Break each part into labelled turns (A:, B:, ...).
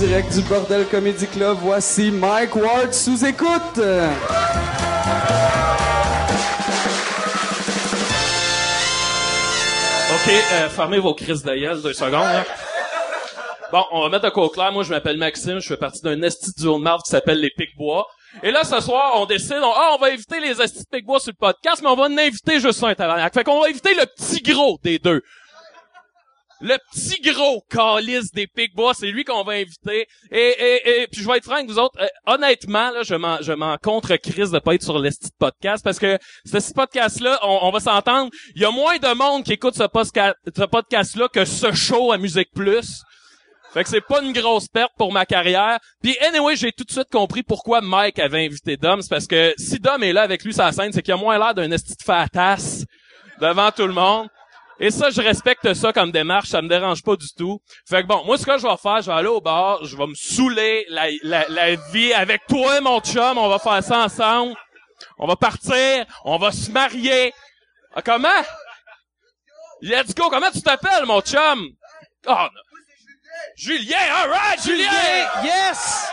A: direct du Bordel Comedy Club, voici Mike Ward sous écoute.
B: OK, euh, fermez vos crises de gueule deux secondes. là. Bon, on va mettre un coup au clair. Moi, je m'appelle Maxime. Je fais partie d'un esti du de marde qui s'appelle les Pic-Bois. Et là, ce soir, on décide, on, ah, on va éviter les estis de Pic-Bois sur le podcast, mais on va en inviter juste un tabarnak. Fait qu'on va éviter le petit gros des deux. Le petit gros calice des Pic-Bois, c'est lui qu'on va inviter. Et, et, et puis je vais être franc avec vous autres, euh, honnêtement, là, je m'en, je m'en contre crise de pas être sur l'esti de podcast parce que ce petit podcast-là, on, on va s'entendre, il y a moins de monde qui écoute ce, posca- ce podcast-là que ce show à Musique Plus. Fait que c'est pas une grosse perte pour ma carrière. Puis anyway, j'ai tout de suite compris pourquoi Mike avait invité Dom. C'est parce que si Dom est là avec lui sur la scène, c'est qu'il a moins l'air d'un esti de fatasse devant tout le monde. Et ça, je respecte ça comme démarche, ça me dérange pas du tout. Fait que bon, moi, ce que je vais faire, je vais aller au bar, je vais me saouler la, la, la vie avec toi, mon chum, on va faire ça ensemble. On va partir, on va se marier. Ah, comment? Let's go, comment tu t'appelles, mon chum? Oh, non. Julien, alright, Julien!
C: Julien, yes!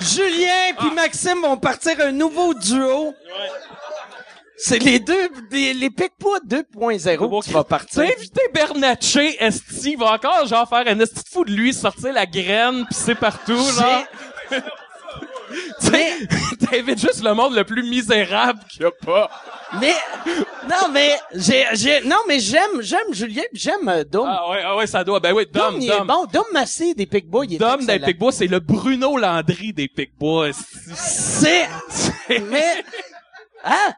C: Julien
B: Ah.
C: puis Maxime vont partir un nouveau duo. C'est les deux, des- les Pique-Poix 2.0 qui va partir.
B: T'as invité Bernatchez, Esti, il va encore genre faire un Esti de fou de lui, sortir la graine, pis c'est partout, genre. Tu sais, T'invites juste le monde le plus misérable qu'il y a pas.
C: Mais, non, mais, j'ai, j'ai, non, mais j'aime, j'aime Julien puis j'aime euh, Dom.
B: Ah ouais, ah ouais, ça doit. Ben oui,
C: Dom,
B: Dom,
C: il est
B: Dom.
C: bon. Dom Massé des Pique-Bois, il est
B: Dom des
C: excellent.
B: Picbois, c'est le Bruno Landry des Picbois.
C: C'est, mais, hein?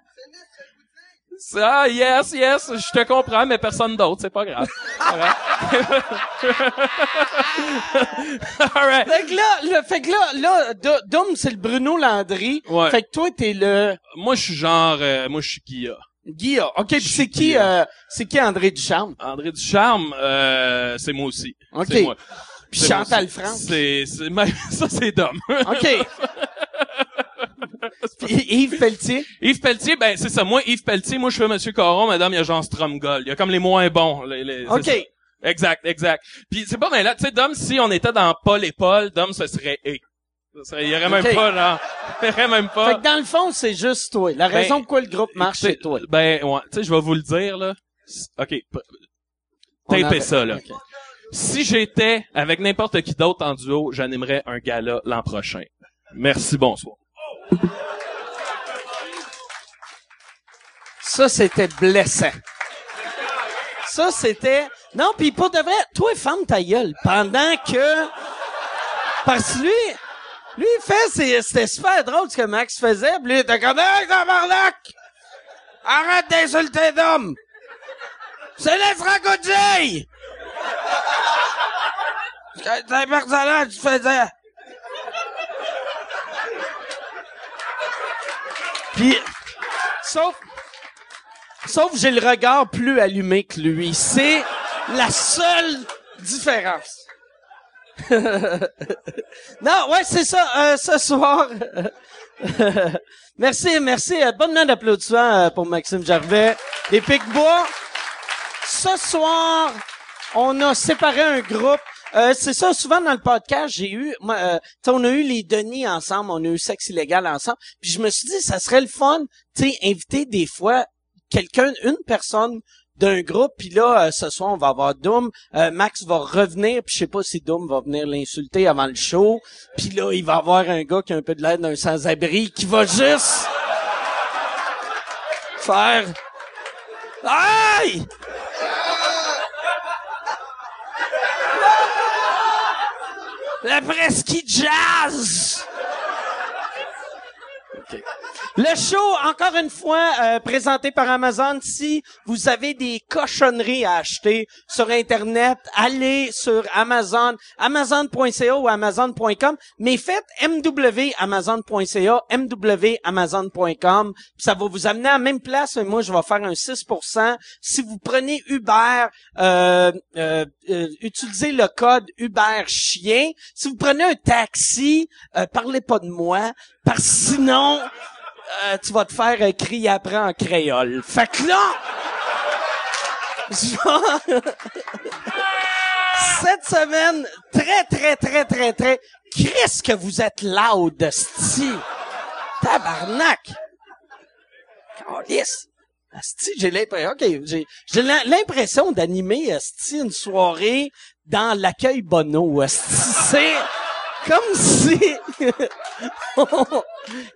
B: Ah, yes, yes, je te comprends, mais personne d'autre, c'est pas grave. Alright. Alright.
C: Fait que là, le, fait que là, là, Do- Dom, c'est le Bruno Landry.
B: Ouais.
C: Fait que toi, t'es le
B: Moi, je suis genre, euh, moi, je suis Guilla.
C: Guy. ah, OK, puis c'est qui, euh, c'est qui André Ducharme?
B: André Ducharme, euh, c'est moi aussi.
C: Ok.
B: C'est moi.
C: Puis
B: C'est moi
C: Chantal
B: aussi.
C: France.
B: C'est, c'est, mais ça, c'est Dom.
C: OK. Y- Yves Pelletier.
B: Yves Pelletier, ben, c'est ça. Moi, Yves Pelletier, moi, je fais Monsieur Coron, Madame, il y a Jean Stromgol. Il y a comme les moins bons. les- les- c'est
C: OK.
B: ça. Exact, exact. Puis c'est pas, mais là, tu sais, Dom, si on était dans Paul et Paul, Dom, ce serait E. Ce serait, il y aurait
C: Ok.
B: même pas, là. Il y aurait même pas.
C: Fait que dans le fond, c'est juste toi. La
B: Ben,
C: raison pourquoi le groupe marche, c'est
B: Écoutez,
C: toi.
B: Ben, ouais. Tu sais, je vais vous le dire, là. S- OK. p-
C: On
B: Tapez
C: arrête.
B: ça, là.
C: OK.
B: Si j'étais avec n'importe qui d'autre en duo, j'animerais un gala l'an prochain. Merci, bonsoir.
C: Ça, c'était blessant. Ça, c'était... Non, puis pour de vrai, toi, ferme ta gueule. Pendant que... Parce que lui... Lui, il fait... c'est- C'était super drôle ce que Max faisait. Puis lui, il était comme... Hey, tabarnak! Arrête d'insulter d'homme! C'est les franco C'est un personnage, tu faisais... Puis... Sauf... Sauf que j'ai le regard plus allumé que lui. C'est la seule différence. non, ouais, c'est ça. euh, ce soir. merci, merci. euh, bonne main d'applaudissements euh, pour Maxime Gervais. Les Pic-Bois. Ce soir, on a séparé un groupe. Euh, c'est ça, souvent dans le podcast, j'ai eu, moi, euh, tu sais, on a eu les Denis ensemble, on a eu Sexe illégal ensemble, puis je me suis dit, ça serait le fun, tu sais, inviter des fois quelqu'un, une personne d'un groupe, puis là, euh, ce soir, on va avoir Doom, Euh, Max va revenir, puis je sais pas si Doom va venir l'insulter avant le show, puis là, il va avoir un gars qui a un peu de l'air d'un sans-abri qui va juste faire... Aïe! Le presque jazz! Le show, encore une fois, euh, présenté par Amazon. Si vous avez des cochonneries à acheter sur Internet, allez sur Amazon, amazon.ca ou amazon.com, mais faites mwamazon.ca, mwamazon.com, puis ça va vous amener à la même place, mais moi, je vais faire un 6%. Si vous prenez Uber, euh, euh, euh, utilisez le code Uber Chien. Si vous prenez un taxi, euh, parlez pas de moi, parce que sinon... Euh, tu vas te faire euh, crier après en créole. Fait que là! je vais- Cette semaine, très, très, très, très, très, Chris que vous êtes loud, sti. Tabarnak. Calisse. Asti, j'ai l'impression, ok, j'ai, j'ai l'im- l'impression d'animer, asti, une soirée dans l'accueil Bono, asti. C'est comme si,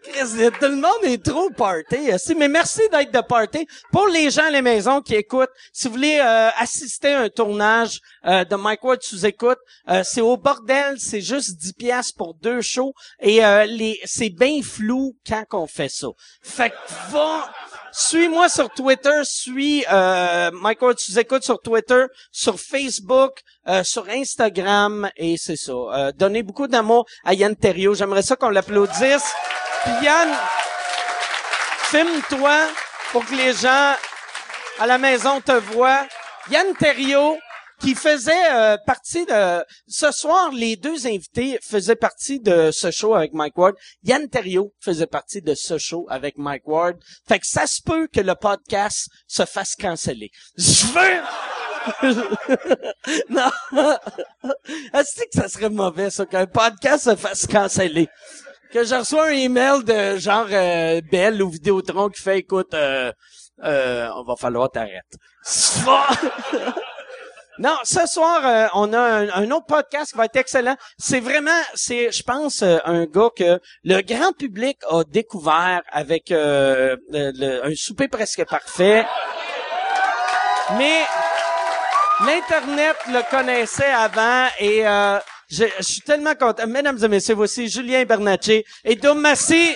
C: Chris, tout le monde est trop party, asti. Mais merci d'être de party. Pour les gens à la maison qui écoutent, si vous voulez euh, assister à un tournage euh, de Mike Ward sous écoute, euh, c'est au bordel, c'est juste 10 pièces pour deux shows et euh, les, c'est bien flou quand qu'on fait ça. Fait que va, suis-moi sur Twitter, suis euh, Mike Ward sous écoute sur Twitter, sur Facebook, euh, sur Instagram et c'est ça. Euh, donnez beaucoup d'amour à Yann Terriot. J'aimerais ça qu'on l'applaudisse. Puis Yann, filme-toi pour que les gens à la maison te voient. Yann Terriot, qui faisait euh, partie de... Ce soir, les deux invités faisaient partie de ce show avec Mike Ward. Yann Terriot faisait partie de ce show avec Mike Ward. Fait que ça se peut que le podcast se fasse canceller. Je veux... non. Est-ce que ça serait mauvais, ça, qu'un podcast se fasse canceller? Que je reçois un email de genre euh, Belle ou Vidéotron qui fait écoute euh, euh, on va falloir t'arrêter. C'est pas- Non, ce soir, euh, on a un, un autre podcast qui va être excellent. C'est vraiment, c'est, je pense, euh, un gars que le grand public a découvert avec euh, le- le- un souper presque parfait. Mais l'Internet le connaissait avant et euh, je, je suis tellement content. Mesdames et messieurs, voici Julien Bernatchez et Dom Massy.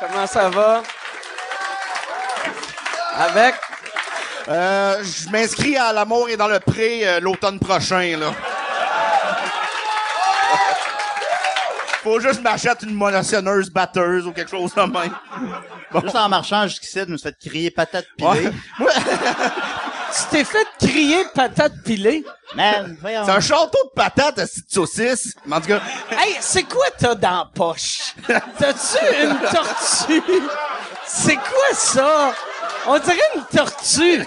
C: Comment ça va? Avec...
D: Euh, je m'inscris à l'amour et dans le pré euh, l'automne prochain, là. Faut juste que je m'achète une monotionneuse batteuse ou quelque chose de même. Bon.
E: Juste en marchant jusqu'ici, je me suis fait crier patate pilée.
D: Ouais. Moi,
C: Tu t'es fait crier patate pilée.
E: Man, voyons.
D: C'est un château de patates à six de saucisses. Mais en tout cas,
C: Hey, c'est quoi t'as dans la poche? T'as-tu une tortue? C'est quoi ça? On dirait une tortue.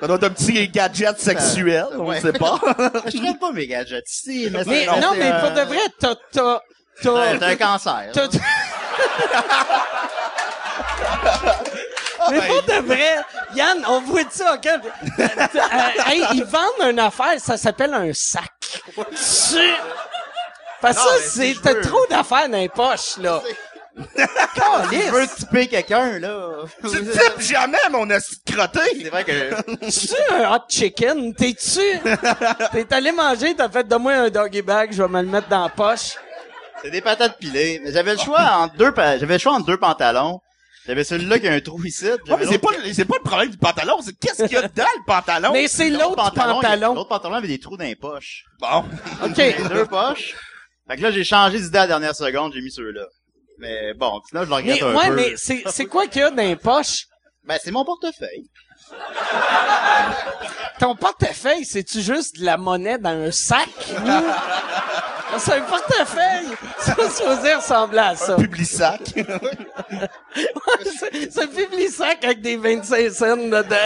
D: ça doit être un petit gadget sexuel, on
E: ouais.
D: sait pas.
E: Je traite pas mes gadgets ici, mais,
C: Mais
E: c'est-
C: non,
E: c'est
C: mais
E: un-
C: pour de vrai, t'as... t'as- t'as-
E: Ouais, T'as un cancer.
C: t'as- Mais pour de vrai, Yann, on voit ça, ok? Euh, euh, hey, ils vendent une affaire, ça s'appelle un sac. Tu- Parce que
D: Non,
C: ça,
D: mais
C: c'est,
D: si je
C: t'as
D: veux.
C: trop d'affaires dans les poches, là.
E: Je
C: Calisse.
E: veux typer quelqu'un, là.
D: tu le types jamais, mon esti de crotté.
E: C'est vrai que...
C: Tu un hot chicken? T'es-tu? T'es allé manger, t'as fait de moi un doggy bag, je vais me le mettre dans la poche.
E: C'est des patates pilées. Mais j'avais le choix entre deux, pa- j'avais le choix entre deux pantalons. J'avais celui-là qui a un trou ici. puis
D: Ouais, mais
E: j'avais
D: c'est
E: l'autre-
D: pas, le- c'est pas le problème du pantalon, c'est qu'est-ce qu'il y a dedans, le pantalon?
C: Mais c'est l'autre pantalon.
E: il- L'autre pantalon avait des trous dans les poches.
D: Bon.
E: Dans les
C: OK.
E: deux poches. Fait que là, j'ai changé d'idée à la dernière seconde, j'ai mis ceux-là. Mais bon, là, je le regrette
C: Mais,
E: un
C: ouais,
E: peu.
C: mais c'est, c'est quoi qu'il y a dans les poches?
E: Ben, c'est mon portefeuille.
C: Ton portefeuille, c'est-tu juste de la monnaie dans un sac? ou- c'est un portefeuille! Ça, ça veut dire ressembler à ça.
D: Publisac.
C: c'est, c'est un public-sac avec des 25 cents dedans.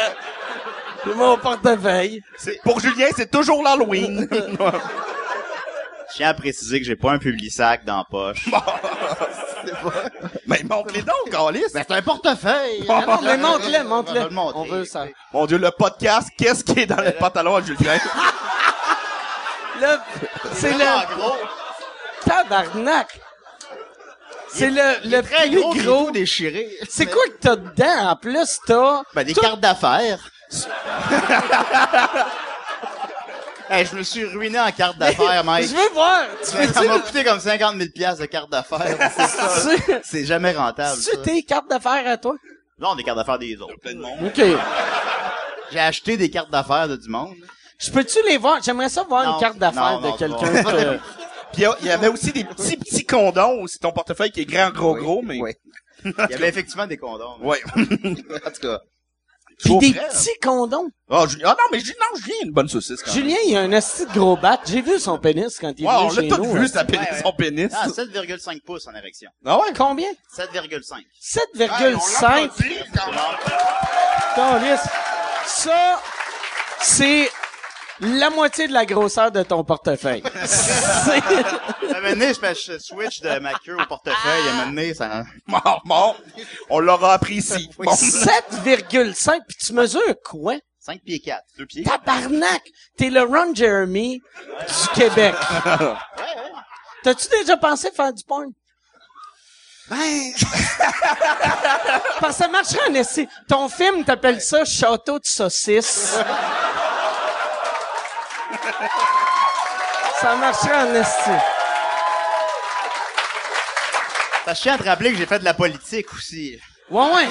C: C'est mon portefeuille.
D: C'est- Pour Julien, c'est toujours l'Halloween.
E: Je tiens à préciser que j'ai pas un public-sac dans la poche.
D: Mais montre-les donc, Alice.
E: Ben, c'est un portefeuille!
D: Ah non,
C: mais montre-le,
E: On va
C: montre-le.
E: le montrer.
C: On veut ça.
D: Mon Dieu, le podcast, qu'est-ce qui est dans le pantalon à Julien?
C: Là, c'est
E: C'est
C: le...
E: le gros.
C: Tabarnak! C'est le, le
E: Très
C: plus
E: gros,
C: gros.
E: des trous déchirés.
C: C'est quoi que t'as dedans? En plus, t'as...
E: Ben, des
C: Toi-
E: cartes d'affaires. Hey, je me suis ruiné en cartes d'affaires, Mike.
C: Je veux voir! Tu
E: Ça
C: veux-tu...
E: m'a coûté comme 50 000 piastres de cartes d'affaires. C'est ça.
C: tu-
E: C'est jamais rentable.
C: Tu
E: ça.
C: tes cartes d'affaires à toi?
E: Non, des cartes d'affaires des autres.
C: OK.
E: J'ai acheté des cartes d'affaires de du monde.
C: Je peux-tu les voir? J'aimerais ça voir
E: Non,
C: une carte d'affaires
E: non, non,
C: de
E: c'est bon.
C: quelqu'un. euh, que-
D: Puis il y a- il y avait aussi des petits, petits condoms. C'est ton portefeuille qui est grand, gros, gros, mais...
E: Il y avait effectivement des condoms. mais-
D: Ouais.
E: En tout cas.
C: Puis
D: Pour
C: des
D: vrai?
C: petits condons.
D: Ah, Julien- ah non, mais Julien, non, Julien, a une bonne saucisse quand même.
C: Julien, il a un asti de gros bat. J'ai vu son pénis quand il est
D: Ouais, on
C: venu chez
D: l'a
C: nous. hein.
D: tous vu, sa pénis,
E: ouais.
D: son pénis.
E: Ah, 7,5 pouces en érection.
D: Ah ouais?
C: Combien?
E: 7,5.
C: 7,5. Câlisse. Ça, c'est la moitié de la grosseur de ton portefeuille. C'est-
E: À un moment donné, je fais- je switch de ma queue au portefeuille. À
C: Ah!
E: un moment donné, ça...
D: Mort, mort. On l'aura appris ici. Bon.
C: 7,5. Puis tu mesures quoi?
E: 5 pieds 4. 2 pieds.
C: Tabarnak! T'es le Ron Jeremy du Québec. T'as-tu déjà pensé faire du porn? Ben... Parce que ça marcherait en essai. Ton film t'appelle ça Château de saucisse. ça marcherait en essai.
E: Ça chien à te rappeler que j'ai fait de la politique aussi.
C: Ouais, ouais.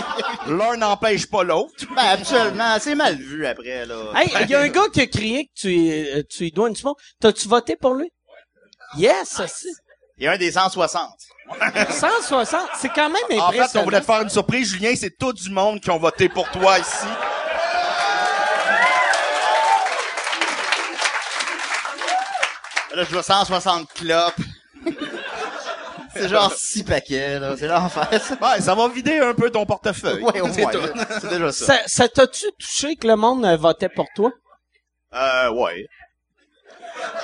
D: L'un n'empêche pas l'autre.
E: Ben, absolument. C'est mal vu après, là.
C: Hey, il y a un gars qui a crié que tu, es- euh, tu lui dois une smoke. T'as-tu voté pour lui? Yes, ça, c'est-
E: Il y a un des 160.
C: 160, c'est quand même
D: En
C: impressionnant.
D: fait, on voulait te faire une surprise, Julien, c'est tout du monde qui ont voté pour toi ici.
E: Là, je dois 160 clopes. c'est genre 6 paquets, là. C'est l'enfer, ça.
D: Ouais, ça va vider un peu ton portefeuille.
E: Ouais, au
D: C'est
E: moins.
D: tout.
E: là. C'est déjà ça.
C: Ça, ça t'a-tu touché que le monde euh, votait pour toi?
E: Euh, ouais.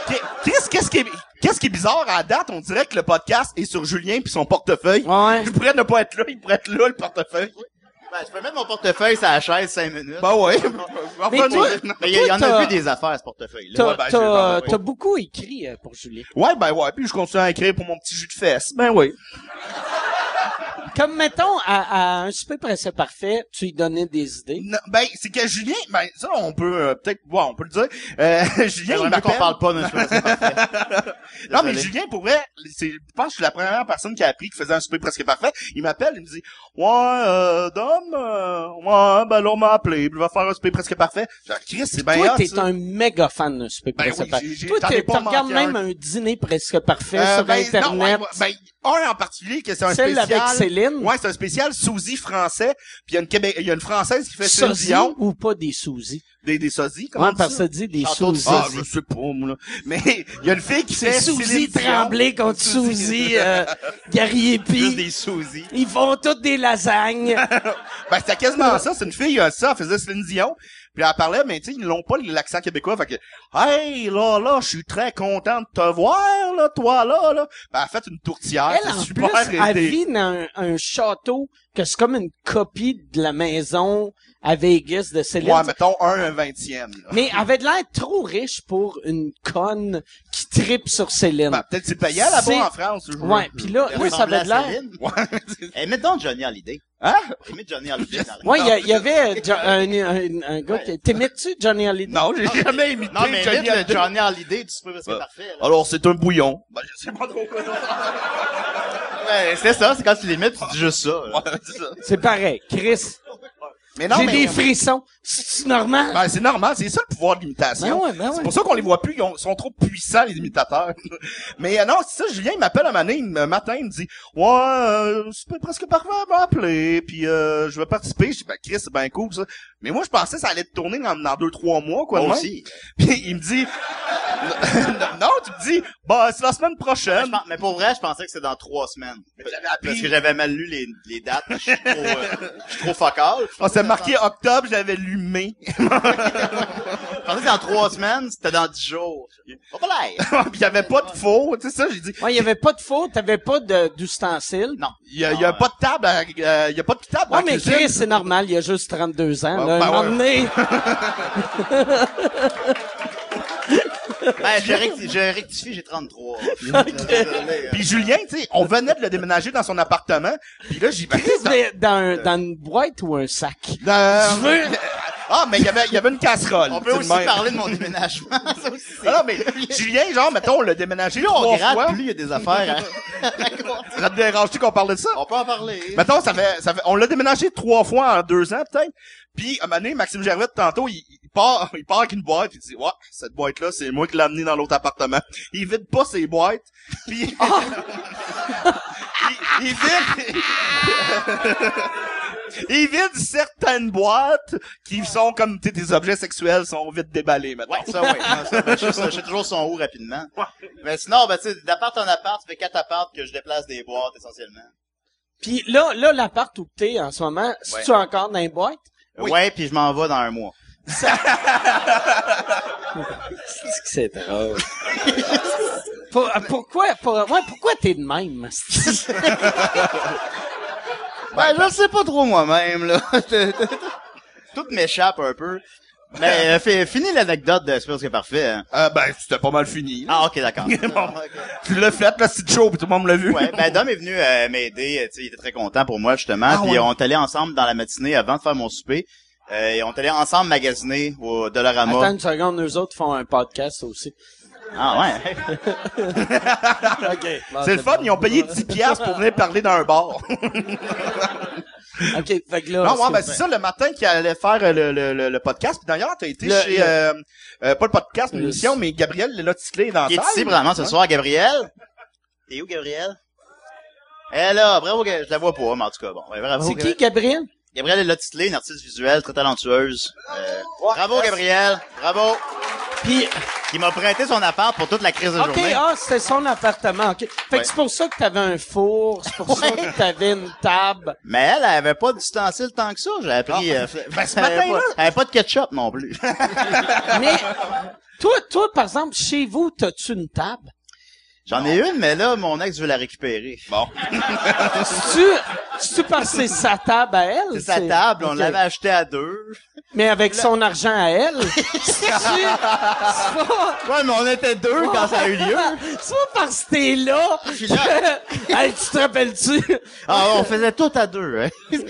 D: Qu'est- Qu'est-ce qu'est-ce qui est, qu'est-ce qui est bizarre à la date? On dirait que le podcast est sur Julien puis son portefeuille.
C: Ouais.
D: Je pourrais ne pas être là, il pourrait être là, le portefeuille.
E: Ben, je peux mettre mon portefeuille sur la chaise 5 minutes.
D: Bah ouais.
C: Mais toi-
E: Mais il y, a- il y en
C: toi, t'as-
E: a vu des affaires, ce portefeuille-là.
C: T'as
D: ben, j'ai-
C: t'as-
D: ouais.
C: t'as beaucoup écrit euh, pour Julien.
D: Ouais, ben ouais, puis je continue à écrire pour mon petit jus de fesse. Ben oui.
C: Comme, mettons, à, à un souper pressé parfait, tu lui donnais des idées.
D: Non, ben, c'est que Julien, ben, ça, on peut, euh, peut-être, ouais, on peut le dire. Euh, Julien, il
E: J'aimerais mieux qu'on
D: m'appelle.
E: parle pas d'un sujet, c'est parfait.
D: Non, mais
E: Désolé.
D: Julien, pour vrai, c'est, je pense que je suis la première personne qui a appris qu'il faisait un souper presque parfait. Il m'appelle, il me dit, ouais, euh, Dom, euh, ouais, ben là, on m'a appelé, puis je vais faire un souper presque parfait. Je dis, Chris, c'est bien
C: Toi,
D: hot,
C: t'es
D: Ben, ah, ça.
C: un méga fan d'un souper
D: Ben
C: pressé
D: oui,
C: parfait.
D: j'ai- j'ai-
C: Toi,
D: j'en ai
C: t'es-
D: pas
C: tu regardes
D: manqué
C: même
D: un.
C: un dîner presque parfait
D: Euh,
C: sur
D: ben,
C: Internet.
D: non, ouais, ouais, ben, un en particulier, que c'est un
C: Celle
D: spécial.
C: avec Céline?
D: Ouais, c'est un spécial Suzy français, puis il y a une Québec, il y a une française qui fait Céline
C: Sosie
D: Dion,
C: ou pas des sosies?
D: des, des sosies, comment
C: Ouais,
D: on dit
C: parce que
D: ça?
C: ça dit des
E: Château de
C: sosies.
D: Ah, je sais pas, moi, là. Mais, il y a une fille qui fait
C: C'est
D: Céline
C: Souzy
D: Dion.
C: Tremblay contre Souzy euh,
D: Juste
C: Gariepi.
D: des sosies.
C: Ils font toutes des lasagnes.
D: Ben, c'était quasiment ça. C'est une fille, euh, ça, elle faisait Céline Dion. Puis elle parlait, mais tu sais, ils l'ont pas l'accent québécois. Fait que, hey, là, là, je suis très content de te voir, là, toi, là, là. Ben, elle a fait une tourtière.
C: Elle,
D: c'est
C: en
D: super
C: plus, elle
D: aidé.
C: vit dans un, un château que c'est comme une copie de la maison à Vegas de Céline.
D: Ouais, mettons un, un vingtième, là.
C: mais elle avait de l'air trop riche pour une conne qui tripe sur Céline.
D: Ben, peut-être c'est payé là-bas
C: C'est-
D: en France. je-
C: ouais, puis là,
E: Elle
C: là, ça
E: ressemblait
C: avait
E: à
C: de l'air.
E: Céline.
D: Ouais.
E: Eh, mets donc Johnny Hallyday.
D: Hein?
E: Mets Johnny Hallyday dans la-
C: Ouais, il y a- il y, avait euh, Jo- un, un- un gars qui... T'aimais-tu Johnny Hallyday?
D: Non, j'ai jamais imité
E: Non, mais
D: Johnny
E: mets le
D: Hallyday.
E: Johnny Hallyday du Super
D: Ouais.
E: Presque Parfait, là.
D: Alors, c'est un bouillon. Ben, je sais pas trop quoi.
E: Ouais, ben, c'est ça, c'est quand tu les mets, tu dis juste ça, euh, là.
D: Ouais, c'est ça.
C: C'est pareil. Chris,
D: Mais non,
C: j'ai
D: mais... euh,
C: des frissons. C'est normal?
D: Ben, c'est normal, c'est ça le pouvoir de l'imitation.
C: Ben ouais, ben ouais.
D: C'est pour ça qu'on les voit plus, ils ont- sont trop puissants, les imitateurs. Mais euh, non, c'est ça, Julien, il m'appelle un matin, il me- matin, il me dit, ouais, euh, c'est presque parfait à m'appeler, puis euh, je vais participer. Je dis, ben Chris, c'est bien cool, ça. Mais moi, je pensais que ça allait te tourner dans, dans deux, trois mois, quoi. de
E: Moi
D: même.
E: aussi.
D: Puis il me dit, non, tu me dis, bah, c'est la semaine
E: Ouais, Ben, je
D: prochaine.
E: pense- mais pour vrai, je pensais que c'était dans trois semaines.
D: j'avais
E: Parce
D: appris.
E: que j'avais mal lu les, les dates. Je suis trop, euh, je suis trop focal.
D: On s'est Ah, marqué octobre, j'avais lu mai.
E: Je pensais que dans trois semaines, c'était dans dix jours. Oh, voilà.
D: Puis il y avait pas de faux, tu sais ça, j'ai dit.
C: Ouais, il y avait pas de faute, t'avais pas de- d'ustensiles.
E: Non.
D: Il y a, il y a
E: Non,
D: pas de table, à- euh, il y a pas de table.
E: Ah,
C: Ouais,
D: dans
C: mais
D: la cuisine.
C: Chris, c'est normal, il a juste 32 ans.
D: Ouais,
C: là,
D: ben
C: un moment
D: ouais.
C: donné,
E: Ben, je, recti- je rectifie, j'ai 33. Désolé, hein.
D: Puis Julien, tu sais, on venait de le déménager dans son appartement. Puis là, j'y vais.
C: Chris, mais dans, un- dans une boîte ou un sac?
D: Dans-
C: Tu veux?
D: Ah, mais il y avait, il y avait une casserole.
E: euh, On peut
D: tout de
E: aussi
D: même.
E: parler de mon déménagement. Ça aussi, c'est-
D: Ah non, mais Julien, genre, mettons, on l'a déménagé
E: on
D: trois fois.
E: gratte, plus il y a des affaires hein. à raconter.
D: Ça te dérange-tu qu'on parle de ça?
E: On peut en parler.
D: Mettons, ça fait, ça fait, on l'a déménagé trois fois en deux ans, peut-être. Puis, à un moment donné, Maxime Gervais, tantôt, il, il part, il part avec une boîte, il dit, ouais, cette boîte-là, c'est moi qui l'ai amenée dans l'autre appartement. Il vide pas ses boîtes, puis...
E: Ah!
D: il, il vide... Ils vident certaines boîtes qui sont comme, tu sais, des objets sexuels sont vite déballés, maintenant.
E: Ouais, ça, ouais. Non, ça, ben, je sais toujours son où rapidement. Mais sinon, ben, tu sais, d'appart en appart, ça fait quatre apparts que je déplace des boîtes, essentiellement.
C: Puis là, là, l'appart où t'es en ce moment, si tu es encore dans les boîtes,
D: Oui.
E: Ouais, puis je m'en vais dans un mois.
C: c'est drôle. Pour- euh, pourquoi, pour, ouais, pourquoi t'es de même? asti?
E: Ben, je le sais pas trop moi-même, là. Tout m'échappe un peu. Mais euh, fi- finis l'anecdote de C'est presque parfait. hein.
D: Euh, ben, c'était pas mal fini. là.
E: Ah, ok, d'accord.
D: Bon. Tu l'as fait, là, c'est chaud, pis tout le monde l'a vu.
E: Ouais, ben Dom est venu euh, m'aider, euh, tu sais, il était très content pour moi justement.
D: Ah
E: puis
D: ouais.
E: on est allé ensemble dans la matinée avant de faire mon souper. Euh, et on est allé ensemble magasiner au Dollarama.
C: Attends une seconde, eux autres font un podcast aussi.
E: Ah ouais.
D: c'est le fun, ils ont payé 10 piastres pour venir parler dans un bar.
C: OK, fait que là...
D: non, ouais,
C: Ah, c'est-
D: ben, c'est ça, le matin qui allait faire euh, le, le, le, le podcast. Puis d'ailleurs, t'as été
C: Le-
D: chez,
C: le-
D: euh, euh, pas le podcast, mais l'émission, mais Gabriel Loticlé est dans
E: Qui
D: la
E: est ici
D: salle.
E: vraiment ce soir, Gabriel? T'es où, Gabriel? Eh là, bravo, Ga- je la vois pas, mais en tout cas, bon. ouais, bravo,
C: C'est qui,
E: Gabriel.
C: Gabriel?
E: Gabriel est Lotitlé, une artiste visuelle très talentueuse. Euh, bravo, Gabriel. Bravo.
C: Puis,
E: Qui m'a prêté son appart pour toute la crise de
C: OK,
E: journée.
C: ah, c'était son appartement, OK. Fait
E: Ouais.
C: que c'est pour ça que t'avais un four, c'est pour ça que t'avais une table.
E: Mais elle, elle avait pas d'ustensile tant que ça, j'ai appris. euh,
D: Ben, ce
E: elle avait
D: matin-là-
E: pas- Elle avait pas de ketchup non plus.
C: Mais, toi, toi, par exemple, chez vous, t'as-tu une table?
E: J'en ai une, mais là, mon ex veut la récupérer. Bon.
C: Tu, tu parce que c'est sa table à elle?
E: C'est sa table, on
C: OK.
E: l'avait achetée à deux.
C: Mais avec son argent à elle? C'est-tu- c'est pas...
E: Ouais, mais on était deux quand ça a eu lieu.
C: C'est pas parce que t'es là. que- hey, tu te rappelles-tu?
E: Ah, on faisait tout à deux, hein. puis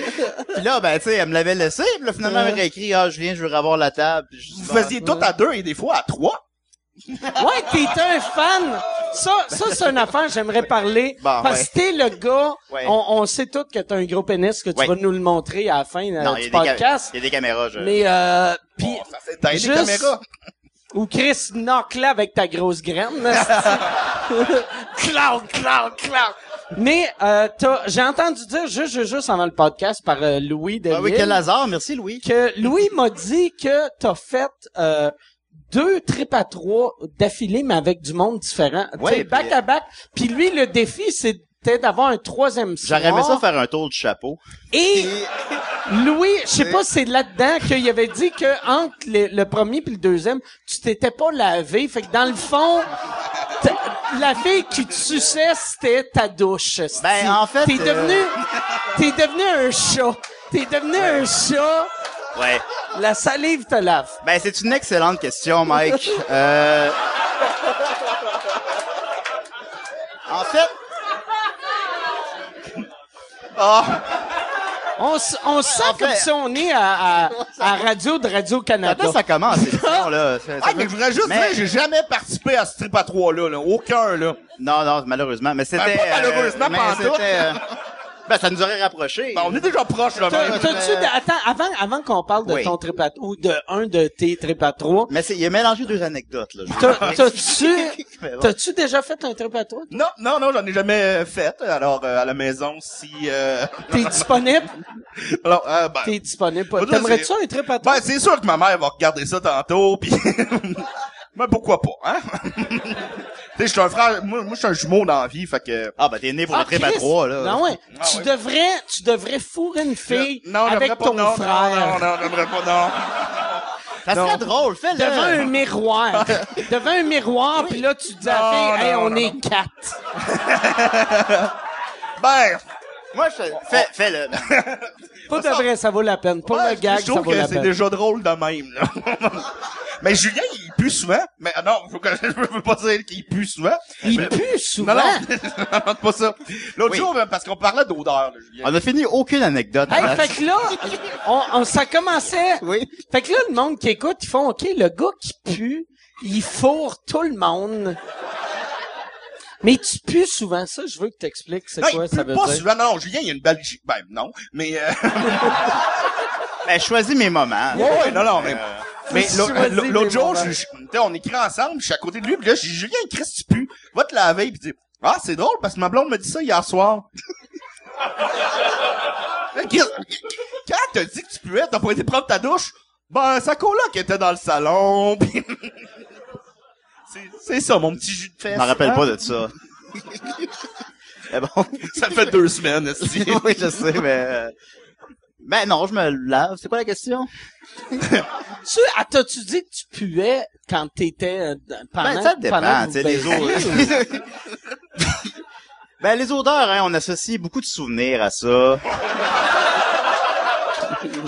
E: là, ben, tu sais, elle me l'avait laissé, puis là, finalement, elle m'a écrit, ah, Julien, je veux revoir la table. Puis je dis, Ah,
D: Vous
E: bon,
D: faisiez tout à deux et des fois à trois.
C: Ouais, t'es un fan. Ça, ça c'est une affaire, j'aimerais parler.
E: Bon,
C: parce que t'es le gars,
E: Bah, Ouais.
C: on, on sait tous que t'as un gros pénis, que tu
E: Ouais.
C: vas nous le montrer à la fin euh,
E: non, il y,
C: du
E: a des cam-
C: podcast.
E: il y a des caméras, je...
C: Mais, euh, pis,
D: Bon, ça s'éteint les
C: Juste-
D: caméras.
C: ou Chris knock là avec ta grosse graine. là, c'est- clown, clown, clown. Mais, euh, t'as- j'ai entendu dire juste, juste, juste avant le podcast par euh, Louis de
E: Ah oui, quel hasard, merci, Louis.
C: que Louis m'a dit que t'as fait euh, deux trips à trois d'affilée, mais avec du monde différent.
E: Ouais,
C: Tu sais,
E: puis-
C: back à back. Puis lui, le défi, c'était d'avoir un troisième soir.
E: J'aurais aimé ça faire un tour du chapeau.
C: Et Louis, je sais pas, c'est là-dedans qu'il avait dit que entre le, le premier puis le deuxième, tu t'étais pas lavé. Fait que dans le fond, t- la fille qui te suçait, c'était ta douche. esti.
E: Ben, en fait,
C: t'es
E: euh,
C: devenu, t'es devenu un chat. T'es devenu un chat.
E: Ouais.
C: La salive te lave.
E: Ben, c'est une excellente question, Mike. Euh... En fait,
C: On, s- on sent
E: en fait-
C: comme si on est à, à, à Radio de Radio-Canada.
E: attends, ça commence, cette question, là. Ça- ça
D: Ah,
E: peut-
D: mais je voudrais juste
E: Mais-
D: dire, j'ai jamais participé à ce trip à trois-là, là. Aucun, là.
E: Non, non, malheureusement. Mais c'était. euh,
D: Ben, pas malheureusement,
E: mais
D: pas en
E: c'était,
D: tout.
E: euh, Ben, ça nous aurait rapprochés.
D: Ben, on est déjà proche, là.
C: T'as-
D: même.
C: T'as-tu... de- Attends, avant, avant qu'on parle de
E: Oui.
C: ton trip à- ou de un de tes trip à trois,
E: Mais c'est, il a mélangé deux anecdotes, là. je-
C: t'as- t'as-tu...
E: Mais bon.
C: T'as-tu déjà fait un trip à toi?
D: Non, non, non, j'en ai jamais euh, fait. Alors, euh, à la maison, si... euh,
C: T'es disponible?
D: Alors, euh, ben...
C: T'es disponible.
D: Faudrait
C: T'aimerais-tu
D: essayer.
C: un trip à toi?
D: Ben, c'est sûr que ma mère va regarder ça tantôt, puis Mais pourquoi pas, hein? tu sais, je suis un frère... Moi, moi je suis un jumeau dans la vie, fait que...
E: Ah, ben, t'es né pour
C: Ah,
E: le trip à
C: Chris!
E: trois, là.
C: Non, ouais.
D: Ah,
C: tu
D: ouais.
C: devrais, tu devrais fourrer une fille avec
D: j'aimerais pas-
C: ton
D: non,
C: frère.
D: Non, non, non, j'aimerais pas,
E: Ça serait drôle, fais-le.
C: Devant un miroir. Devant un miroir, puis là, tu te dis à la
D: Non,
C: fille, hey,
D: non,
C: on
D: non,
C: est quatre.
D: non. Ben,
E: Moi, je fais, fais, fais-le.
C: Pour de vrai, ça vaut la peine. Pour
D: ouais,
C: le gag,
D: je
C: ça
D: trouve
C: vaut la
D: que c'est
C: peine.
D: déjà drôle de même, là. Mais Julien, il pue souvent. Mais ah, non, faut que- je veux pas dire qu'il pue souvent.
C: Il
D: Mais-
C: pue
D: Non,
C: souvent.
D: non, non, pas ça. L'autre
E: Oui.
D: jour, ben, parce qu'on parlait d'odeur, là,
C: Ah,
D: Julien.
E: On a fini aucune anecdote.
C: Hey,
E: hein.
C: fait que là, on, on- ça commençait.
E: Oui.
C: Fait que là, le monde qui écoute, ils font, OK, le gars qui pue, il fourre tout le monde. Mais tu pues souvent ça, je veux que t'expliques c'est
D: Non,
C: quoi
D: il pue
C: ça veut
D: pas
C: dire.
D: souvent. Non, non, Julien, il a une belle... gi- Ben, non, mais... euh,
E: Ben, je choisis mes moments.
D: Ouais, ouais, non, non, mais.
E: Euh,
D: Mais
C: Tu
D: l'a-
C: choisis
D: l'a- l'autre
C: des
D: jour,
C: moments.
D: je, je- tu sais, on écrit ensemble, je suis à côté de lui, puis là, je dis, Julien, Chris, tu pues, va te laver, puis dit, ah, c'est drôle, parce que ma blonde m'a dit ça hier soir. Là, Chris, Quand t'as dit que tu puais, t'as pas été propre ta douche? Ben, sa coloc était dans le salon, pis... C'est- C'est ça, mon petit jus de fesse.
E: Je m'en rappelle
D: hein?
E: pas de ça. Mais bon.
D: Ça fait deux semaines, esti.
E: oui, je sais, mais... euh, Ben non, je me lave. C'est quoi la question?
C: Tu, ah, t'as-tu dit que tu puais quand t'étais euh, d- pendant,
E: Ben, ça dépend,
C: pendant
E: tu
C: que
E: sais,
C: vous
E: les
C: baisiez, ou-
E: odeurs. ben, les odeurs, hein, on associe beaucoup de souvenirs à ça.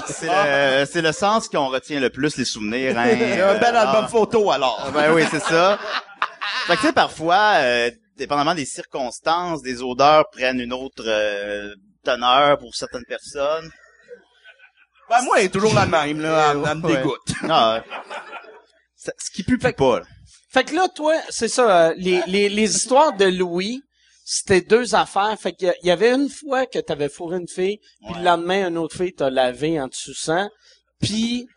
E: c'est le, c'est le sens qu'on retient le plus, les souvenirs, hein.
D: Il y a un bel album photo, alors.
E: Ah, ben oui, c'est ça. Fait que, tu sais, parfois, euh, dépendamment des circonstances, des odeurs prennent une autre euh, teneur pour certaines personnes.
D: Ben, moi, elle est toujours la même, là. Elle, elle me
E: Ouais.
D: dégoûte.
E: Ah, euh, ça- ce qui pue, pue pas, là.
C: Fait que là, toi, c'est ça, euh, les, les, les histoires de Louis, c'était deux affaires. Fait qu'il y a- il y avait une fois que t'avais fourré une fille, puis le lendemain, une autre fille t'a lavé en te suçant. Puis,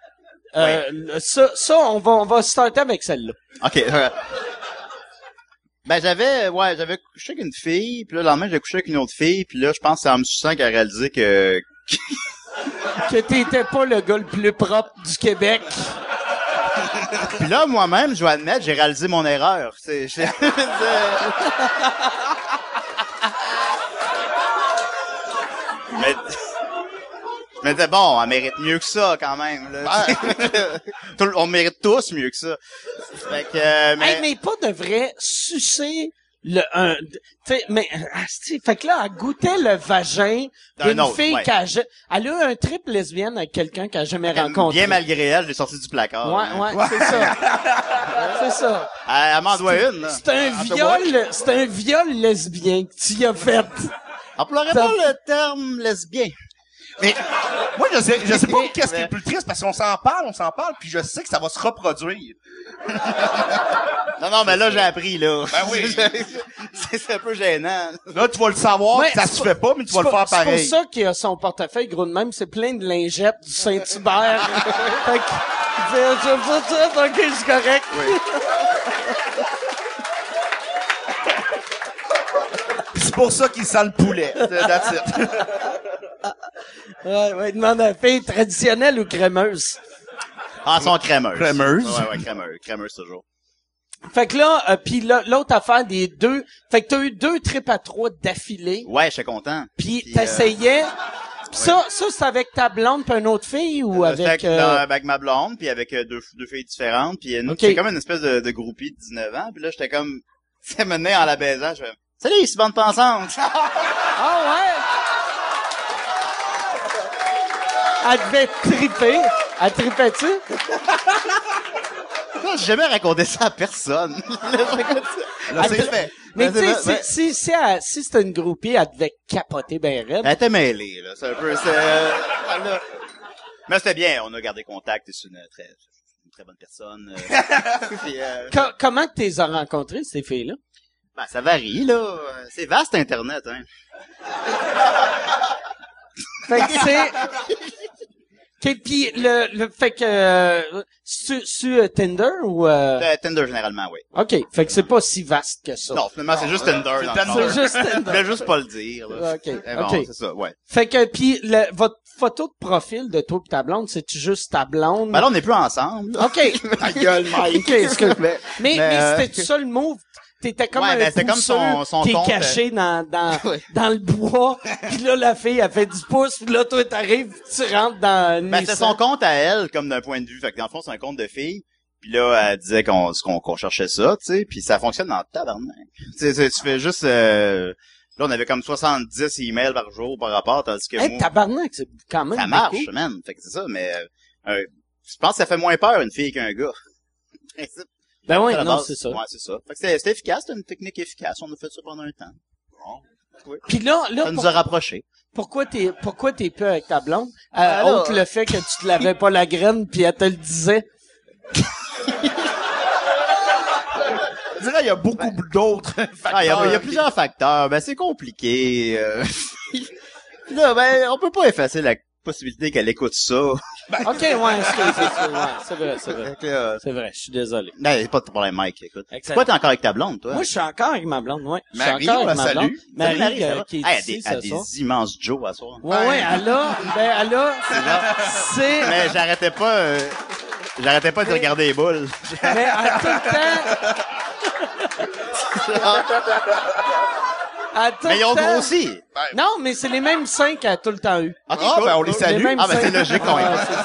C: euh, le- ça, ça, on va, on va starter avec celle-là.
E: OK. euh, Ben j'avais ouais, j'avais couché avec une fille, puis là le lendemain j'ai couché avec une autre fille, puis là je pense que c'est en me suçant qu'elle a réalisé que
C: Que t'étais pas le gars le plus propre du Québec.
E: puis là moi-même je dois admettre, j'ai réalisé mon erreur. C'est j'ai- c'est- Mais je me disais, bon, elle mérite mieux que ça quand même là. Tout le- On mérite tous mieux que ça. Fait que euh, mais,
C: Hey, mais pas de vrai sucer le un tu sais mais asti, fait que là elle goûtait le vagin
E: D'un
C: d'une
E: autre,
C: fille
E: ouais.
C: qu'elle ja- elle a eu un trip lesbienne avec quelqu'un qu'elle a jamais rencontré.
E: bien malgré elle, j'ai sorti du placard.
C: Ouais, ouais, c'est ça. c'est ça.
E: Euh, Elle, elle m'en doit une. là.
C: C'est un
E: Elle doit-
C: viol, c'est un viol lesbien que tu y as fait.
E: Emploierait
C: Ça-
E: pas le terme lesbien.
D: Mais, moi, je sais, je sais pas
E: Mais-
D: qu'est-ce qui est le plus triste, parce qu'on s'en parle, on s'en parle, puis je sais que ça va se reproduire.
E: Non, non, mais là, j'ai appris, là.
D: Ben oui.
E: c'est c'est un peu gênant.
D: Là, tu vas le savoir,
C: Ouais,
D: puis ça
C: c'est
D: se fait pas, mais tu vas le
C: C'est
D: faire
C: pour- C'est
D: pareil.
C: pour ça qu'il a son portefeuille gros de même, c'est plein de lingettes du Saint-Hubert. fait que, c'est- c'est- c'est- c'est- ok, c'est correct.
D: Puis C'est pour ça qu'il sent le poulet. That's it.
C: Ouais, ouais, demande à la fille traditionnelle ou crémeuse.
E: Ah, ils sont crémeuses.
D: Crémeuses.
E: Ouais, ouais, crémeuses. Crémeuses, toujours.
C: Fait que là, euh, puis là, l'autre affaire des deux, fait que t'as eu deux trips à trois d'affilée,
E: Ouais, j'étais content.
C: puis
E: Puis,
C: t'essayais. Pis ça, ça c'est avec ta blonde pis une autre fille ou
E: Euh,
C: avec.
E: fait que
C: euh,
E: dans- avec ma blonde, puis avec euh, deux, deux filles différentes, puis une autre.
C: Ok.
E: J'étais comme une espèce de, de groupie de 19 ans, puis là, j'étais comme... Tu sais, mené en la baisant, je fais... Salut, c'est bande pensante!
C: Ah ouais. Elle devait triper. Elle tripait-tu?
E: J'ai jamais raconté ça à personne. là,
C: Elle
E: c'est
C: devait-
E: fait.
C: Mais tu sais,
E: Là, Ben, c'est
C: si,
E: fait.
C: si, si, elle- si c'était une groupie, elle devait capoter ben raide.
E: Elle était mêlée, là. C'est un peu, c'est, euh, elle a- Mais c'était bien, on a gardé contact, c'est une très, une très bonne personne. euh. Puis, euh,
C: Co- comment que t'es as rencontrées, ces filles-là?
E: ben, ça varie, là. C'est vaste, Internet, hein.
C: Fait que c'est. Ok, pis le, le fait que euh, sur, sur Tinder ou euh,
E: Euh, Tinder, généralement, oui.
C: ok, fait que c'est pas si vaste que ça.
E: Non, finalement, c'est juste Tinder. dans le
D: Tinder.
E: fond.
C: C'est juste
E: Je
C: Tinder.
E: voulais juste pas le dire, là.
C: Ok,
E: Mais bon,
C: ok.
E: c'est ça, ouais.
C: Fait que puis le- votre photo de profil de toi et ta blonde, c'est tu juste ta blonde.
E: Ben là, on n'est plus ensemble, là.
C: ok.
E: Ta gueule, Mike.
C: Ok, excuse-moi.
E: Mais-
C: Mais, mais,
E: euh,
C: c'était ça le move. T'étais comme
E: Ouais,
C: un
E: ben, c'était comme son-
C: pousseux
E: son
C: qui est
E: compte, euh,
C: caché dans, dans,
E: Ouais.
C: dans le bois. Puis là, la fille, elle fait 10 pouces. Puis là, toi, t'arrives, tu rentres dans...
E: Ben,
C: une
E: c'est son compte à elle, comme d'un point de vue. Fait que dans le fond, c'est un compte de fille. Puis là, elle disait qu'on ce qu'on qu'on cherchait ça, tu sais. Puis ça fonctionne en tabarnak. Tu sais, tu- tu fais juste... euh, Là, on avait comme 70 emails par jour par rapport, tandis que
C: Hey,
E: moi,
C: tabarnak, c'est quand même
E: ça marche,
C: beaucoup.
E: man. Fait que c'est ça, mais... euh, euh, je pense que ça fait moins peur une fille qu'un gars. Principe,
C: Ben oui,
E: à la
C: non,
E: base.
C: c'est ça.
E: Ouais, c'est ça. Fait que c'était c'était efficace, c'était une technique efficace. On a fait ça pendant un temps.
C: Puis là, là
E: Ça nous
C: pour-
E: a rapprochés.
C: pourquoi t'es pourquoi t'es peu avec ta blonde? Euh,
E: Ben là,
C: autre le fait que tu te lavais pas la graine, puis elle te le disait.
D: Je dirais, il y a beaucoup d'autres
E: Ah, il y, a- il y a
D: facteurs.
E: plusieurs facteurs. Ben, c'est compliqué. euh. Puis là, ben, on peut pas effacer la possibilité qu'elle écoute ça.
C: OK, ouais, excusez, excusez, ouais, c'est vrai, c'est vrai.
E: Fait que, euh,
C: C'est vrai, je suis désolé.
E: non, Ben, y a pas de problème, Mike, écoute.
C: Excellent.
E: Pourquoi t'es encore avec ta blonde, toi?
C: Moi, je suis encore avec ma blonde, ouais. Je suis
E: Ben. Marie,
C: encore
E: ben,
C: avec ma blonde.
E: salut.
C: Marie,
E: Salut, ça
C: euh,
E: va?
C: qui
E: Hey,
C: est
E: elle a des,
C: ici
E: elle a
C: ce soir.
E: des immenses Joe à soir.
C: Ouais, ouais, elle a, ben, elle a,
E: Mais
C: c'est,
E: j'arrêtais pas, euh, j'arrêtais pas de regarder les boules.
C: mais elle a tout le temps, elle a tout
E: Mais ils
C: le
E: ont
C: temps-
E: grossi.
C: Non, mais c'est les mêmes cinq qu'elle a tout le temps eu.
E: Ok,
D: Ah,
E: cool.
D: ben, on les salue.
C: mêmes
E: Ah, ben, c'est
C: cinq.
E: logique, quand même.
C: Ouais, c'est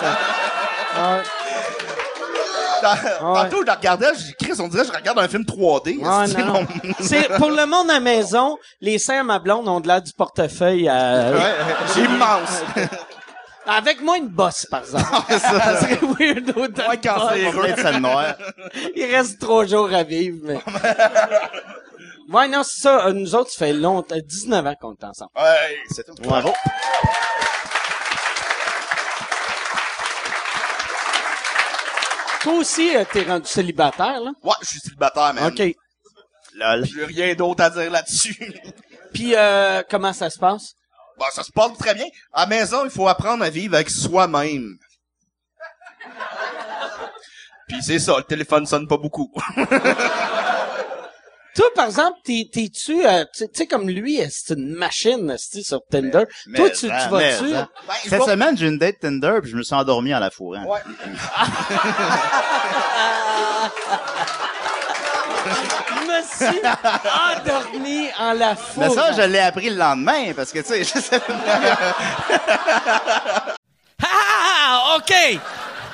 C: ça. Ouais.
D: Tantôt, je la regardais, je dis, Chris, on dirait que je regarde un film 3D.
C: Ah,
D: C'est
C: non. C'est pour le monde à la maison, les seins à ma blonde ont de l'air du portefeuille à-
D: C'est immense.
C: avec moins de bosse par exemple.
E: Ah,
C: ça serait weird autant de bosse.
E: Plein de scènes noires.
C: Il reste trois jours à vivre mais. Ouais, non, c'est ça. Euh, Nous autres, ça fait longtemps, 19 ans qu'on est ensemble.
D: Ouais.
E: C'est tout. Bravo.
C: Toi aussi, euh, t'es rendu célibataire, là?
D: Ouais, je suis célibataire,
E: Ben.
D: man.
C: OK.
E: Lol.
D: J'ai rien d'autre à dire là-dessus.
C: Puis, euh, comment ça se passe?
D: Bon, ça se porte très bien. À la maison, il faut apprendre à vivre avec soi-même. Puis c'est ça, le téléphone sonne pas beaucoup.
C: Toi, par exemple, t'es- t'es-tu, euh, tu tu sais, comme lui, euh, c'est une machine, esti, sur Tinder. Toi,
E: Mais ah,
C: tu, tu
E: en,
C: vas-tu?
E: mais en.
D: Ben, je
E: hein? Cette
D: vois-
E: semaine, j'ai une date Tinder puis je me suis endormi en la
C: Oh,
E: fourrant.
D: Ouais.
C: Je me suis endormi en la foule.
E: Mais ça, je l'ai appris le lendemain parce que, tu sais, je sais pas.
F: Ah, OK.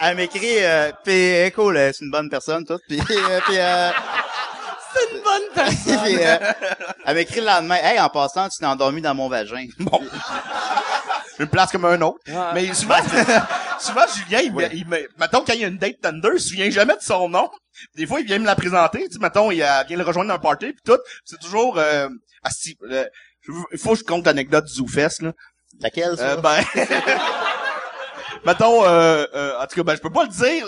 E: elle m'écrit, euh, pis cool, euh, c'est une bonne personne, tout. Puis, euh, puis, euh,
C: une bonne personne.
E: puis, euh, elle m'écrit le lendemain, hey, en passant, tu t'es endormi dans mon vagin.
D: Bon. Une place comme un autre. Mais souvent, souvent, Julien, il, me-
E: Ouais.
D: il me, mettons, quand il y a une date Thunder, il se souvient jamais de son nom. Des fois, il vient me la présenter. Tu sais, mettons, il euh, vient le rejoindre dans un party, puis tout. C'est toujours, euh, asti- euh, je- il faut que je compte l'anecdote du ZooFest, là.
E: Laquelle, ça?
D: Euh, ben, mettons, euh, euh, en tout cas, ben, je peux pas le dire.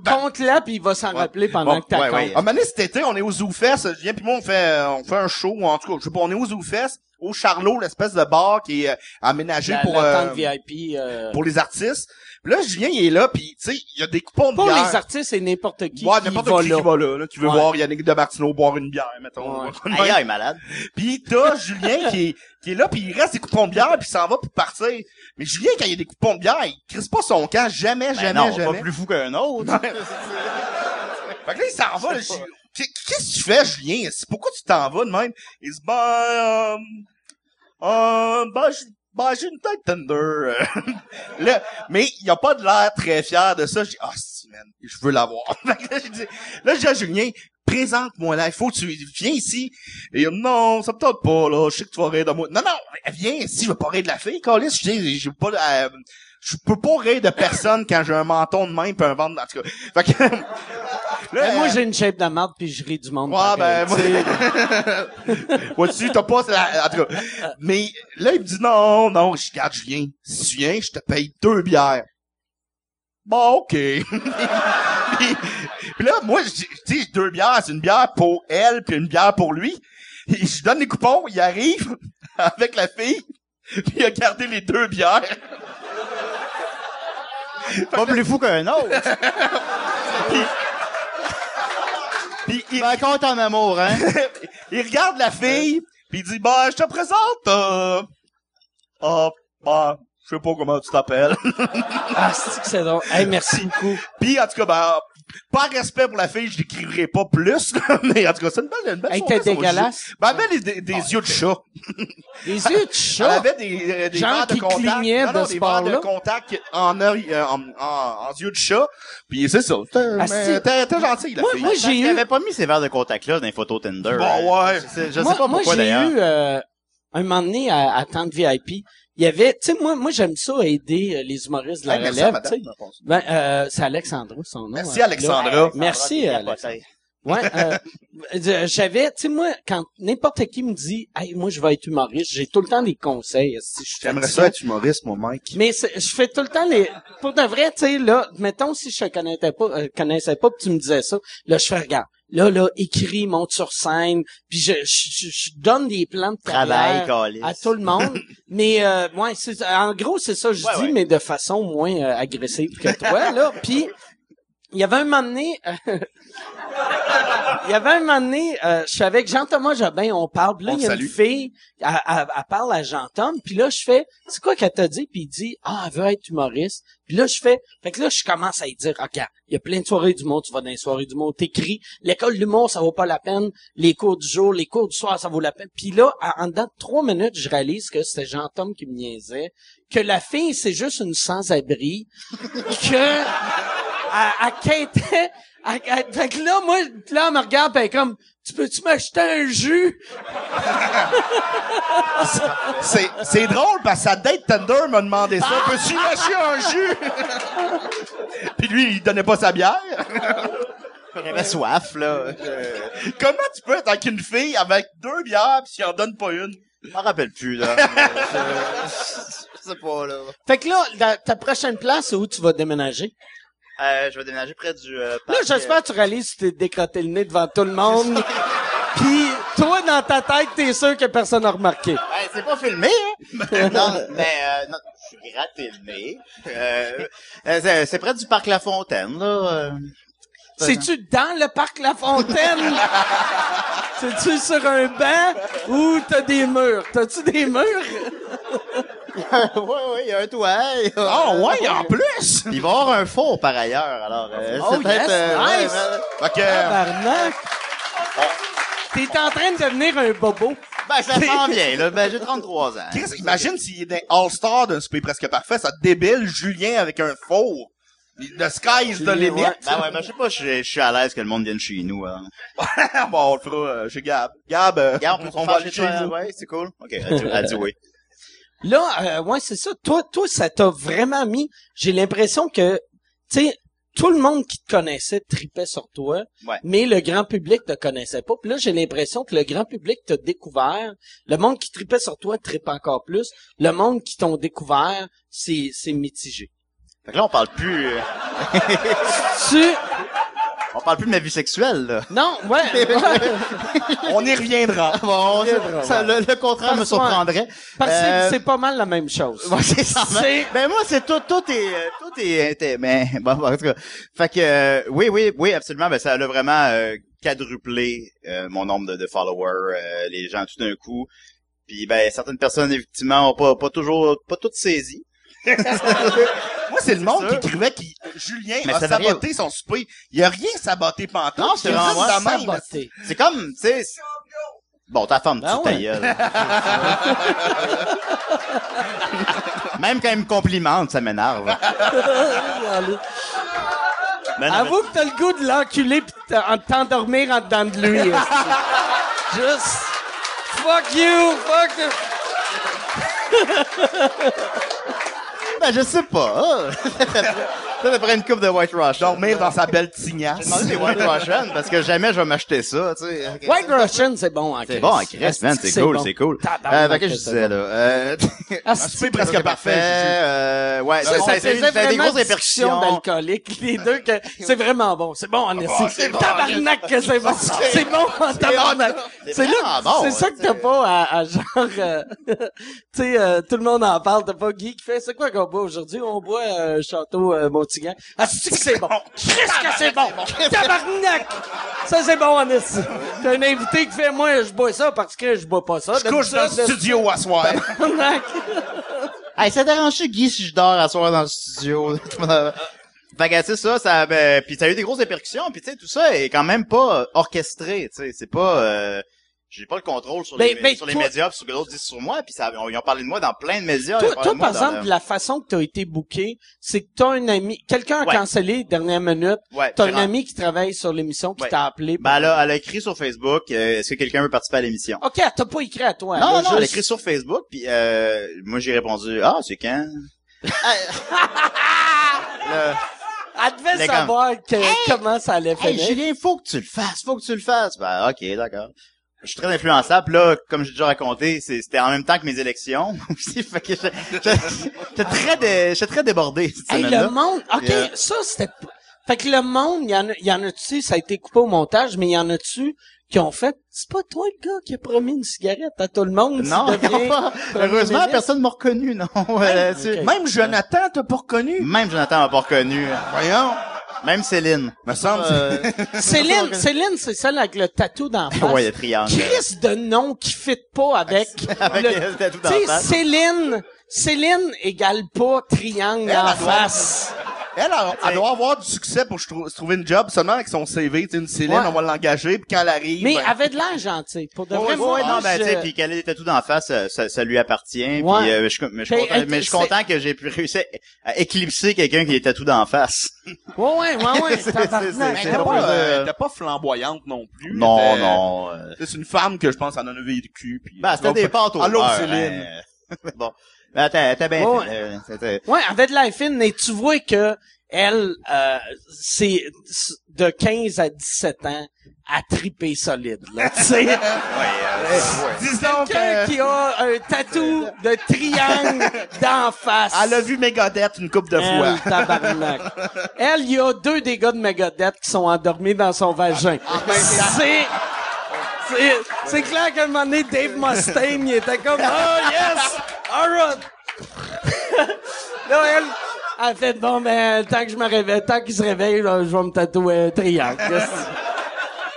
D: Ben,
C: Compte-la, puis il va s'en rappeler pendant
D: Bon,
C: que t'attends.
E: ouais, ouais.
D: À un moment donné, cet été, on est au ZooFest. Je viens puis moi, on fait, euh, on fait un show, ou en tout cas, je sais pas, on est au ZooFest, au Charlot, l'espèce de bar qui est euh,
E: Ah,
D: aménagé
C: La-
D: pour,
C: l'attente
D: euh,
C: VIP. euh,
D: pour les artistes. Puis là, Julien, il est là, puis tu sais, il y a des coupons de
C: Pour
D: bière.
C: les artistes, c'est n'importe qui
D: Ouais,
C: qui
D: n'importe
C: va
D: qui,
C: là.
D: qui va là, là. Tu veux
C: Ouais.
D: voir Yannick de Martino boire une bière, mettons.
C: Ouais.
E: Aïe, aïe, malade.
D: Puis t'as Julien qui est, qui est là, puis il reste des coupons de bière, puis il s'en va pour partir. Mais Julien, quand il y a des coupons de bière, il crisse pas son camp, jamais,
E: Ben
D: jamais,
E: non,
D: jamais.
E: pas plus fou qu'un autre.
D: Fait que là, il s'en va, là, Ju- Qu'est- Qu'est-ce que tu fais, Julien? C'est- Pourquoi tu t'en vas de même? Il dit, ben, euh, euh, ben, j'ai- ben, j'ai une tête tender. là, mais il a pas de l'air très fier de ça. J'ai dit, ah, si, man, je veux l'avoir. Fait que là, j'ai dit, là, j'ai dit à Julien, présente-moi là, il faut que tu viens ici. Et il a dit, non, ça me tente pas, là, je sais que tu vas rire de moi. Non, non, viens ici, je veux pas rire de la fille, Carlis. Je dis, j'ai pas, euh, je peux pas rire de personne quand j'ai un menton de main pis un ventre, en tout cas. Fait que, là,
C: Mais Ben, moi,
D: euh,
C: j'ai une shape de merde, puis je ris du monde.
D: Ouais, ben,
C: pareil,
D: moi,
C: tu sais.
D: vois-tu, t'as pas, la- en tout cas. Mais, là, il me dit, non, non, je garde, je viens. Si tu viens, je te paye deux bières. Bon, ok. puis, puis là, moi, je- tu sais, deux bières, c'est une bière pour elle, puis une bière pour lui. Et je donne les coupons, il arrive, avec la fille, puis il a gardé les deux bières.
E: pas plus fou qu'un autre.
D: Puis il,
E: Ben, compte en amour, hein.
D: il regarde la fille, puis il dit, ben, je te présente, euh, ah, ben, je sais pas comment tu t'appelles.
C: Ah, c'est que c'est drôle. Hey, merci beaucoup.
D: Puis en tout cas, ben, par respect pour la fille, je l'écrirai pas plus, là, mais en tout cas, c'est une belle, une belle
C: Elle
D: soirée,
C: était
D: ça, au
C: dégueulasse.
D: jeu. Ben, elle avait des, des yeux de chat.
C: Les yeux de
D: Elle
C: chat.
D: avait des, euh, des
C: Genre
D: verres de
C: qui
D: contact.
C: clignaient
D: non, non,
C: de ce
D: des verres de
C: bord-là.
D: contact en œil, euh, en, en, en yeux de chat. Puis c'est ça. T'es,
C: Asti.
D: mais t'es- t'es gentil, la
C: Ah, Moi-
D: fille.
C: moi, j'ai
E: Il
C: eu-
E: avait pas mis ces verres de contact-là dans les photos Tinder.
D: Bon,
E: hein.
D: ouais.
E: Je sais, je sais
C: moi,
E: pas
C: moi,
E: pourquoi,
C: j'ai
E: d'ailleurs.
C: eu euh, un moment donné à, à Tente VIP, il y avait, tu sais, moi, moi j'aime ça aider euh, les humoristes de la
D: Hey, merci à
C: relève.
D: madame,
C: tu sais.
D: je pense.
C: Ben, euh, c'est Alexandro son nom.
D: Merci,
C: hein,
D: Alexandra.
C: là. Merci, euh, Alexandra. Ouais, euh, euh, j'avais, tu sais, moi, quand n'importe qui me dit, hey, moi, je vais être humoriste, j'ai tout le temps des conseils. Si je suis
D: J'aimerais
C: fatigué.
D: ça être humoriste, mon mec.
C: Mais c'est- je fais tout le temps les. Pour de vrai, tu sais, là, mettons si je te connaissais pas, euh, connaissais pas, pis tu me disais ça, là, je fais regarde. Là, là, écris, monte sur scène, puis je, je, je- je donne des plans de
E: Travail,
C: travail
E: calice.
C: à tout le monde. mais euh, ouais, c'est- en gros, c'est ça que je
E: Ouais,
C: dis,
E: ouais.
C: mais de façon moins euh, agressive que toi, là. Puis il y avait un moment donné, euh, il y avait un moment donné, euh, je suis avec Jean-Thomas Jobin, on parle, puis là,
D: On
C: il
D: te
C: y a
D: salue.
C: une fille, elle, elle- elle parle à Jean-Thomas, puis là, je fais, c'est quoi qu'elle t'a dit? Puis il dit, ah, elle veut être humoriste. Puis là, je fais, fait que là, je commence à lui dire, OK, il y a plein de soirées du monde, tu vas dans les soirées du monde, t'écris, l'école du monde, ça vaut pas la peine, les cours du jour, les cours du soir, ça vaut la peine. Puis là, en en dedans de trois minutes, je réalise que c'était Jean-Thomas qui me niaisait, que la fille, c'est juste une sans-abri, que à, à quêtait. À, à- fait que là, moi, là, elle me regarde, pis elle est comme, tu peux-tu m'acheter un jus?
D: C'est, c'est drôle parce que sa date Tinder m'a demandé ça. Peux-tu lâcher un jus? Puis lui, il donnait pas sa bière.
E: J'avais soif, là. Je
D: Comment tu peux être avec une fille avec deux bières pis s'il en donne pas une?
E: je m'en rappelle plus, là. je, je- je sais pas, là.
C: Fait que là, la- ta prochaine place, c'est où tu vas déménager?
E: Euh, je vais déménager près du, euh,
C: Là,
E: parc,
C: j'espère que tu réalises que tu t'es décroté le nez devant tout le monde. Puis, toi, dans ta tête, t'es sûr que personne n'a remarqué.
E: Ben, c'est pas filmé, hein? non, mais euh, non, je suis gratté le nez. Euh, euh, c'est- c'est près du parc La Fontaine, là. euh.
C: C'est-tu dans le parc La Fontaine? C'est-tu sur un banc ou t'as des murs? T'as-tu des murs?
E: ouais, ouais, il y a un toit. il y a-
D: Ah ouais, en plus!
E: Il va y avoir un four par ailleurs, alors. euh,
C: Oh,
E: c'est peut-être.
C: yes,
E: ouais,
C: nice.
E: ouais.
D: Fait que,
C: Tabarnak! T'es en train de devenir un bobo.
E: ben, ça s'en vient, là. Ben, j'ai 33 ans.
D: Chris, imagine s'il est un All-Star d'un souper presque parfait, ça débile Julien avec un faux. The sky is the
C: Julien,
D: limit.
C: ouais.
E: Ben ouais, ben, je sais pas, je je suis à l'aise que le monde vienne chez nous. Hein.
D: bon, on le fera euh, chez Gab. Gab, euh,
E: Regarde,
D: on, va aller chez
E: toi,
D: vous.
E: Ouais, c'est cool. OK, elle dit, elle dit oui.
C: Là, euh, ouais, c'est ça. Toi, toi, ça t'a vraiment mis. J'ai l'impression que, tu sais, tout le monde qui te connaissait tripait sur toi,
E: Ouais.
C: mais le grand public te connaissait pas. Puis là, j'ai l'impression que le grand public t'a découvert. Le monde qui tripait sur toi tripe encore plus. Le monde qui t'ont découvert, c'est c'est mitigé.
E: Fait que là, on parle plus, euh,
C: Tu
E: on parle plus de ma vie sexuelle, là.
C: non, ouais. ouais.
D: On y reviendra.
E: Bon, ça, le, le contraire me
C: Parce-
E: surprendrait.
C: Parce que
E: Euh,
C: c'est- c'est pas mal la même chose.
E: Ouais, c'est ça.
C: C'est-
E: Ben moi c'est tout tout est euh, tout est inté- mais bon en tout cas. Fait que euh, oui oui oui absolument ben ça l'a vraiment euh, quadruplé euh, mon nombre de, de followers euh, les gens tout d'un coup. Puis ben certaines personnes effectivement ont pas pas toujours pas toutes saisies.
D: Moi, c'est le monde
E: sûr.
D: qui écrivait qui euh, Julien
E: Mais
D: a
E: ça n'a
D: saboté son souper. Il a rien saboté pantoute.
E: Non, c'est
D: Il
E: vraiment
D: dit
E: moi,
D: de la
E: ça
D: même.
C: Saboté.
E: C'est comme tu sais c'est- Bon, ta femme,
C: Ah
E: tu
C: ouais.
E: ta gueule. Même quand elle me complimente, ça m'énerve. Ben non, mais-
C: Avoue que t'as le goût de l'enculer pis t'en- en- t'endormir en dedans de lui. esti. Juste. Fuck you, fuck you.
E: Ben, je sais pas. ça d'après une coupe de White Russian.
D: Dormir dans sa belle
E: J'ai
D: tignasse.
E: demandé des White Russian parce que jamais je vais m'acheter ça, tu sais.
C: White Russian, c'est bon en
E: C'est bon, en Christ, man, c'est cool, c'est cool. Euh, fait que je disais, là, euh,
D: Un souper presque
E: parfait,
D: parfait.
E: euh, ouais, ça,
C: Ça,
E: ça,
C: ça
E: ça a eu-
C: faisait
E: ça a eu des
C: vraiment
E: grosses
C: discussion
E: répercussions.
C: d'alcoolique. Les deux que, c'est vraiment bon. C'est bon en esti.
D: bon,
C: Ah, C'est
D: c'est bon.
C: tabarnak que c'est bon. C'est bon en tabarnak.
E: C'est
C: C'est là,
E: vraiment bon,
C: c'est ça
E: hein,
C: que t'as pas à, à genre, euh, tu sais, euh, tout le monde en parle. T'as pas Guy qui fait, c'est quoi qu'on boit aujourd'hui? On boit, euh, Château, euh, Montigan. Ah, c'est que c'est bon. Qu'est-ce que c'est bon? Tabarnak! Ça, c'est bon, en esti. T'as un invité qui fait, moi, je bois ça parce que je bois pas ça.
D: Je couche dans le studio à soir.
C: Tabarnak.
E: Hey, ça t'arrange-tu, Guy, si je dors à soir dans le studio? Fait que, tu sais, ça, ça, ben, puis ça a eu des grosses répercussions, puis tu sais, tout ça est quand même pas euh, orchestré, tu sais, c'est pas, euh, j'ai pas le contrôle sur les,
C: Ben, ben,
E: sur les
C: toi-
E: médias, pis sur ce que d'autres disent sur moi, puis ça, on- ils ont parlé de moi dans plein de médias. ils ont
C: Toi,
E: parlé
C: toi
E: de
C: par
E: moi dans
C: exemple, la façon que t'as été booké, c'est que t'as un ami, quelqu'un a
E: Ouais.
C: cancellé dernière minute,
E: le- euh, ouais,
C: t'as
E: j'ai
C: un
E: ren-
C: ami qui travaille sur l'émission qui
E: Ouais.
C: t'a appelé. pour-
E: Ben, elle a, elle a écrit sur Facebook, euh, est-ce que quelqu'un veut participer à l'émission?
C: OK, elle t'a pas écrit à toi.
E: non,
C: Ah, là,
E: non, elle a
C: juste-
E: écrit sur Facebook, puis euh, moi j'ai répondu, ah, c'est quand? Là,
C: Elle devait
E: Mais comme-
C: savoir que- comment ça allait
E: Hey,
C: finir.
E: Julien, faut que tu le fasses, faut que tu le fasses. Ben, ok, d'accord. Je suis très influençable. Puis Là, comme j'ai déjà raconté, c'est- c'était en même temps que mes élections aussi. Fait que je- je- j'étais très, dé- j'étais très débordé cette
C: Hey,
E: semaine-là.
C: le monde, OK,
E: Yeah.
C: ça, c'était... p- Fait que le monde, il y en a, il y en a-tu, ça a été coupé au montage, mais il y en a-tu qui ont fait, c'est pas toi le gars qui a promis une cigarette à tout le monde? tu
E: Non,
C: deviens
E: pas.
C: premier
E: Heureusement,
C: ministre?
E: personne m'a reconnu, non. Euh, tu-
C: ok.
D: Même Jonathan t'a pas reconnu.
E: Même Jonathan m'a pas reconnu.
D: Voyons.
E: Même Céline.
D: Me semble.
E: Euh,
C: Céline, Céline, c'est celle avec le tatou d'en face.
E: ouais, le triangle.
C: Chris de nom qui fit pas avec,
E: Avec
C: le,
E: le tatou
C: tu
E: d'en
C: sais,
E: face.
C: Céline, Céline égale pas triangle en
D: elle doit-
C: face.
D: Elle, elle, elle doit avoir du succès pour se trou- se trouver une job seulement avec son CV. Tu sais, une Céline,
C: Ouais.
D: on va l'engager, puis quand elle arrive...
C: Mais
D: ben,
C: elle avait de l'air gentille. Pour de
E: Ouais,
C: vrai,
E: ouais,
C: moi,
E: non, ben,
C: je-
E: tu sais, puis qu'elle ait des tatous d'en face, ça, ça, ça lui appartient.
C: Ouais.
E: Puis, euh, je, suis con- mais je suis
C: Ben,
E: content,
C: elle-
E: mais je suis
C: c'est-
E: content que j'ai pu réussir à éclipser quelqu'un qui est tatou d'en face.
C: Ouais, ouais, ouais, ouais.
E: C'est-
C: tabarnak.
E: c'est-
D: Mais
E: c'est-
D: elle était
E: drôle,
D: pas, euh,
E: euh,
D: elle était pas flamboyante non plus. Elle
E: Non,
D: était-
E: non. euh,
D: C'est une femme que je pense en a vécu. Puis...
E: Ben, c'était des pâtes au
D: Allô,
E: beurre,
D: Céline.
E: hein. bon. Ben, attends, t'as bien
C: Ouais.
E: fait, euh, c'était-
C: Ouais, elle avait de l'air fine, mais tu vois que elle, euh, c'est c'est de 15 à 17 ans à triper solide. Là, tu sais,
D: Disons
C: quelqu'un
D: que...
C: qui a un tatou de triangle d'en face.
D: Elle a vu Megadeth une coupe de fois.
C: Elle, tabarnak. Elle, il y a deux des gars de Megadeth qui sont endormis dans son vagin.
D: Ah, ben,
C: C'est... C'est, c'est clair qu'à un moment donné, Dave Mustaine, il était comme, oh yes, alright. Là, elle, elle fait, bon, ben, tant que je me réveille, tant qu'il se réveille, là, je vais me tatouer un triangle.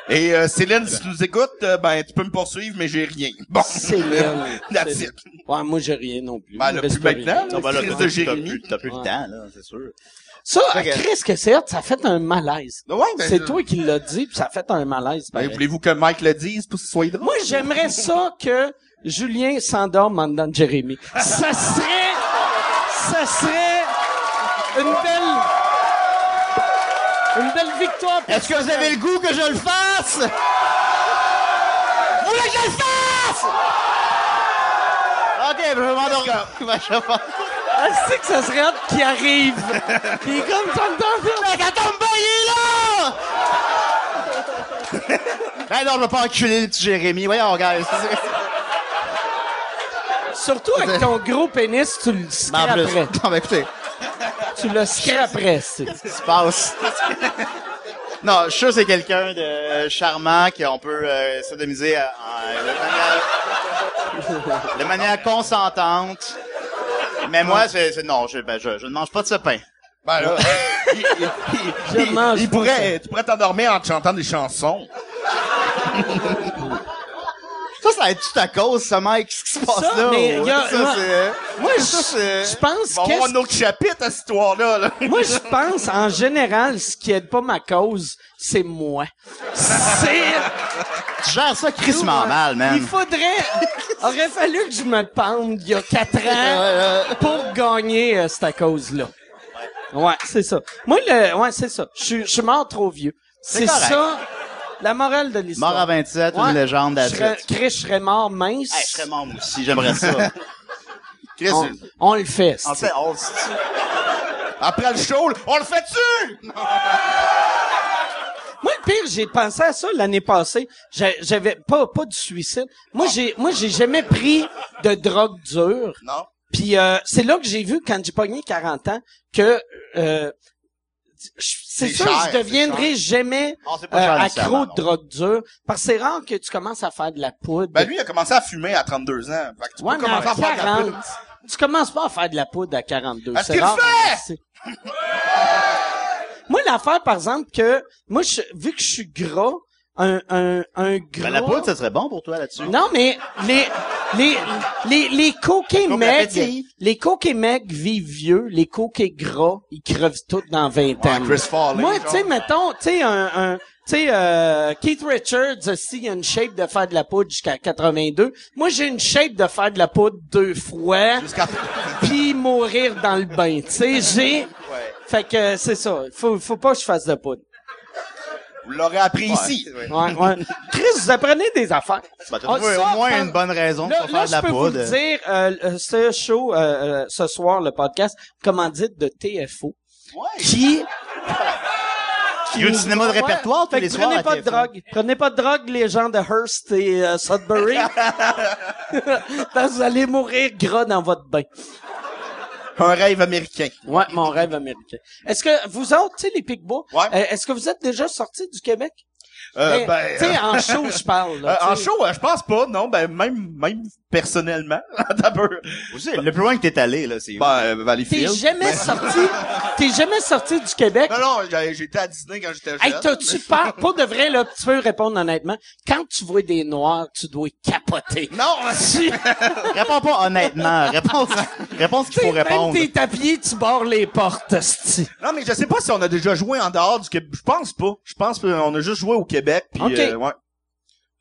D: Et euh, Céline, si tu nous écoutes, euh, ben tu peux me poursuivre, mais j'ai rien. Bon.
C: Céline.
D: That's it.
C: Ouais, moi, j'ai rien non plus.
D: Ben, le
C: Reste
D: plus maintenant,
C: rien.
E: Non, ben là,
D: Crise de
E: t'as plus, t'as
D: Jérémy.
E: plus, t'as plus
C: Ouais.
E: le temps, là, c'est sûr.
C: Ça,
E: Fait que-
C: Chris, que c'est hot, ça fait un malaise.
D: Ouais, ben,
C: c'est
D: euh,
C: toi qui l'as dit, puis ça fait un malaise.
D: Ben,
C: pareil.
D: voulez-vous que Mike le dise pour que ce soit drôle?
C: Moi, j'aimerais ça que Julien s'endorme en dedans de Jérémy. Ça serait, ça serait une belle, une belle victoire. pour-
E: Est-ce que vous avez le goût que je le fasse? Vous voulez que je le fasse? Ok, je vais m'endormir. Ben, je vais m'endormir.
C: Ah, c'est que ça serait hâte qu'il arrive. Puis comme ça me donne-
E: Mec, attends, ben, il est là! ben non, je vais pas enculer le petit Jérémy. Voyons, regarde.
C: Surtout avec ton gros pénis, tu le
E: Mais en
C: scrapes
E: plus,
C: après.
E: non, mais écoutez,
C: Tu le scraperais, c'est.
E: qu'est-ce qui se passe? non, je suis sûr que c'est quelqu'un de charmant qu'on peut euh, s'adomiser euh, en- de manière, de manière consentante. Mais moi, c'est, c'est- non, je, ben, je, je ne mange pas de ce pain.
D: Ben là, il, il-
C: Je
D: il-
C: mange
D: il
C: pas
D: pourrait, tu pourrais t'endormir en te chantant des chansons.
E: Ça, ça va être tout à cause, ça, Mike, ce qui se passe
C: Ça,
E: là.
C: mais y a- moi-
E: ça, c'est...
C: Moi, je,
E: Ça, c'est-
C: je pense
D: On va avoir
C: qu'est-ce
D: un autre chapitre à cette histoire-là. là.
C: Moi, je pense, en général, ce qui aide pas ma cause, c'est moi. C'est...
E: Tu gères ça crissement mal, man.
C: euh, Il faudrait... Aurait fallu que je me pende il y a quatre ans pour gagner euh, cette cause-là. Ouais, c'est ça. Moi, le... Ouais, c'est ça. Je suis- je suis mort trop vieux. C'est
E: correct.
C: ça, la morale de l'histoire.
E: Mort à 27,
C: Ouais.
E: une légende
C: Je serais-
E: d'athlète.
C: Chris, je serais mort mince.
E: Hey, je serais mort, moi aussi, j'aimerais ça.
D: Chris,
C: On, on le fait. c'est-
E: en fait, on se
D: Après le show, on le fait dessus!
C: Moi, le pire, j'ai pensé à ça l'année passée. J'a- J'avais pas pas du suicide. Moi, j'ai moi j'ai jamais pris de drogue dure.
D: Non.
C: Puis euh, c'est là que j'ai vu quand j'ai pogné 40 ans que euh, je- c'est
D: C'est
C: sûr
D: cher,
C: je deviendrai jamais
E: Ah, c'est pas cher
C: euh, accro
E: nécessairement,
C: de
E: non.
C: drogue dure parce que c'est rare que tu commences à faire de la poudre.
D: Ben lui, il a commencé à fumer à 32 ans. Fait que tu
C: Ouais,
D: peux
C: mais à
D: commencer à faire de la
C: 40,
D: poudre.
C: tu commences pas à faire de la poudre à 42.
D: Parce
C: c'est
D: qu'il
C: rare,
D: le fait!
C: mais c'est- Moi, l'affaire, par exemple, que moi, je, vu que je suis gras, un, un, un gras...
D: Ben,
E: Ben, la poudre, ça serait bon pour toi là-dessus.
C: Non, mais les... Les, les, les coquets
E: Bon
C: mecs,
E: appétit.
C: les coquets mecs vivent vieux, les coquets gras, ils crevent tous dans 20 ans.
D: Chris Farley,
C: Moi,
D: genre.
C: tu sais, mettons, tu sais, un, un tu sais, euh, Keith Richards, s'il a une shape de faire de la poudre jusqu'à 82, moi, j'ai une shape de faire de la poudre deux fois,
D: Jusqu'à-
C: puis mourir dans le bain, tu sais, j'ai... Fait que euh, c'est ça, faut, faut pas que je fasse de poudre.
D: Vous l'aurez appris ici.
C: Ouais, ouais. Chris, vous apprenez des affaires.
E: Ben, t'as
C: Ah,
E: trouvé
C: ça,
E: au moins
C: par-
E: une bonne raison
C: Là,
E: pour
C: là,
E: faire de
C: je
E: la
C: peux vous
E: poudre.
C: le dire, euh, euh, ce show, euh, euh, ce soir, le podcast, commandite de TFO, qui...
E: Il y a du cinéma de
C: Ah, Ouais.
E: répertoire tous
C: Fait que
E: les soirs.
C: Prenez
E: à
C: pas de
E: TF1.
C: drogue. Prenez pas de drogue, les gens de Hearst et euh, Sudbury. Parce que vous allez mourir gras dans votre bain.
D: Un rêve américain.
C: Ouais, mon rêve américain. Est-ce que vous autres, tu sais, les Picbois,
D: Ouais.
C: euh, est-ce que vous êtes déjà sortis du Québec?
D: Euh,
C: Ben,
D: ben,
C: tu sais,
D: euh,
C: en show, je parle. là,
D: euh, en
C: tu sais.
D: show, euh, je pense pas, non, ben, même, même personnellement, Attends un peu.
E: Vous savez, Le plus loin que t'es allé, là, c'est...
D: Ben, euh,
C: T'es
D: Valleyfield.
C: jamais sorti, t'es jamais sorti du Québec.
D: Non, non, j'ai- j'étais à Disney quand j'étais jeune.
C: Hey, t'as-tu peur? Pour de vrai, là, tu peux répondre honnêtement. Quand tu vois des Noirs, tu dois capoter.
D: Non,
C: Tu-
E: Réponds pas honnêtement. Réponds, réponds ce qu'il faut
C: T'sais,
E: répondre.
C: Même t'es à pied, tu barres les portes, sti.
D: non, mais je sais pas si on a déjà joué en dehors du Québec. Je pense pas. Je pense qu'on a juste joué au Québec, puis
C: Ok.
D: euh, ouais.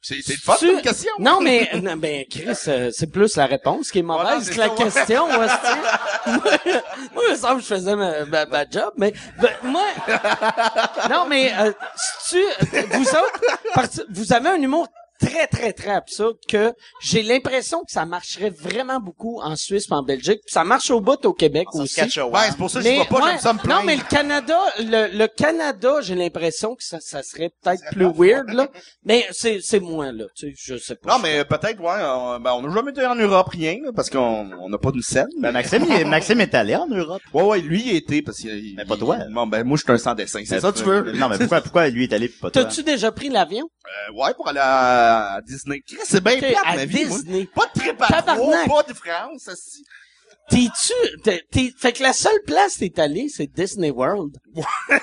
D: C'est c'est le fun,
C: Tu-
D: comme question.
C: Non, mais, non, ben, Chris, euh, c'est plus la réponse qui est
D: Ouais, non,
C: mauvaise
D: c'est
C: que la
D: ça, ouais.
C: question, ouais, sti. Moi, moi, il me semble que je faisais ma, ma- ma job, mais, ben, moi, non, mais, euh, si tu, vous autres, parti- vous avez un humour très, très, très absurde que j'ai l'impression que ça marcherait vraiment beaucoup en Suisse pis en Belgique. Puis ça marche au bout au Québec
E: En
C: aussi.
E: Saskatchewan.
D: Ben, c'est pour ça que je vois pas,
C: ouais,
D: j'aime ça me plaindre.
C: non, mais le Canada, le, le Canada, j'ai l'impression que ça, ça serait peut-être plus weird, là. Mais c'est, c'est moins, là. Tu sais, je sais pas.
D: Non, mais euh, peut-être, ouais, on, ben, on a jamais été en Europe, rien, là, parce qu'on on n'a pas de scène.
E: Ben, Maxime, il est- Maxime est allé en Europe.
D: Ouais, ouais, lui, il était, parce qu'il...
E: Mais pas toi.
D: Bon, ben, moi, je suis un sans-dessin, c'est
E: Ben,
D: ça, tu veux?
E: Non, mais pourquoi, pourquoi lui est allé pis pas toi?
C: T'as-tu déjà pris l'avion?
D: Euh, ouais, pour aller à, à Disney. Chris, C'est bien
C: Ok,
D: plate,
C: à
D: ma vie, moi.
C: Disney.
D: Pas de trip à
C: Tabarnak.
D: trois, pas de France, aussi.
C: T'es-tu, t'es, t'es- fait que la seule place t'es allé, c'est Disney World.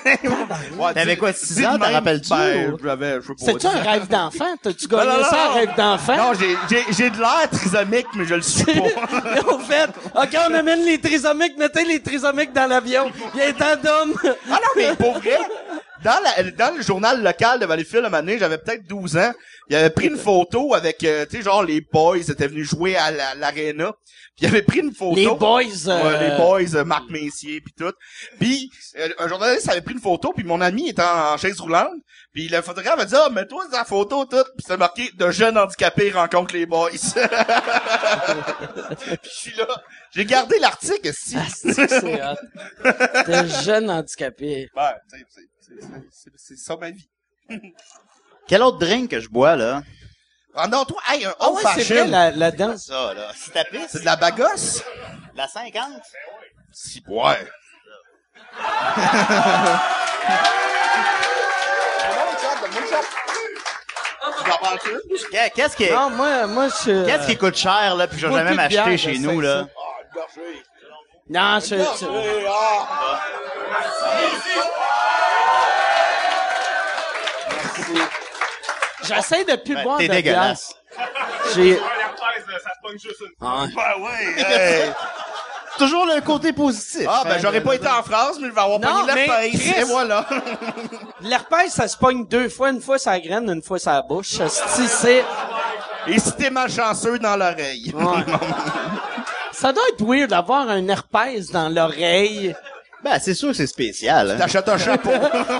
D: Ouais,
E: T'avais
D: dis-
E: quoi, six
D: dis
E: ans,
D: de
E: t'en
D: même,
E: rappelles-tu,
D: Ben,
E: ou-
D: j'avais, je sais pas.
C: Mmh. C'est-tu un rêve d'enfant? T'as-tu gagné
D: Non, non,
C: ça, un
D: non.
C: rêve d'enfant?
D: Non, j'ai, j'ai, j'ai de l'air trisomique, mais je le suis pas.
C: Au fait, OK, on amène les trisomiques, mettez les trisomiques dans l'avion. Il y a tant d'hommes.
D: Ah non, mais pour vrai, dans, la, dans le journal local de Valleyfield, un moment donné, j'avais peut-être 12 ans, il avait pris une photo avec, euh, tu sais, genre les boys étaient venus jouer à la- l'arena. Puis il avait pris une photo.
C: Les boys, euh,
D: Ouais, les boys, euh, Marc Messier, puis tout. Puis euh, un journaliste avait pris une photo, puis mon ami était en, en chaise roulante. Puis le photographe a dit, ah, mais toi, la photo, tout. Puis c'était marqué, de jeunes handicapés rencontrent les boys. puis je suis là. J'ai gardé l'article, si.
C: Ah, c'est que c'est hot. De jeunes handicapés.
D: Ouais, tu sais, c'est- c'est- c'est- c'est- c'est ça ma vie.
E: Quel autre drink que je bois, là?
D: Rendons-toi, hey, un
C: Ah
D: old
C: ouais, c'est vrai,
D: fashion.
C: la, la danse.
E: Ça, là. Si t'as pris,
D: C'est de la bagosse?
E: la 50?
D: Si, ouais.
E: Qu'est- Qu'est-ce qui,
C: Non, moi, moi, je suis... euh,
E: qu'est-ce qui coûte cher, là, pis je vais
C: moi,
E: jamais
C: plus de
E: m'acheter
C: bière,
E: chez
C: je
E: nous,
C: sais
E: là?
C: Non, je... je-
E: ah!
C: J'essaie de plus
E: Ben,
C: boire
E: T'es
C: de bière.
E: dégueulasse.
C: J'ai...
E: Toujours le côté positif.
D: Ah, ben,
E: hein,
D: j'aurais
E: de-
D: pas été en France, mais je vais avoir
C: Non,
D: pogné la
C: mais
D: pince.
C: Chris-
D: Et voilà.
C: L'herpès, ça se pogne deux fois. Une fois, ça graine, une fois, ça bouche. Si c'est...
D: Et si t'es malchanceux dans l'oreille.
C: Ouais. ça doit être weird d'avoir un herpès dans l'oreille.
E: Ben, c'est sûr que c'est spécial, hein.
D: T'achètes un chapeau.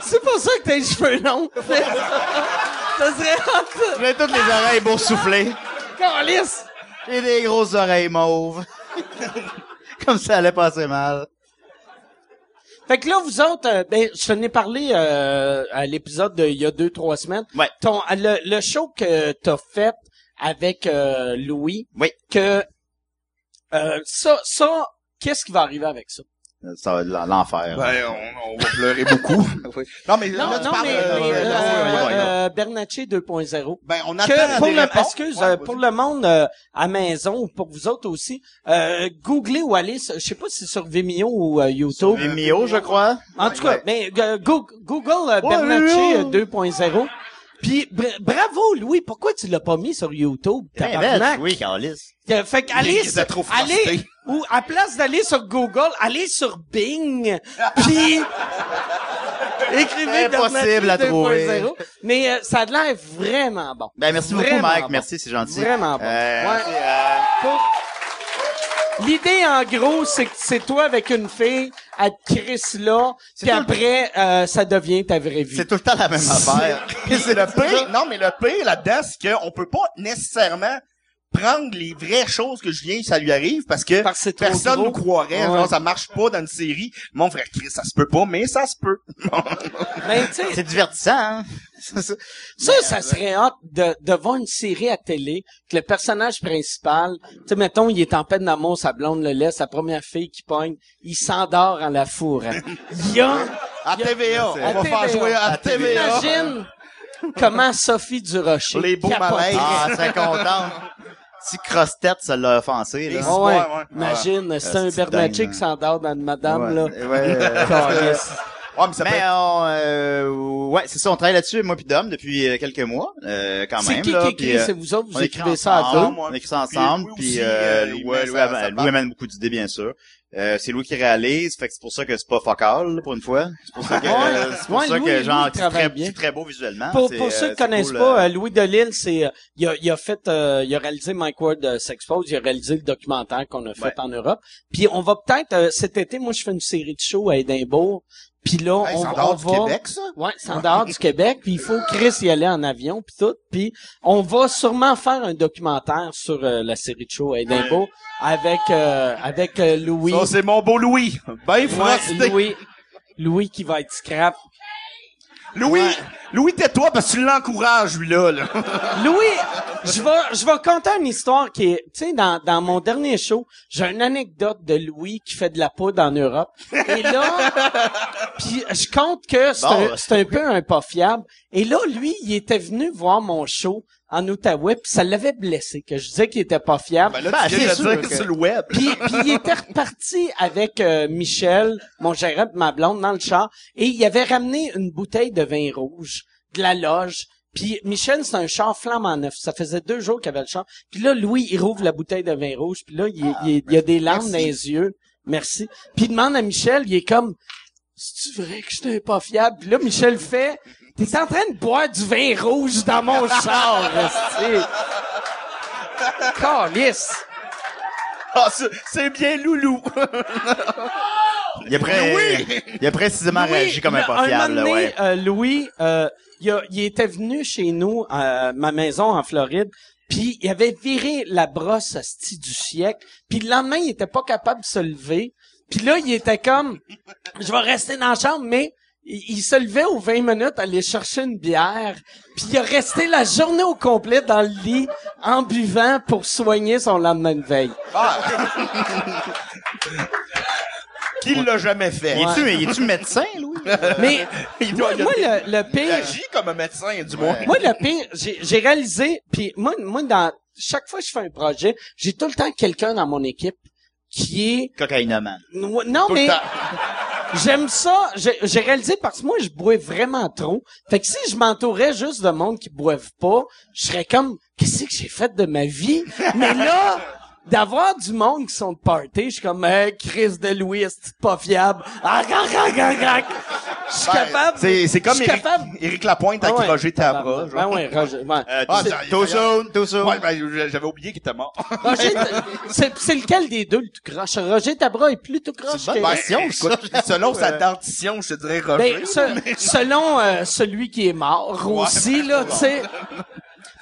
C: C'est pour ça que t'as les cheveux longs. ça serait hot.
E: Je mets toutes les oreilles boursouflées.
C: Câlisse.
E: J'ai des grosses oreilles mauves. Comme ça allait passer mal.
C: Fait que là, vous autres, euh, ben, je t'en ai parlé euh, à l'épisode d'il y a deux, trois semaines.
E: Ouais.
C: Ton, le, le show que t'as fait avec euh, Louis.
E: Oui.
C: Que euh, ça, ça, qu'est-ce qui va arriver avec ça?
E: Ça va être l'enfer.
D: ben, on, on va pleurer beaucoup. Non, mais
C: Non,
D: là, tu
C: non,
D: parles,
C: mais,
D: euh,
C: mais,
D: euh,
C: euh,
D: ouais, ouais, ouais.
C: euh, Bernacchi 2.0.
D: Ben, on
C: que
D: attend
C: pour
D: des
C: le,
D: réponses.
C: excuse,
D: Ouais,
C: euh,
D: vas-y.
C: pour le monde euh, à maison ou pour vous autres aussi, euh, googlez ou allez, sur- je sais pas si c'est sur Vimeo ou euh, YouTube.
E: Vimeo, je crois.
C: ben, en tout cas, mais euh, Goo- Google euh, Bernacchi euh, 2.0. Puis bra- bravo, Louis, pourquoi tu l'as pas mis sur YouTube, tabarnak?
E: Eh, ben, Oui, Carlis.
C: Euh, Fait qu'allez
D: Il les
C: sur,
D: a trop
C: allez,
D: frostés.
C: ou à place d'aller sur Google, allez sur Bing, puis écrivez
E: Impossible à
C: Alternative
E: trouver.
C: 2.0. Mais euh, ça a l'air vraiment bon.
E: Ben, merci beaucoup,
C: Vraiment
E: Mike.
C: bon.
E: Merci, c'est gentil.
C: Vraiment bon.
E: Euh,
C: Ouais.
E: merci, euh,
C: Faut- L'idée, en gros, c'est que c'est toi avec une fille, à te crisse là, puis
E: tout le-
C: après, euh, ça devient ta vraie vie.
E: c'est tout le temps la même affaire.
D: Puis le pire, non, mais le pire là-dedans, c'est qu'on peut pas nécessairement prendre les vraies choses que Julien, ça lui arrive parce que
C: Parce que c'est trop
D: personne
C: gros.
D: nous croirait.
C: Ouais.
D: Genre, ça marche pas dans une série. Mon frère Chris, ça se peut pas, mais ça se peut.
C: Mais tu sais,
E: C'est divertissant, hein?
C: Ça, ça serait hot de, de voir une série à télé que le personnage principal, tu sais, mettons, il est en peine d'amour, sa blonde le laisse, sa première fille qui pogne, il s'endort en la fourre. Il y a...
D: à TVA,
E: c'est-
D: on va
C: TVA.
D: faire jouer à TVA.
C: Imagine comment Sophie Durocher...
D: Les beaux
C: capote.
D: malaises.
E: Ah, elle serait contente. Si Cross-Tête, ça l'a offensé, là.
D: Et-
C: Ah ouais,
D: Ouais, ouais.
C: imagine, c'est
E: Ah,
C: un
E: c'est dingue,
C: Bernatchez
E: hein.
C: qui s'endort dans une madame, là.
E: Ouais, euh,
C: Calisse.
D: Ouais, mais ça peut
E: Mais
D: être-
E: on, euh, ouais, c'est ça, on travaille là-dessus, moi puis Dom, depuis euh, quelques mois, euh, quand
C: C'est
E: même.
C: qui
E: là,
C: qui écrit?
E: puis, euh,
C: C'est vous autres, vous
E: on écrit
C: écrivez ça à deux?
E: ensemble,
D: deux?
E: On écrit ça ensemble,
D: Puis,
E: puis,
D: oui, aussi,
E: euh,
D: euh,
E: Louis,
D: il met
E: Louis
D: ça-
E: amène-
D: ça
E: Louis
D: part.
E: amène beaucoup d'idées, bien sûr. Euh, c'est Louis qui réalise, fait que c'est pour ça que c'est pas focal, là, pour une fois. C'est pour ça que,
C: Ouais.
E: euh, c'est pour
C: Ouais,
E: ça
C: Louis,
E: que
C: Louis,
E: genre,
C: il
E: c'est
C: travaille
E: très,
C: bien.
E: c'est très beau
D: Hein?
E: visuellement.
C: Pour,
E: C'est,
C: pour
E: euh,
C: ceux qui
E: c'est
C: connaissent
E: cool,
C: pas,
E: euh,
C: euh, Louis Delisle, c'est euh, il a, il a fait euh, il a réalisé Mike Ward euh, S'expose, il a réalisé le documentaire qu'on a fait
E: Ouais.
C: en Europe. Puis on va peut-être euh, cet été, moi je fais une série de shows à Édimbourg. Puis là,
D: Hey,
C: on,
D: c'est en
C: on
D: dehors du
C: va
D: Québec, ça?
C: Ouais, c'est en dehors du Québec, puis il faut Chris y aller en avion puis tout. Puis on va sûrement faire un documentaire sur euh, la série de shows à Édimbourg avec euh, avec euh, Louis
D: Ça, c'est mon beau Louis. Ben
C: Ouais,
D: frosté. Louis,
C: Louis Louis qui va être scrap.
D: Louis, tais-toi parce que tu l'encourages, lui-là. Là.
C: Louis, je vais, je vais conter une histoire qui est, tu sais, dans, dans mon dernier show, j'ai une anecdote de Louis qui fait de la poudre en Europe. Et là, puis je compte que c'est
E: Bon.
D: bah,
C: un, c'est un peu un pas fiable. Et là, lui, il était venu voir mon show en Outaouais, puis ça l'avait blessé, que je disais qu'il était pas fiable.
D: Ben là,
E: Ben,
D: tu viens de le
E: c'est sûr
D: dire
E: que-
D: que... sur le web.
C: Puis, puis il était reparti avec euh, Michel, mon gérant, pis ma blonde dans le char, et il avait ramené une bouteille de vin rouge de la loge. Puis Michel, c'est un char flambant neuf. Ça faisait deux jours qu'il avait le char. Puis là, Louis, il rouvre la bouteille de vin rouge. Puis là, il, il- il a des larmes dans les yeux. Merci. Puis il demande à Michel, il est comme, c'est-tu vrai que j'étais pas fiable? Puis là, Michel fait, t'es en train de boire du vin rouge dans mon char, esti. Calisse.
D: Ah, c'est- c'est bien Loulou.
E: Il a, pré- il a précisément
C: Louis,
E: réagi comme
C: là,
E: un pas fiable,
C: moment
E: là,
C: donné,
E: ouais.
C: euh, Louis, euh, il, a- il était venu chez nous, à ma maison en Floride, puis il avait viré la brosse à sti du siècle, puis le lendemain, il était pas capable de se lever. Puis là, il était comme, je vais rester dans la chambre, mais il, il se levait aux 20 minutes, aller chercher une bière, puis il a resté la journée au complet dans le lit en buvant pour soigner son lendemain de veille.
D: Ah. Qui l'a jamais fait?
E: Il est-tu, il est-tu médecin, Louis?
C: Mais
D: Il
C: moi,
D: doit y
C: moi,
D: avoir-
C: le, le
D: Il
C: pire...
D: agit comme un médecin, du moins.
C: Moi, le pire, j'ai j'ai réalisé, puis moi, moi, dans chaque fois que je fais un projet, j'ai tout le temps quelqu'un dans mon équipe qui est
E: Cocaïnoman.
C: non, non,
D: Tout le
C: mais
D: temps.
C: j'aime ça. J'ai j'ai réalisé parce que moi, je bois vraiment trop. Fait que si je m'entourais juste de monde qui boive pas, je serais comme, qu'est-ce que j'ai fait de ma vie? Mais là, d'avoir du monde qui sont de party, je suis comme, hey, Chris de Louis, est pas fiable? Ah, ah, ah, ah, ah. Je suis
D: Ben,
C: capable.
D: C'est, c'est
C: je
D: comme
C: suis
D: Eric,
C: capable.
D: Éric Lapointe
C: Ah
D: avec
C: ouais,
D: Roger Tabra.
C: Ben
D: genre.
C: ouais, Roger, ouais.
E: Euh,
D: Ah,
E: too-
D: ça-
E: too soon, too soon.
D: Ouais, ben, j'avais oublié qu'il était mort.
C: Roger, c'est, c'est lequel des deux le tout croche? Roger Tabra est plus tout croche que...
D: Ben,
E: question,
D: écoute, selon sa dentition, je te dirais Roger.
C: Euh, Ben, ce- selon euh, celui qui est mort aussi, là, tu sais.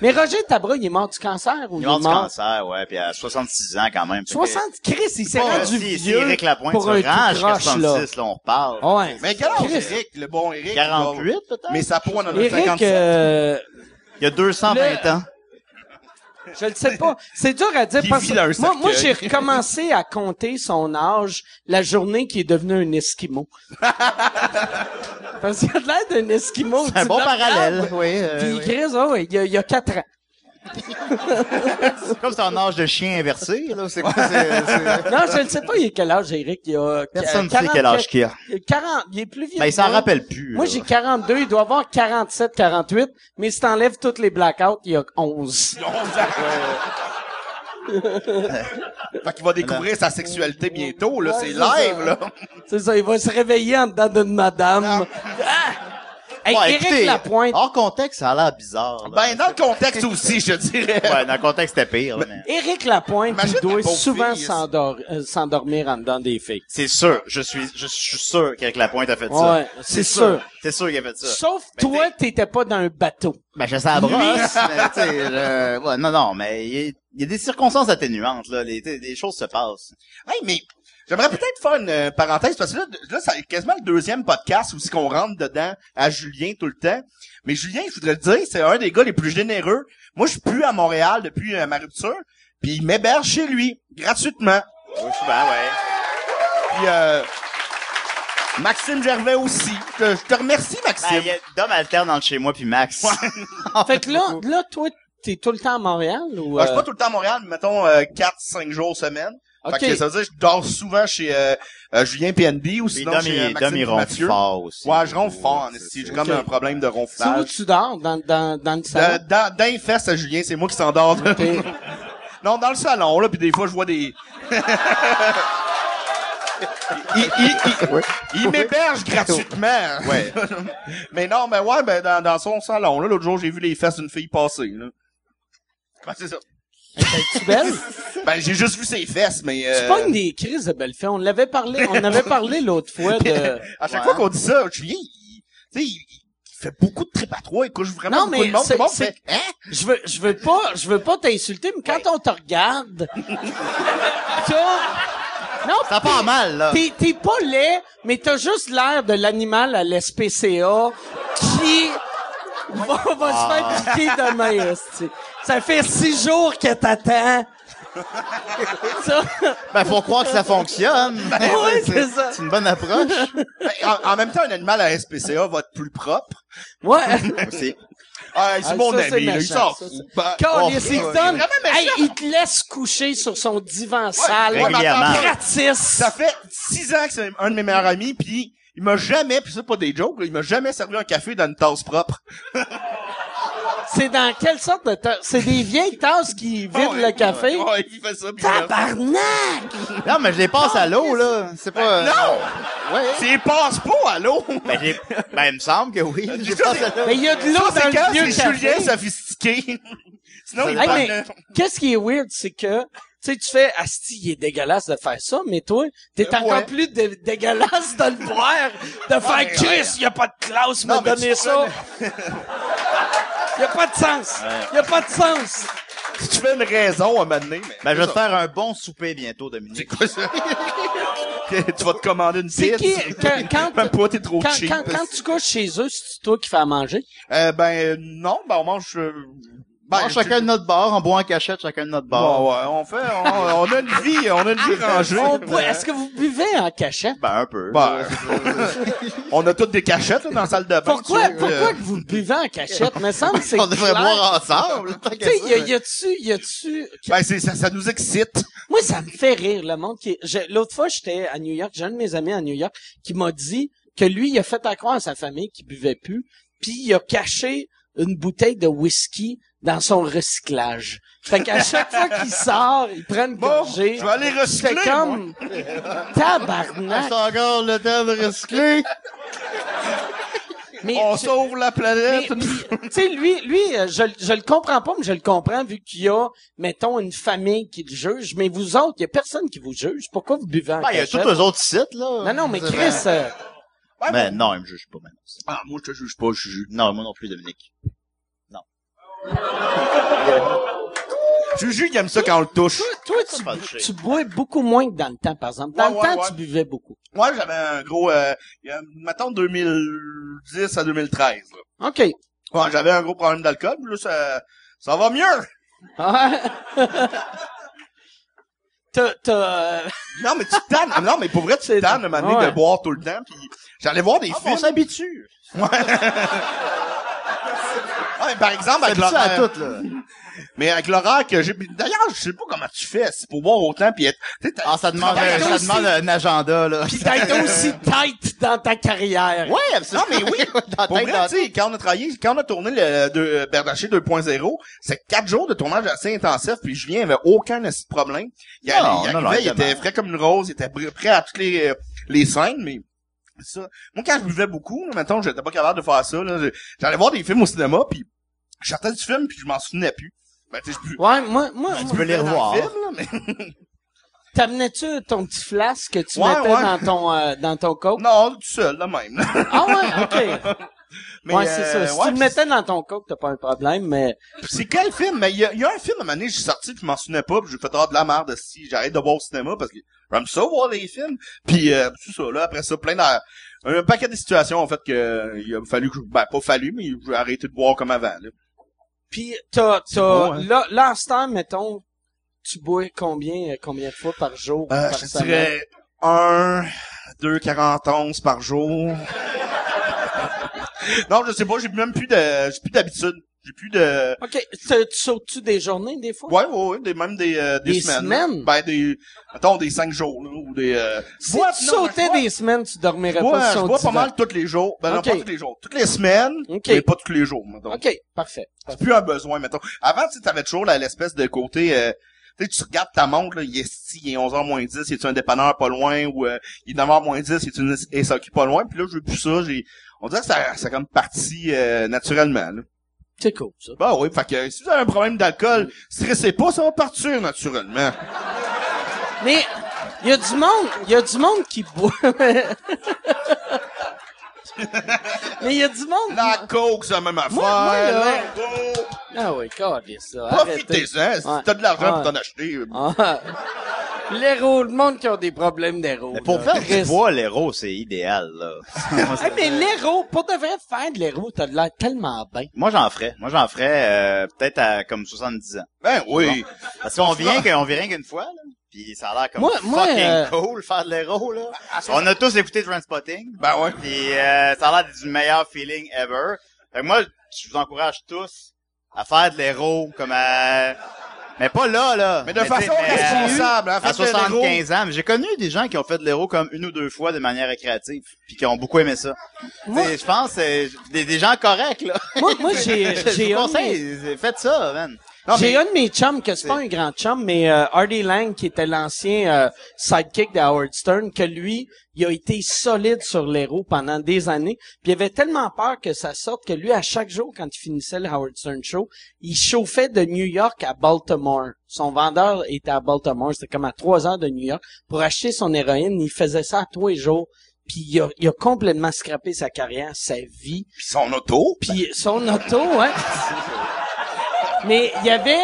C: Mais Roger Tabra, il est mort du cancer ou il,
E: Il est mort
C: est
E: du
C: mort?
E: cancer, ouais, puis à 66 ans quand même.
C: 60, Chris, il s'est
E: Bon,
C: rendu
E: si, si
C: vieux
E: Éric Lapointe
C: pour
E: se
C: un
E: range
C: tout croche, là.
E: 46, là, on reparle.
C: Ah Ouais.
D: Mais quel âge,
C: Chris,
D: Éric? Le bon Éric?
E: 48,
D: bon.
E: peut-être?
D: Mais sa peau, on en a
C: Éric,
D: 57.
C: euh,
E: Il y a 220 ans.
C: Je le sais pas. C'est dur à dire
D: Il
C: parce
D: vit dans un
C: que moi, moi j'ai
D: cercueil.
C: recommencé à compter son âge la journée qu'il est devenu un Esquimau. parce qu'il a l'air d'un Esquimau.
E: C'est un
C: tu
E: bon
C: le regardes,
E: parallèle, oui. euh,
C: Puis
E: oui.
C: Chris, oh, il, y a, il y a quatre ans.
E: C'est Comme c'est un âge de chien inversé, là. C'est quoi? c'est- c'est-
C: Non, je ne sais pas, il est quel âge, Eric. Il a,
E: Personne ne sait
C: 40,
E: quel âge qu'il a.
C: 40, il est plus vieux.
E: Mais Ben, il
C: que
E: s'en
C: moi.
E: rappelle plus.
C: Moi,
E: là.
C: j'ai 42, il doit avoir 47, 48, mais si t'enlèves toutes les blackouts, il y a 11.
D: Fait qu'il va découvrir sa sexualité bientôt, là.
C: Ouais,
D: C'est
C: c'est
D: live,
C: ça.
D: là.
C: C'est ça, il va se réveiller en dedans d'une madame. Ah! Hey,
E: Ouais,
C: Eric
E: écoutez,
C: Lapointe.
E: Hors contexte, ça a l'air bizarre. là.
D: Ben, dans le contexte aussi, je dirais.
C: Ben-
E: Ouais, dans le contexte, c'était pire, là, mais-
C: Éric Lapointe,
D: Imagine
C: il doit
D: la pauvre
C: souvent
D: fille,
C: s'endor- euh, s'endormir en dedans des filles.
E: C'est sûr. Je suis, je suis sûr qu'Éric Lapointe a fait ça.
C: Ouais, c'est sûr.
E: C'est sûr qu'il a fait ça.
C: Sauf
E: Mais
C: toi, t'étais pas dans un bateau.
E: Ben, je sais la brosse, mais, tu sais, je- ouais, non, non, mais il y, a- il y a des circonstances atténuantes, là. Les, t'sais, les choses se passent.
D: Hey, mais j'aimerais peut-être faire une euh, parenthèse parce que là, de- là c'est quasiment le deuxième podcast où si qu'on rentre dedans à Julien tout le temps. Mais Julien, je voudrais le dire, c'est un des gars les plus généreux. Moi, je suis plus à Montréal depuis euh, ma rupture, puis il m'héberge chez lui gratuitement.
E: Ouais, souvent, ouais.
D: Puis euh, Maxime Gervais aussi. Je, je te remercie,
E: Ben,
D: Maxime.
E: il y a Dom alterne entre chez moi puis Max.
C: Fait que là, là, toi, t'es tout le temps à Montréal ou...
D: Ah, je suis
C: euh,
D: pas tout le temps à Montréal, mais mettons euh, 4-5 jours semaine.
C: Ok.
D: Fait que ça veut dire que je dors souvent chez euh, euh, Julien PNB ou
E: Puis
D: sinon
E: Dom,
D: chez euh, Maxime
E: il, Dom, il
D: puis
E: ronfle
D: Mathieu.
E: fort aussi.
D: Ouais, je ronfle fort en
E: Ouais,
D: esti.
E: c'est-
D: J'ai comme
C: Ok.
D: un problème de
C: C'est où
D: ronflage.
C: tu dors? Dans, dans, dans le salon?
D: Dans, dans, dans les fesses à Julien, c'est moi qui s'endors.
C: Ok.
D: non, dans le salon, là, puis des fois, je vois des... il il, il, il m'héberge gratuitement.
E: Ouais.
D: mais non, mais ouais, ben, dans, dans son salon, là, l'autre jour, j'ai vu les fesses d'une fille passer, là. Ben, c'est ça.
C: Tu belle?
D: Ben, j'ai juste vu ses fesses, mais...
C: Tu
D: euh,
C: pognes des crises de belle fille. On l'avait parlé, on avait parlé l'autre fois de...
D: euh, À chaque
E: Ouais.
D: fois qu'on dit ça, Julien, il, tu sais, il, il fait beaucoup de trip à trois, il couche vraiment
C: Non,
D: beaucoup
C: mais
D: de monde. Tout
C: c'est-
D: le monde
C: c'est-
D: fait, hein?
C: Je veux, je veux pas, je veux pas t'insulter, mais quand on te regarde, t'as, non,
E: Ça part mal, là.
C: T'es, t'es pas laid, mais t'as juste l'air de l'animal à l'SPCA qui va, va se
D: Ah.
C: faire piquer demain, esti. Ça fait six jours que t'attends. Ça,
E: Ben, faut croire que ça fonctionne. Ben,
C: Ouais,
E: ouais,
C: c'est ça.
E: C'est une bonne approche.
D: Ben, en, en même temps, un animal à SPCA va être plus propre.
C: ouais.
E: aussi.
D: Ah, c'est
C: Ah,
D: mon
C: ça, c'est
D: ami, là, il
C: méchant,
D: sort.
C: ça, c'est-
D: Ben,
C: Quand
D: oh,
C: il
D: ouais.
C: donne,
D: Vraiment méchant.
C: hey, il te laisse coucher sur son divan sale,
D: ouais, mais Ah.
E: Régulièrement.
D: attends,
C: gratis.
D: Ça fait six ans que c'est un de mes meilleurs amis, puis il m'a jamais, puis c'est pas des jokes, là, il m'a jamais servi un café dans une tasse propre.
C: C'est dans quelle sorte de tasse? C'est des vieilles tasses qui vident
D: Ouais,
C: le café?
D: Ouais, ouais, il fait ça. puis il me-
C: Tabarnak!
E: Non, mais je les passe à l'eau, là. C'est pas...
D: Non!
E: Ouais.
D: C'est il passe pas à l'eau!
E: Ben, j'ai- ben, il me semble que oui. Je les passe à l'eau.
C: Mais il y a de l'eau
D: Ça,
C: dans
D: c'est quand
C: le vieux
D: c'est Julien
C: café.
D: sophistiqué. Sinon,
E: Ça
D: il
E: dépend.
D: parle
C: Hey, mais qu'est-ce qui est weird, c'est que, tu sais, tu fais, asti, il est dégueulasse de faire ça, mais toi, t'es
D: Euh,
C: encore
D: ouais. Ah,
C: plus dé- dégueulasse de le boire, de faire, Chris, y a pas de classe, m'a
D: Non, mais
C: donné
D: tu
C: ça. y a pas de sens. Y a pas de sens.
D: Si tu fais une raison à un moment donné, mais...
E: Ben, je vais te faire un bon souper bientôt, Dominique.
D: Quoi, ça? tu vas te commander une
C: C'est
D: pizza.
C: qui, quand, quand,
D: Même pas, t'es trop
C: quand,
D: cheap.
C: quand- quand tu couches chez eux, c'est toi qui fais à manger?
D: Euh, ben, non, ben, on mange, euh, ben,
E: On mange chacun de notre bar, on boit en cachette chacun de notre
D: Bon,
E: bar.
D: ouais, on fait, on, on a une vie, on a une vie rangée.
C: Ah, On boit- Est-ce que vous buvez en cachette?
E: Ben, un peu.
D: Ben, on a toutes des cachettes, là, dans la salle de bain.
C: Pourquoi,
D: tu vois,
C: pourquoi
D: euh,
C: que vous buvez en cachette? Me semble que c'est
E: on devrait
C: clair.
E: boire ensemble. tant
C: Tu
E: qu'à
C: sais,
E: ça,
C: y a,
E: mais-
C: y a-tu, y a-tu...
D: Ben, c'est, ça, ça nous excite.
C: Moi, ça me fait rire, le monde qui... je- L'autre fois, j'étais à New York, j'ai un de mes amis à New York qui m'a dit que lui, il a fait à croire à sa famille qu'il buvait plus, puis il a caché une bouteille de whisky dans son recyclage. Fait qu'à chaque fois qu'il sort, il prend une
D: Bon,
C: gorgée.
D: je vais aller recycler,
C: C'est comme... Tabarnak!
E: C'est encore le temps de recycler.
C: Mais
D: On
C: je-
D: sauve la
C: Mais,
D: planète.
C: puis, tu sais, lui, lui, euh, je, je le comprends pas, mais je le comprends vu qu'il y a, mettons, une famille qui le juge. Mais vous autres, il y a personne qui vous juge. Pourquoi vous buvez en
E: Ben, il y a tous
C: cachette?
E: les autres sites, là.
C: Non, non, mais
E: C'est
C: Chris,
E: vrai.
C: euh,
E: Ben, non, il me juge pas, maintenant.
D: Ah, moi, je te juge.
E: Pas, je juge. Non, moi non plus, Dominique.
D: Juju, il aime ça quand on le touche.
C: toi,
E: Ça, pas de
C: tu,
E: shit.
C: tu bois beaucoup moins que dans le temps, par exemple. Dans
D: Ouais,
C: le
D: ouais,
C: temps,
D: ouais.
C: tu buvais beaucoup.
D: Moi, j'avais un gros, euh, il y a, mettons, 2010 à 2013, là.
C: OK.
D: Ouais, j'avais un gros problème d'alcool, mais là, ça, ça va mieux.
C: T'as,
E: Ah,
C: t'as, euh,
D: Non, mais tu te tannes. Ah, Non, mais pour vrai, tu te tannes, à un moment donné,
C: Ouais.
D: de boire tout le temps, puis j'allais voir des films.
E: s'habitue.
D: Ah, mais par exemple,
E: On
D: avec
E: s'habitue
D: leur,
E: Ben, à
D: euh,
E: tout, là.
D: Mais avec l'horaire que j'ai... D'ailleurs, je sais pas comment tu fais c'est pour boire autant puis être... tu sais, t'as-
E: Ah, ça demande,
D: travailles
E: euh, ça
D: aussi.
E: demande un agenda, là.
C: Ben, Puis d'être aussi tight dans ta carrière.
E: Ouais, absolument. mais oui. dans
D: Pour
E: tête,
D: vrai,
E: dans
D: tu sais, quand on a travaillé, quand on a tourné le, de euh, Berdaché 2.0, c'est quatre jours de tournage assez intensif, puis Julien avait aucun esti de problème. Il,
E: Non,
D: allait- il
E: non, non,
D: arrivait, il
E: évidemment.
D: était frais comme une rose, il était pr- prêt à toutes les, euh, les scènes, mais c'est ça. Moi, quand je buvais beaucoup, là, mettons, j'étais pas capable de faire ça, là, je- j'allais voir des films au cinéma, puis je sortais du film, puis je m'en souvenais plus. Ben, tu sais, je bu-
C: Ouais, moi, moi,
E: Tu peux les
D: dans le
E: revoir.
D: film, là, mais-
C: t'amenais-tu ton petit flasque que tu
D: Ouais,
C: mettais
D: ouais.
C: dans ton, euh, dans ton coke?
D: Non, tout seul, là, même. là.
C: Ah ouais, ok.
D: Mais,
C: ouais, c'est ça.
D: euh,
C: Si
D: ouais,
C: tu le mettais dans ton coke, t'as pas un problème, mais
D: C'est quel film? Mais il y, a- il y a un film à un moment donné, je suis sorti puis je m'en souvenais pas, puis j'ai fait ah, de la merde si j'arrête de voir au cinéma parce que j'aime ça voir les films. Puis euh, c'est ça, là, après ça, plein d'un un paquet de situations en fait que euh, il a fallu que je- ben pas fallu, mais j'ai arrêté de boire comme avant. Là.
C: puis t'as, t'as,
D: beau, hein.
C: là, là, à ce temps, mettons, tu bois combien, euh, combien de fois par jour,
D: Euh,
C: par
D: je te
C: semaine?
D: dirais un, deux, quarante onces par jour. non, je sais pas, j'ai même plus de. J'ai plus d'habitude. J'ai plus de.
C: Ok, tu, tu sautes-tu des journées des fois?
D: Ouais, ouais, ouais, des, même des, euh, des,
C: Des
D: semaines.
C: semaines?
D: Ben, des, mettons, des cinq jours, là, ou des, euh,
C: Si
D: ouais,
C: tu
D: non, mais
C: sautais
D: je bois-
C: des semaines, tu dormirais
D: Je bois,
C: pas
D: je
C: sur
D: bois
C: ton
D: pas
C: divan.
D: mal tous les jours. Ben, non,
C: Ok.
D: pas tous les jours. Toutes les semaines,
C: Ok.
D: mais pas tous les jours, mettons.
C: Ok, parfait.
D: C'est plus un besoin, mettons. Avant, tu sais, t'avais toujours là, l'espèce de côté... euh, tu sais, tu regardes ta montre, là, il est si, il est 11h moins 10, il est un dépanneur pas loin, ou euh, il est 9h moins 10, il est une SAQ pas loin, puis là, je veux plus ça, j'ai... On dirait que ça, ça a comme parti euh, naturellement, là.
C: C'est cool, ça.
D: Bah oui, fait que si vous avez un problème d'alcool, stressez pas, ça va partir naturellement.
C: Mais, il y a du monde, il y a du monde qui boit. Mais il y a du monde.
D: La coke, c'est la même affaire.
C: moi, là, ouais.
D: l'alcool.
C: Ah oui, calé ça. arrêtez.
D: Profitez-en. Si
C: Ouais.
D: t'as de l'argent pour
C: Ouais.
D: t'en acheter.
C: Ah. L'héros, le monde qui a des problèmes d'héros.
E: Mais pour
C: là.
E: faire du
C: Chris.
E: bois, l'héros, c'est idéal, là.
C: Hey, mais l'héros, pour de vrai faire de l'héros, t'as de l'air tellement bien.
E: Moi, j'en ferais. Moi, j'en ferais, euh, peut-être à comme 70 ans.
D: Ben oui.
E: Parce qu'on vient qu'on vient rien qu'une fois, là. Puis ça a l'air comme
C: Moi-
E: fucking
C: moi, euh,
E: cool, faire de l'héros, là. On a tous écouté Transpotting.
D: Ben ouais.
E: Puis euh, ça a l'air du meilleur feeling ever. Fait que moi, je vous encourage tous à faire de l'héros comme à... Mais pas là, là.
D: Mais de
E: tu sais,
D: façon
E: mais, euh,
D: responsable. hein,
E: à
D: faites de l'héros.
E: 75 ans, mais j'ai connu des gens qui ont fait de l'héros comme une ou deux fois de manière récréative, puis qui ont beaucoup aimé ça.
C: Moi-
E: T'sais, Je pense euh, des, des gens corrects là.
C: Moi, moi, j'ai,
E: Je
C: j'ai
E: vous
C: un de mes-
E: conseille, faites ça, man.
D: Non,
C: J'ai
D: mais-
C: un de mes chums, que c'est pas un grand chum, mais euh, Hardy Lang, qui était l'ancien euh, sidekick de Howard Stern, que lui, il a été solide sur l'héros pendant des années. Puis il avait tellement peur que ça sorte que lui, à chaque jour, quand il finissait le Howard Stern Show, il chauffait de New York à Baltimore. Son vendeur était à Baltimore, c'était comme à trois heures de New York. Pour acheter son héroïne, il faisait ça à tous les jours. Puis il a, il a complètement scrappé sa carrière, sa vie.
D: Pis son auto.
C: Puis son auto, ouais. Mais il y avait,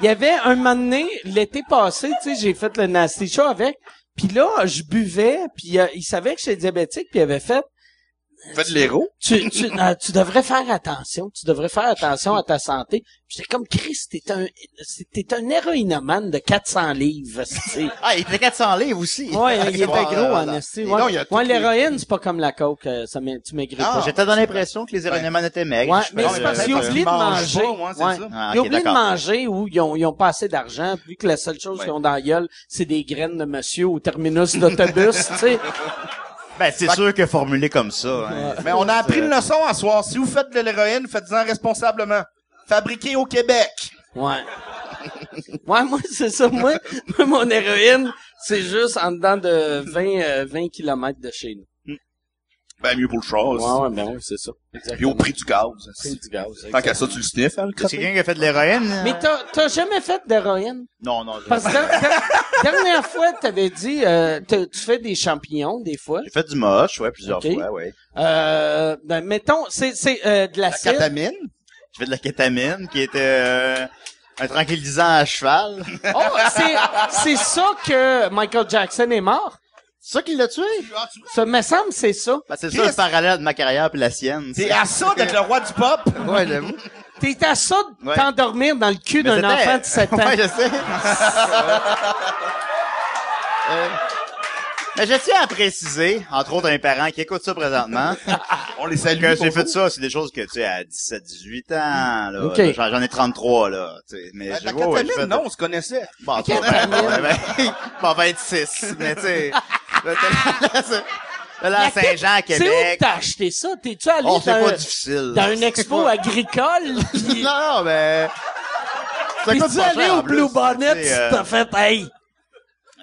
C: il y avait un moment donné, l'été passé, tu sais, j'ai fait le nasty show avec. Puis là, je buvais, puis euh, il savait que j'étais diabétique, puis il avait fait,
D: Faites de l'héros.
C: tu, tu, euh, tu devrais faire attention, tu devrais faire attention à ta santé. J'étais comme, Chris, t'es un, t'es un héroïnomane de 400 livres, tu sais.
E: Ah, il était 400 livres aussi.
C: Ouais, il était
E: Bon,
C: gros,
E: euh,
C: en esti.
D: Et
C: Ouais,
D: non, il y a toutes
C: Ouais,
D: les-
C: l'héroïne, c'est pas comme la coke, euh, ça m'a- tu maigris
D: Ah,
C: pas.
E: J'étais dans l'impression que les héroïnemans étaient maigres.
C: Ouais,
E: Je
C: mais
E: pense
C: c'est
E: que-
C: parce qu'ils ont
D: euh,
C: oublié de
D: mangent
C: manger.
D: pas, ouais, c'est
C: Ouais.
D: ça.
E: Ah,
C: Ils ont
E: ok,
C: oublié de
E: d'accord.
C: manger ou ils ont, ils ont pas assez d'argent, vu que la seule chose
D: Ouais.
C: qu'ils ont dans la gueule, c'est des graines de monsieur au terminus d'autobus, tu sais.
E: Ben, c'est sûr que formulé comme ça. hein.
D: Mais on a appris une leçon à soir. Si vous faites de l'héroïne, faites-en responsablement. Fabriqué au Québec.
C: Ouais. Ouais, moi, c'est ça. Moi, moi, mon héroïne, c'est juste en dedans de 20, euh, 20 km de chez nous.
D: Ben mieux pour le char.
C: Ouais,
D: aussi.
C: ouais, ben oui, c'est ça.
D: Puis au
C: Exactement.
D: prix du gaz. aussi.
C: Prix du gaz,
D: Tant qu'à ça, tu le sniffes, hein, le
E: C'est
D: crapaud?
E: quelqu'un qui a fait de l'héroïne? euh?
C: Mais t'as, t'as jamais fait d'héroïne?
E: Non, non. je-
C: Parce que la- la dernière fois, t'avais dit, euh, t'as- tu fais des champignons, des fois.
E: J'ai fait du moche, ouais, plusieurs
C: Ok.
E: fois, ouais.
C: Euh, ben, mettons, c'est, c'est, euh, de
D: La
C: l'acide.
D: catamine.
E: J'ai fait de la kétamine, qui était euh, un tranquillisant à cheval.
C: Oh, c'est, c'est ça que Michael Jackson est mort.
E: C'est ça qui l'a tué?
C: Ça me semble, c'est ça.
E: Ben, c'est ça le
D: Chris.
E: parallèle de ma carrière puis la sienne.
D: T'es
E: ça.
D: à ça d'être le roi du pop.
E: Ouais, j'avoue.
C: T'es à ça de
E: Ouais.
C: t'endormir dans le cul
E: Mais
C: d'un
E: c'était-
C: enfant de 7 ans.
E: ouais, je sais. Euh, Mais je tiens à préciser, entre autres à mes parents qui écoutent ça présentement,
D: On les salue.
E: Quand j'ai
D: bonjour.
E: fait ça, c'est des choses que, tu sais, à 17, 18 ans, là.
C: Ok.
E: là, J'en j'en ai 33, là, tu sais. Mais
D: Ben, La
E: j'ai- ouais, ouais, j'ai
D: Cataline,
E: fait-
D: non, on se connaissait.
E: Bon, en tout cas, ben, ben, ben, bon, 26, mais tu sais. Là, t'es là, c'est- là, à Saint-Jean, à
C: C'est où que
E: Québec.
C: t'as acheté ça? T'es-tu allé
E: Oh,
C: dans,
E: c'est pas
C: un,
E: difficile.
C: dans une expo agricole? Puis-
E: Non, non, mais. Ça coûte
C: T'es-tu
E: pas
C: allé
E: cher, en
C: au
E: plus,
C: Blue Bonnet?
E: tu
C: Tu
E: sais, euh,
C: t'as fait, hey!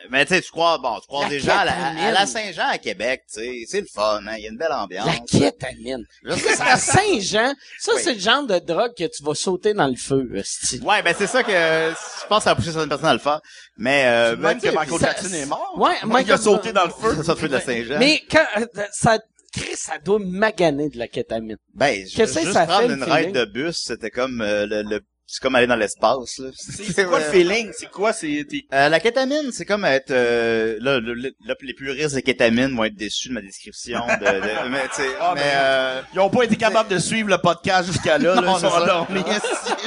E: Mais tu sais, tu crois, bon, tu crois
C: La
E: des gens à la,
C: Cataline.
E: à la Saint-Jean à Québec, tu sais. C'est le fun, hein. Il y a une belle ambiance.
C: La kétamine.
E: Je sais.
C: Chris, à Saint-Jean, ça,
E: Oui.
C: c'est le genre de drogue que tu vas sauter dans le feu, esti.
E: Ouais, ben c'est ça que euh, je pense que ça a poussé certaines personnes à le faire. Mais euh, ben,
D: Même
E: tu sais,
D: que Michael
E: ça-
D: Jackson est mort.
C: Ouais,
D: Il a
C: Michael-
D: sauté dans le feu.
E: ça fait de la Saint-Jean.
C: Mais quand, euh, ça, Chris, ça doit maganer de la kétamine.
E: ben, je,
C: Qu'est-ce que
E: juste
C: ça fait,
E: prendre
C: le
E: une
C: feeling?
E: ride de bus, c'était comme euh, le, le- c'est comme aller dans l'espace là.
D: C'est quoi le feeling? C'est quoi? C'est, t'es-
E: Euh, la kétamine, c'est comme être euh, là, le- le- là, les puristes de kétamine vont être déçus de ma description de, de- mais tu sais,
D: Ah,
E: mais
D: mais-
E: euh,
D: Ils ont pas été capables de suivre le podcast jusqu'à là. là.
E: Non,
D: Ils sont
E: c'est ça.
D: endormis.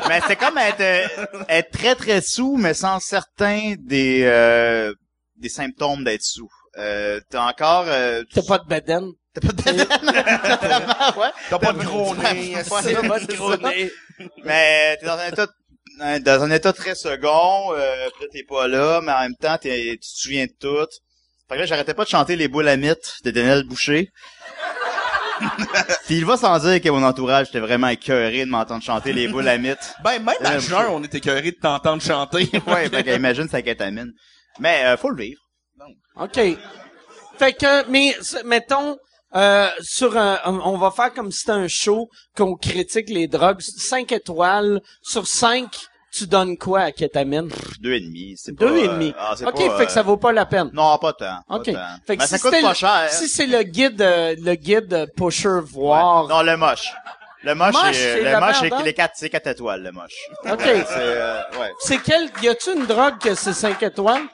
E: mais c'est comme être euh, être très très sous mais sans certains des euh, des symptômes d'être sous. Euh, t'as encore euh,
C: T'as pas de bedaine.
E: t'as pas de Vraiment, ouais.
D: T'as pas de gros nez.
E: Ouais,
D: c'est-
E: pas de gros nez. Mais t'es dans un état un- dans un état très second, euh, après t'es pas là, mais en même temps t'es- tu te souviens de tout. Fait que là, j'arrêtais pas de chanter les boules à mythes de Daniel Boucher. Puis il va sans dire que mon entourage était vraiment écœuré de m'entendre chanter les boules à mythes.
D: Ben, même à
E: Euh,
D: jeun, on était écœurés de t'entendre chanter.
E: Ouais, fait que imagine sa kétamine. Mais euh, faut le vivre.
C: OK. Fait que, mais, s- mettons, euh, sur un, un- on va faire comme si c'était un show qu'on critique les drogues. Cinq étoiles. Sur cinq, tu donnes quoi à kétamine?
E: Pff, Deux et demi, c'est pas...
C: Deux et
E: euh,
C: demi.
E: ah, c'est
C: OK,
E: pas,
C: fait que ça
E: euh,
C: vaut pas la peine.
E: Non, pas tant. pas
C: OK.
E: tant.
C: Fait que
E: Mais
C: si
E: ça coûte
C: c'était
E: pas
C: le-
E: cher.
C: Si c'est le guide, euh, le guide euh, pusher voir.
E: Ouais. Non, le moche. Le moche,
C: Moche,
E: c'est,
C: c'est
E: le
C: la
E: moche,
C: merde, hein?
E: c'est les quatre, c'est quatre étoiles, le moche.
C: OK.
E: C'est, euh, ouais.
C: C'est quel, y a-tu une drogue que c'est cinq étoiles?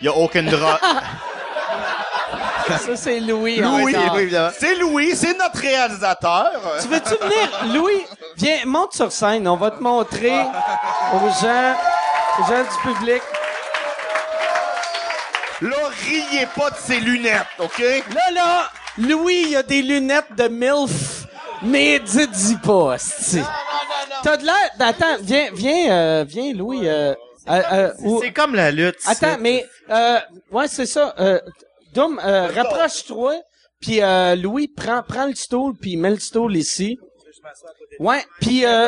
E: Il y a aucune drogue.
C: Ça, c'est Louis. en
E: Louis,
C: retard.
E: oui, évidemment.
D: C'est Louis, c'est notre réalisateur.
C: Tu veux-tu venir? Louis, viens, monte sur scène. On va te montrer aux gens, aux gens du public.
D: Là, riez pas de ses lunettes, OK?
C: Là, là, Louis, il a des lunettes de MILF, mais dis-y pas, hostie. T'as de l'air... Attends, viens, viens, euh, viens, Louis. euh, euh, euh, ou-
E: C'est comme la lutte.
C: Attends, mais... Euh, ouais, c'est ça. Euh, Dom, euh, rapproche-toi, puis euh, Louis, prends, prends le stool, puis mets le stool ici. Ouais, puis... euh,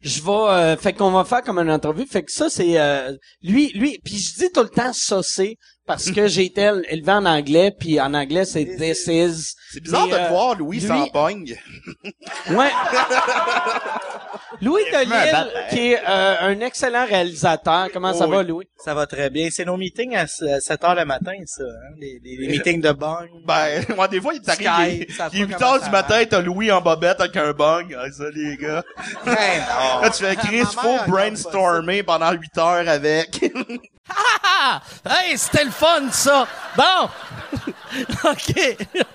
C: je vais euh, fait qu'on va faire comme une entrevue fait que ça c'est euh, lui lui puis je dis tout le temps saucé parce que j'ai été élevé en anglais puis en anglais c'est this is euh,
D: C'est bizarre de te voir Louis
C: lui-
D: sans pogne.
C: ouais Louis Delisle
E: bat, hein.
C: qui est euh, un excellent réalisateur comment ça
G: ben, Oh,
C: va
G: oui.
C: Louis
G: Ça va très bien. C'est nos meetings à 7 heures le matin, ça. hein? Les, les- les meetings de banque.
D: Ben, moi, des fois, il t'arrive,
G: Sky,
D: il-
G: ça
D: il est
G: pas
D: 8
G: comment
D: heures
G: ça
D: du matin, t'as Louis en bobette avec un bang. Ah, ça, les gars.
G: Ben non.
D: Là, tu fais Chris,
G: Ma mère
D: faut
G: regarde
D: brainstormer pendant 8 heures avec.
F: Ah! Hey, c'était le fun, ça! Bon! OK.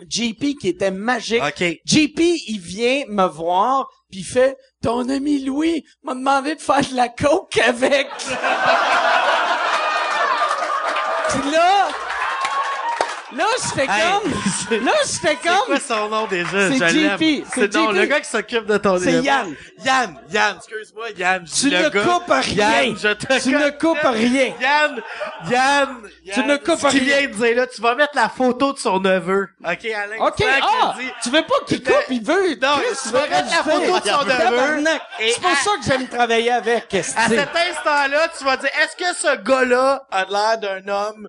C: JP, qui était magique,
G: OK.
C: JP, il vient me voir, puis il fait « Ton ami Louis m'a demandé de faire de la coke avec. » Puis là, là, je fais comme... Là, je fais
G: C'est
C: comme...
G: quoi son nom déjà?
C: C'est
G: Je l'aime.
C: JP, c'est
G: C'est non,
C: JP.
G: le gars qui s'occupe de ton
C: C'est
G: élément.
C: Yann.
G: Yann, Yann, excuse-moi, Yann. je dis
C: Tu ne
G: gars.
C: coupes rien.
G: Yann, je te
C: Tu ne coupes rien.
G: Yann, Yann,
C: Tu
G: Yann,
C: ne coupes
G: ce qu'il
C: rien.
G: vient de dire là, tu vas mettre la photo de son neveu. OK, Alain.
C: OK,
G: Franck
C: ah!
G: l'a dit.
C: Tu veux pas qu'il coupe, il veut...
G: Non,
C: Chris,
G: tu vas
C: veux
G: mettre la
C: rajouter.
G: photo de son neveu.
C: Tabarnak.
G: Et
C: C'est pour
G: à-
C: ça que j'aime travailler avec,
G: À
C: esti.
G: cet instant-là, Ah, tu vas dire, est-ce que ce gars-là a l'air d'un homme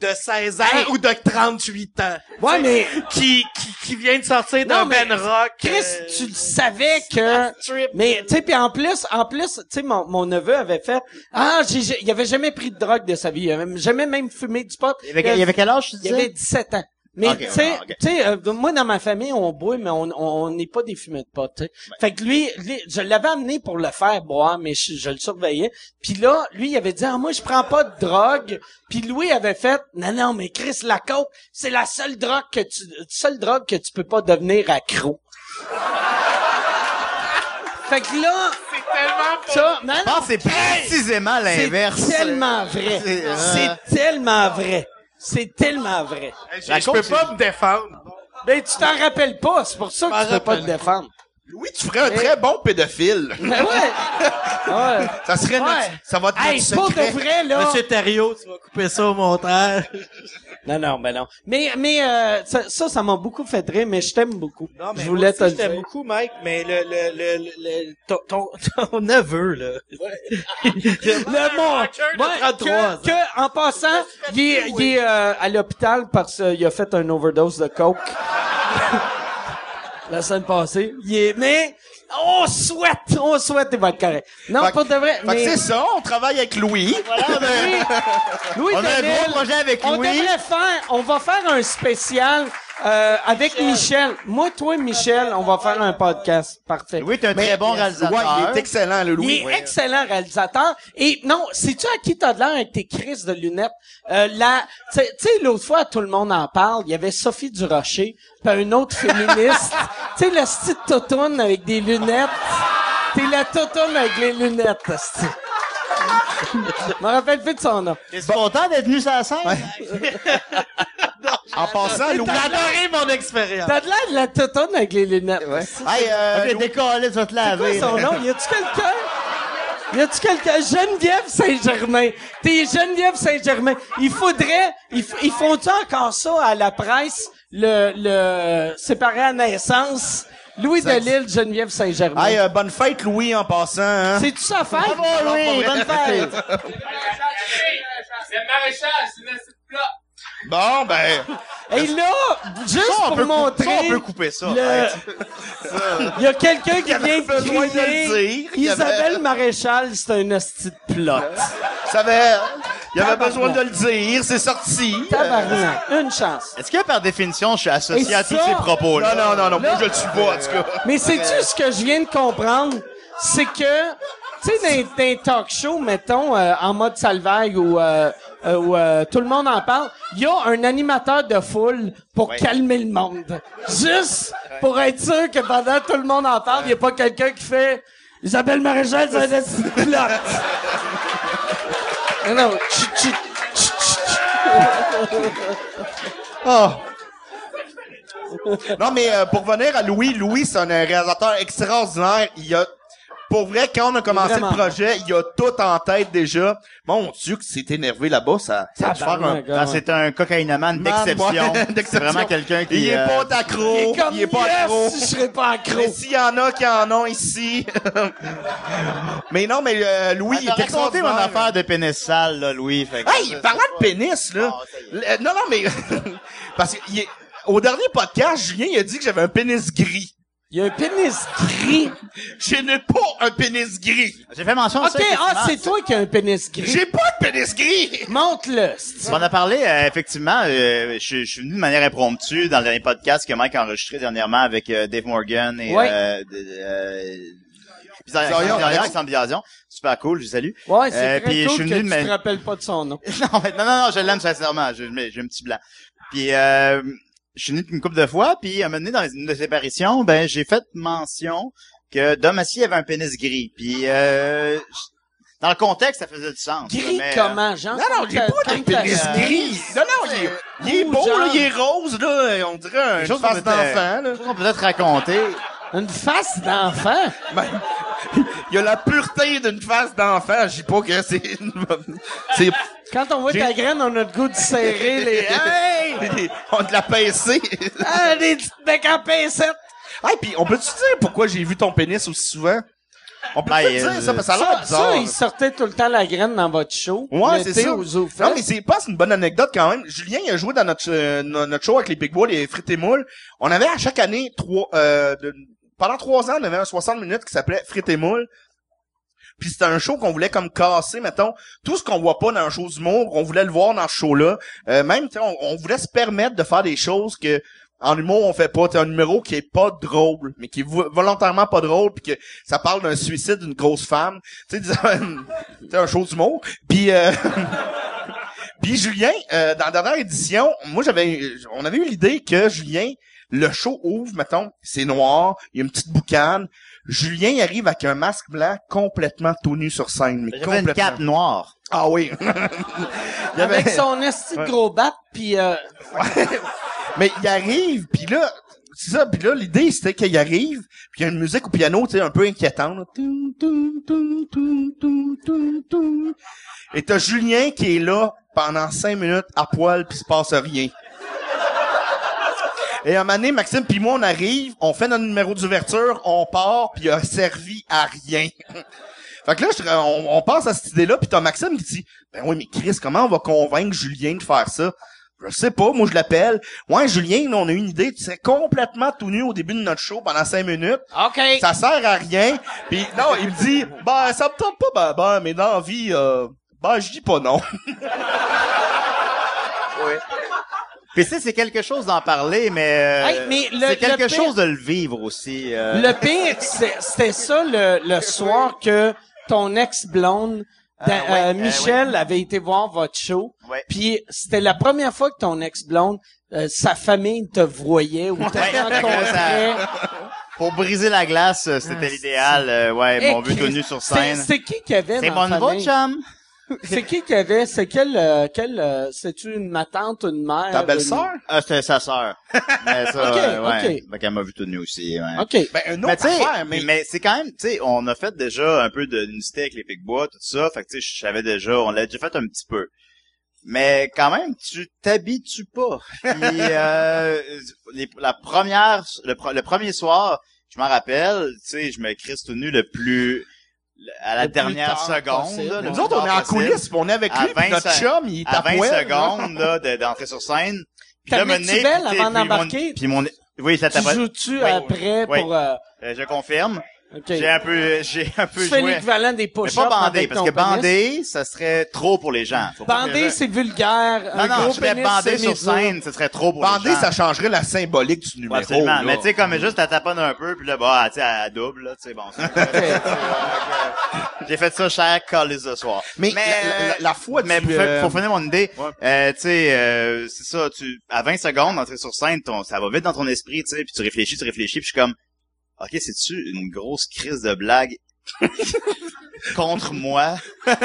G: de 16 ans
C: Hey.
G: ou de 38 ans?
C: Ouais, mais...
G: Qui, qui, qui vient de sortir
C: Non,
G: d'un
C: mais
G: Ben Rock.
C: Chris,
G: euh,
C: tu le savais que...
G: strip.
C: Mais tu sais, puis en plus, en plus, tu sais, mon, mon neveu avait fait ah, j'ai- j'ai- il avait jamais pris de drogue de sa vie, il avait même- jamais même fumé du pot.
E: Il y avait, il y avait quel âge, tu
C: il avait
E: disais?
C: 17 ans. Mais
E: Ok,
C: tu sais,
E: ok.
C: tu sais, euh, moi dans ma famille on boit mais on on on n'est pas des fumeurs de pot. tu sais. Fait que lui, lui, je l'avais amené pour le faire boire mais je, je le surveillais. Puis là, lui il avait dit ah moi je prends pas de drogue. Puis Louis avait fait non non mais Chris la coke, c'est la seule drogue que tu seule drogue que tu peux pas devenir accro. fait que là c'est tellement ça, non,
E: Je
C: non,
E: pense que c'est précisément l'inverse.
C: c'est tellement vrai.
E: C'est, euh,
C: C'est tellement vrai. C'est tellement vrai.
G: Je, je peux pas me défendre.
C: Ben, tu t'en rappelles pas, c'est pour ça que tu peux pas te défendre.
D: Louis, tu ferais un très bon pédophile.
C: Ben ouais! ouais.
D: Ça serait notre,
C: Ouais.
D: ça va être
C: Hey,
D: notre
C: c'est pas de
D: secret.
C: vrai, là!
G: Monsieur Thériault, tu vas couper ça au montage.
C: Non, non, ben non. Mais, mais, euh, ça, ça, ça m'a beaucoup fait rire, mais je t'aime beaucoup.
G: Non, mais
C: je voulais te
G: moi
C: le
G: aussi, je t'aime
C: dire.
G: beaucoup, Mike, mais le, le, le, le, le- ton, ton, ton neveu, là. le
C: Le mot! Ouais, que, que, en passant, il est, il est, euh, à l'hôpital parce qu'il a fait un overdose de coke. La semaine passée. Il est, mais, on souhaite, on souhaite, il va être correct. Non,
D: Fait-
C: pour de vrai,
D: Fait que
C: mais...
D: c'est ça, on travaille avec Louis.
C: Louis, Louis
E: On a un
C: Delisle,
E: gros projet avec
C: on
E: Louis.
C: devrait faire, on va faire un spécial euh, avec Michel. Moi, toi, Michel, on va faire un podcast. Parfait.
E: Oui, t'es un très bon
D: Ouais, il
E: réalisateur.
D: est excellent, le Louis.
C: Il est
D: Ouais.
C: excellent réalisateur. Et non, sais-tu à qui t'as de l'air avec tes crises de lunettes? Euh, la, tu sais- tu sais, l'autre fois, tout le monde en parle, il y avait Sophie Durocher, puis une autre féministe. tu sais, la petite totoune avec des lunettes. T'es la totoune avec les lunettes, esti. Je me rappelle plus de son nom.
E: T'es content d'être venu sur la scène?
D: En passant, Louis.
G: J'adorais mon expérience.
C: T'as de l'air de la totoune avec les lunettes. C'est
E: Hey, euh, ok, décollé, tu vas te
C: quoi
E: laver.
C: son nom? Y a-tu quelqu'un? Y a-tu quelqu'un? Geneviève Saint-Germain. T'es Geneviève Saint-Germain. Il faudrait, ils, f- ils font-tu encore ça à la presse? Le, le, séparé à naissance? Louis
D: Ça-
C: Delisle, Geneviève Saint-Germain.
D: Hey, euh, bonne fête, Louis, en passant, hein.
C: C'est-tu sa fête?
E: Bravo, Louis, bonne fête.
B: Le maréchal, c'est une petite plat.
D: Bon, ben.
C: Et là, juste
D: ça, on
C: pour
D: peut cou-
C: montrer...
D: ça, on peut couper ça.
C: le-
D: Hey,
C: Il y a quelqu'un qui
D: Il y avait
C: vient
D: besoin de
C: crier,
D: le dire. Il y avait- Euh.
C: Isabelle Maréchal, c'est un hostie de plot.
D: tu- ça avait, il y avait
C: Tabarnak.
D: besoin de le dire, c'est sorti.
C: Tabarnak. Une chance.
E: Est-ce que par définition, je suis
C: Et
E: associé à tous
C: ça-
E: ces propos-là?
D: Non, non, non, non,
C: Là-
D: moi je le suis pas, en tout cas.
C: Mais sais-tu ce que je viens de comprendre? C'est que, tu sais, dans, dans les talk show, mettons, euh, en mode salvaille ou euh, euh, où, euh, tout le monde en parle, il y a un animateur de foule pour calmer le monde. Juste pour être sûr que pendant que tout le monde en parle, il n'y a pas quelqu'un qui fait « Isabelle Maréchal, c'est un esti de plot! Non, non, tchut, tchut, tchut, tchut.
D: Ah. Non, mais euh, pour venir à Louis, Louis, c'est un réalisateur extraordinaire. Il a, pour vrai, quand on a commencé
C: Vraiment.
D: le projet, il a tout en tête déjà. Mon Dieu, que c'est énervé là-bas, ça, ça a dû faire un...
C: Tabarnak,
E: Ah, c'est un cocaïnomane
D: Man,
E: d'exception.
D: ouais,
E: C'est vraiment quelqu'un qui...
D: Il est
E: euh,
D: pas accro.
C: Et comme,
D: est pas accro.
C: yes, je serais pas accro.
D: Mais s'il y en a qui en ont ici. mais non, mais euh, Louis, il
E: Ah, T'as
D: est
E: raconté mon
D: extraordinaire.
E: affaire de pénis sale, là, Louis. Fait que- euh,
D: Hey, parlant de pénis, là.
E: Ah, ça y
D: Euh, non, non, mais... parce que... il est- Au dernier podcast, Julien, il a dit que j'avais un pénis gris.
C: Il y a un pénis gris.
D: Je n'ai pas un pénis gris.
E: J'ai fait mention de
C: OK,
E: ça.
C: ah,
E: effectivement.
C: c'est toi qui as un pénis gris.
D: J'ai pas de pénis gris!
C: Montre-le. c'est-
E: On en a parlé, euh, effectivement, euh, je, je suis venu de manière impromptue dans le dernier podcast que Mike a enregistré dernièrement avec euh, Dave Morgan et
C: Ouais.
E: euh, de- euh, Puis
D: Bizarion,
E: Alexandre Bizarion. Super cool, je vous salue.
C: Ouais, c'est
E: Euh,
C: très
E: puis je
C: cool
E: suis
C: que
E: venu
C: tu
E: de ma-
C: te rappelles pas de son nom.
E: non, mais- non, non, non, je l'aime sincèrement. Je- je mets- J'ai un petit blanc. Puis, euh, je suis venu une couple de fois, puis à un moment donné, dans une de ses apparitions, ben, j'ai fait mention que Dom Assis avait un pénis gris. Puis, euh, j- dans le contexte, ça faisait du sens.
C: Gris
E: mais, euh,
C: comment, Jean?
D: Non, non, j'ai pas de pénis gris. Euh, Non, non, il est, il est
C: Ou
D: beau,
C: genre-
D: là, il est rose, là. On dirait un
E: Quelque chose
D: face
E: qu'on peut-
D: d'enfant, là.
E: quelque chose qu'on euh, peut peut-être raconter.
C: Une face d'enfant?
D: Ben, il a la pureté d'une face d'enfant. Je dis pas que c'est une... C'est...
C: Quand on voit ta graine, on a le goût de serrer les... Hey!
D: On te l'a pincé.
C: Ah, des petites becs en pincette!
D: hey, puis on peut-tu dire pourquoi j'ai vu ton pénis aussi souvent? On peut-tu
E: Ben,
D: dire
E: euh,
D: ça? Parce que ça a l'air
C: Ça,
D: bizarre.
C: ça, il sortait tout le temps la graine dans votre show.
D: Ouais,
C: L'été
D: c'est ça.
C: au Zoo Fest.
D: Non, mais c'est pas c'est une bonne anecdote quand même. Julien, il a joué dans notre euh, no- notre show avec les Big Bois, les frites et moules. On avait à chaque année trois euh, de- pendant trois ans, on avait un 60 minutes qui s'appelait frites et moules. Puis c'était un show qu'on voulait comme casser, mettons, tout ce qu'on voit pas dans un show d'humour, on voulait le voir dans ce show-là. Euh, même, tu sais, on, on voulait se permettre de faire des choses que en humour on fait pas. T'as un numéro qui est pas drôle, mais qui est vo- volontairement pas drôle, puis que ça parle d'un suicide d'une grosse femme. Tu sais, disons, t'as un show d'humour. Puis euh, puis Julien, euh, dans la dernière édition, moi j'avais, on avait eu l'idée que Julien, le show ouvre, mettons, c'est noir, il y a une petite boucane. Julien il arrive avec un masque blanc complètement tout nu sur scène, mais
E: J'avais une
D: complètement.
E: cape noire.
D: Ah oui. il y avait-
C: Avec son esti de gros bat, puis... euh,
D: Mais il arrive, puis là, c'est ça, puis là, l'idée, c'était qu'il arrive, puis il y a une musique au piano, tu sais, un peu inquiétante. là. Toum, toum, toum, toum, toum, toum, toum. Et t'as Julien qui est là pendant cinq minutes à poil, puis il se passe rien. Et à un moment donné, Maxime puis moi, on arrive, on fait notre numéro d'ouverture, on part, puis il a servi à rien. Fait que là, je- on, on passe à cette idée-là, puis t'as Maxime qui dit « Ben oui, mais Chris, comment on va convaincre Julien de faire ça? » Je sais pas, moi je l'appelle. Ouais, Julien, nous, on a eu une idée, tu serais complètement tout nu au début de notre show pendant cinq minutes.
C: OK.
D: Ça sert à rien. Puis non, il me dit « Ben, ça me tente pas, ben, ben, mais dans la vie, euh, ben, je dis pas non. »
E: Puis tu sais, c'est quelque chose d'en parler, mais, euh,
C: Hey, mais le-
E: c'est quelque
C: le pire-
E: chose de le vivre aussi. euh.
C: Le pire, c'est- c'était ça le, le soir que ton ex-blonde,
D: Ah,
C: Dan-
E: ouais,
C: euh,
E: euh,
C: Michel, avait été voir votre show.
E: Ouais.
C: Puis c'était la première fois que ton ex-blonde, euh, sa famille te voyait ou te
E: Ouais,
C: rencontrait.
E: Pour briser la glace, euh, c'était
C: Ah,
E: l'idéal. euh, ouais,
C: Hey,
E: mon vieux tout
C: Christ,
E: nu sur
C: c'est-
E: scène.
C: C'est qui qui avait
E: C'est
C: dans
E: mon
C: la
E: nouveau
C: famille?
E: chum.
C: C'est qui qui avait? C'est quel, euh, quel, euh, c'est-tu une ma tante, une mère?
D: Ta belle-sœur?
E: Ah, c'était sa sœur. Mais ça,
C: Euh, Ok,
E: euh, ouais.
C: ok.
E: Fait qu'elle m'a vu tout nu aussi. ouais.
C: une- OK.
D: Ben, un
E: Mais
D: autre
E: tu sais,
D: affaire, mais...
E: mais, c'est quand même, tu sais, on a fait déjà un peu de d'unicité avec les Picbois, tout ça. Fait que tu sais, je savais déjà, on l'a déjà fait un petit peu. Mais quand même, tu t'habitues pas. Puis, euh, les- la première, le, pro- le premier soir, je m'en rappelle, tu sais, je me crisse tout nu le plus, le- à la
G: Le plus
E: dernière
G: tard
E: seconde.
G: possible.
E: là, le
D: Nous
E: plus
D: autres, on est
E: tard
D: en
E: possible.
D: coulisses, pis on est avec
E: À
D: lui, pis
E: 20
D: notre
E: se-
D: chum, il est
E: à
D: à
E: 20
D: poil.
E: secondes là, de- d'entrer sur scène. Puis là,
C: T'avais-tu
E: mené, puis
C: belle
E: t'es-
C: avant
E: puis mon-
C: d'embarquer?
E: Puis mon, oui, ça
C: Tu
E: t'a
C: joues-tu
E: Oui.
C: après
E: Oui.
C: pour... euh,
E: Euh, je confirme.
C: ok.
E: J'ai un peu, j'ai un peu
C: Tu fais
E: joué.
C: l'équivalent des
E: Mais
C: push-ups
E: pas bandé,
C: avec
E: parce
C: ton
E: que
C: pénis.
E: bandé, ça serait trop pour les gens. Faut pas que les
C: Bandé,
E: gens-
C: c'est vulgaire.
E: Non,
C: Un
E: non,
C: gros
E: je serais
C: pénis,
E: bandé
C: c'est
E: sur
C: mesure.
E: scène, ce serait trop pour
D: Bandé,
E: les gens.
D: ça changerait la symbolique du
E: Ouais,
D: numéro.
E: absolument.
D: là.
E: Mais tu sais, comme juste, t'as tapé un peu, puis là, bah, tu sais, à la double, là, tu sais, bon. ça- J'ai fait ça cher Collis ce soir.
D: Mais la- la- la
C: Ah,
D: fois
E: Mais
D: du,
E: pour,
D: euh,
E: pour finir mon idée,
D: Ouais.
E: euh, tu sais, euh, c'est ça, tu, à 20 secondes, d'entrer sur scène, ton, ça va vite dans ton esprit, tu sais, puis tu réfléchis, tu réfléchis, puis je suis comme, ok, c'est-tu une grosse crise de blague contre moi? puis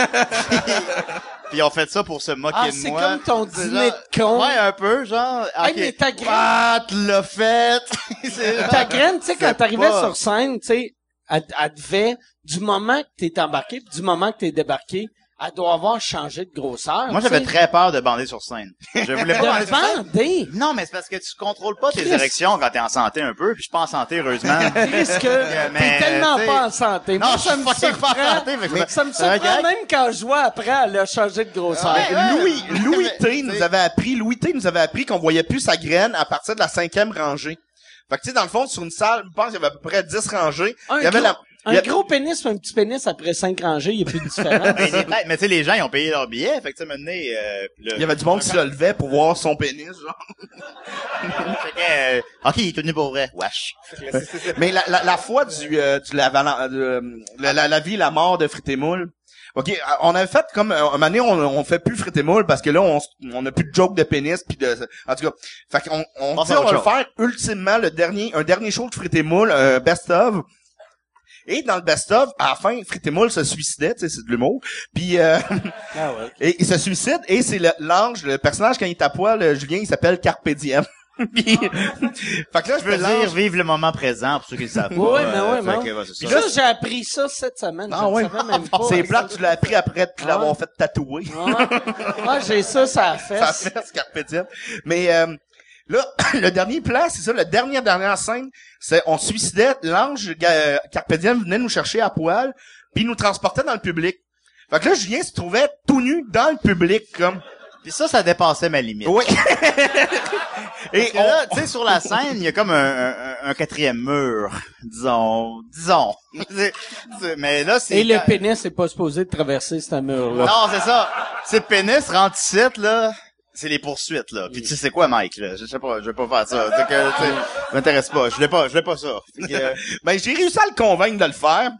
E: ils ont fait ça pour se moquer
C: Ah,
E: de moi.
C: c'est comme ton
E: C'est
C: dîner
E: genre-
C: de con.
E: Ouais, un peu, genre,
C: Hey,
E: ok.
C: mais ta graine-
E: Ah, tu l'as fait! C'est-
C: ta graine, tu sais, quand
E: C'est
C: t'arrivais
E: pas-
C: sur scène, tu sais, elle, elle devait, du moment que t'es embarqué, puis du moment que t'es débarqué, elle doit avoir changé de grosseur.
E: Moi,
C: tu
E: j'avais
C: sais.
E: très peur de bander sur scène. Je voulais pas bander
C: De
E: sur scène.
C: bander!
E: Non, mais c'est parce que tu contrôles pas tes
C: Christ.
E: érections quand t'es en santé un peu, puis je suis pas en santé, heureusement.
C: Parce que
E: mais,
C: t'es tellement
E: t'sais,
C: pas en santé.
E: Non,
C: Moi,
E: je
C: ça
E: suis
C: me
E: fucking pas en
C: surprend-
E: santé, fait que
C: mais
E: c'est-
C: ça me
E: c'est un
C: surprend
E: gag.
C: même quand je vois après, elle a changé de grosseur.
E: Ouais, ouais.
D: Ah, Louis, Louis T
E: Mais-
D: nous avait appris, Louis T nous avait appris qu'on voyait plus sa graine à partir de la cinquième rangée. Fait que tu sais, dans le fond, sur une salle, je pense qu'il y avait à peu près 10 rangées.
C: Un,
D: il y avait
C: gros,
D: la...
C: un
D: il y a-
C: gros pénis ou un petit pénis après cinq rangées, il n'y a plus de différence.
E: mais les- mais tu sais, les gens, ils ont payé leur billet, fait que tu sais, maintenant, euh, le-
D: il y avait du monde qui se levait pour voir son pénis, genre.
E: Fait que, euh, ok, il est tenu pour vrai. Wesh.
D: Mais la, la, la foi du, euh, du la, valan- euh, la, la, la vie et la mort de Frites et Moules. OK, euh, on avait fait comme euh, un moment donné, on, on fait plus Frites et Moules parce que là on s- on a plus de joke de pénis puis de en tout cas, fait qu'on on,
E: Pense
D: dit,
E: à
D: on va
E: autre
D: le
E: chose.
D: faire ultimement le dernier un dernier show de Frites et Moules, euh, best of. Et dans le best of, à la fin, Frites et Moules se suicidait, tu sais, c'est de l'humour. Puis euh,
E: Ah
D: et il se suicide et c'est le- l'ange, le personnage quand il est à poil, euh, Julien, il s'appelle Carpe Diem. Puis- fait que là,
E: Ah. Je
D: je veux
E: veux dire, vive le moment présent, pour ceux qui le savent pas.
C: Ouais, mais
E: euh,
C: ouais,
E: fait
C: mais
E: que,
C: ouais.
E: ouais, c'est
C: Puis
E: ça.
C: là, j'ai appris ça cette semaine.
D: Ah
C: je ne
D: ouais.
C: savais même pas.
D: C'est plate, tu l'as appris après de te l'avoir fait tatouer.
C: Ouais. Moi, j'ai ça, ça a fait.
D: Ça fait ce carpe diem. Mais euh, là, le dernier plan, c'est ça, la dernière dernière scène, c'est on se suicidait, l'ange euh, carpe diem venait nous chercher à poil, puis il nous transportait dans le public. Fait que là, Julien se trouvait tout nu dans le public, comme.
E: Puis ça, ça dépassait ma limite.
D: Oui.
E: Et
D: Et on-
E: là, tu sais, sur la scène, il y a comme un, un- un quatrième mur, disons, disons. C'est- c'est- mais là, c'est
C: Et le pénis n'est pas supposé de traverser ce mur-là.
E: Non, c'est ça. C'est le pénis rentre ici, là. C'est les poursuites, là. Puis tu sais quoi, Mike, là? Je sais pas, je vais pas faire ça. C'est que, tu sais, ça m'intéresse pas. Je l'ai pas, je l'ai pas ça. Fait que, euh,
D: Ben, j'ai réussi à le convaincre de le faire.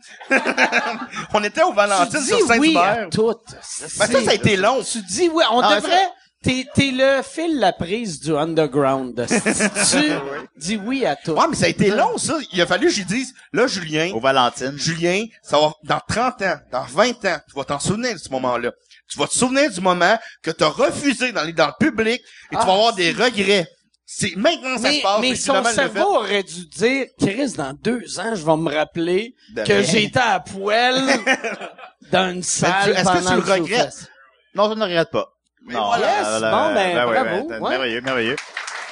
D: on était au
C: Tu
D: Valentin
C: dis
D: sur
C: oui à
D: Saint-Hubert.
C: tout.
D: ben, ça, ça a été long.
C: Tu dis oui. On
E: Ah,
C: devrait... T'es, t'es le fil la prise du underground. tu dis oui à tout.
D: Ouais, mais ça a été long, ça. Il a fallu que j'y dise, là, Julien,
E: au Valentine.
D: Julien, ça va, dans 30 ans, dans 20 ans, tu vas t'en souvenir de ce moment-là. Tu vas te souvenir du moment que t'as refusé d'aller dans le public et tu vas avoir des regrets. C'est maintenant que
C: Ah,
D: ça
C: mais,
D: se passe.
C: mais
D: puis
C: son
D: finalement, il l'a
C: cerveau aurait dû dire, Chris, dans deux ans, je vais me rappeler
E: De
C: que
E: rien.
C: j'étais à poêle dans une salle
D: est-ce que
C: pendant
D: Ben, tu le
C: le Soufest.
D: regrettes?
E: Non, je ne regrette pas. Non,
C: voilà.
E: euh,
C: Yes,
E: euh,
C: bon, ben,
E: ouais,
C: bravo,
E: ben,
C: ouais.
E: Merveilleux, merveilleux.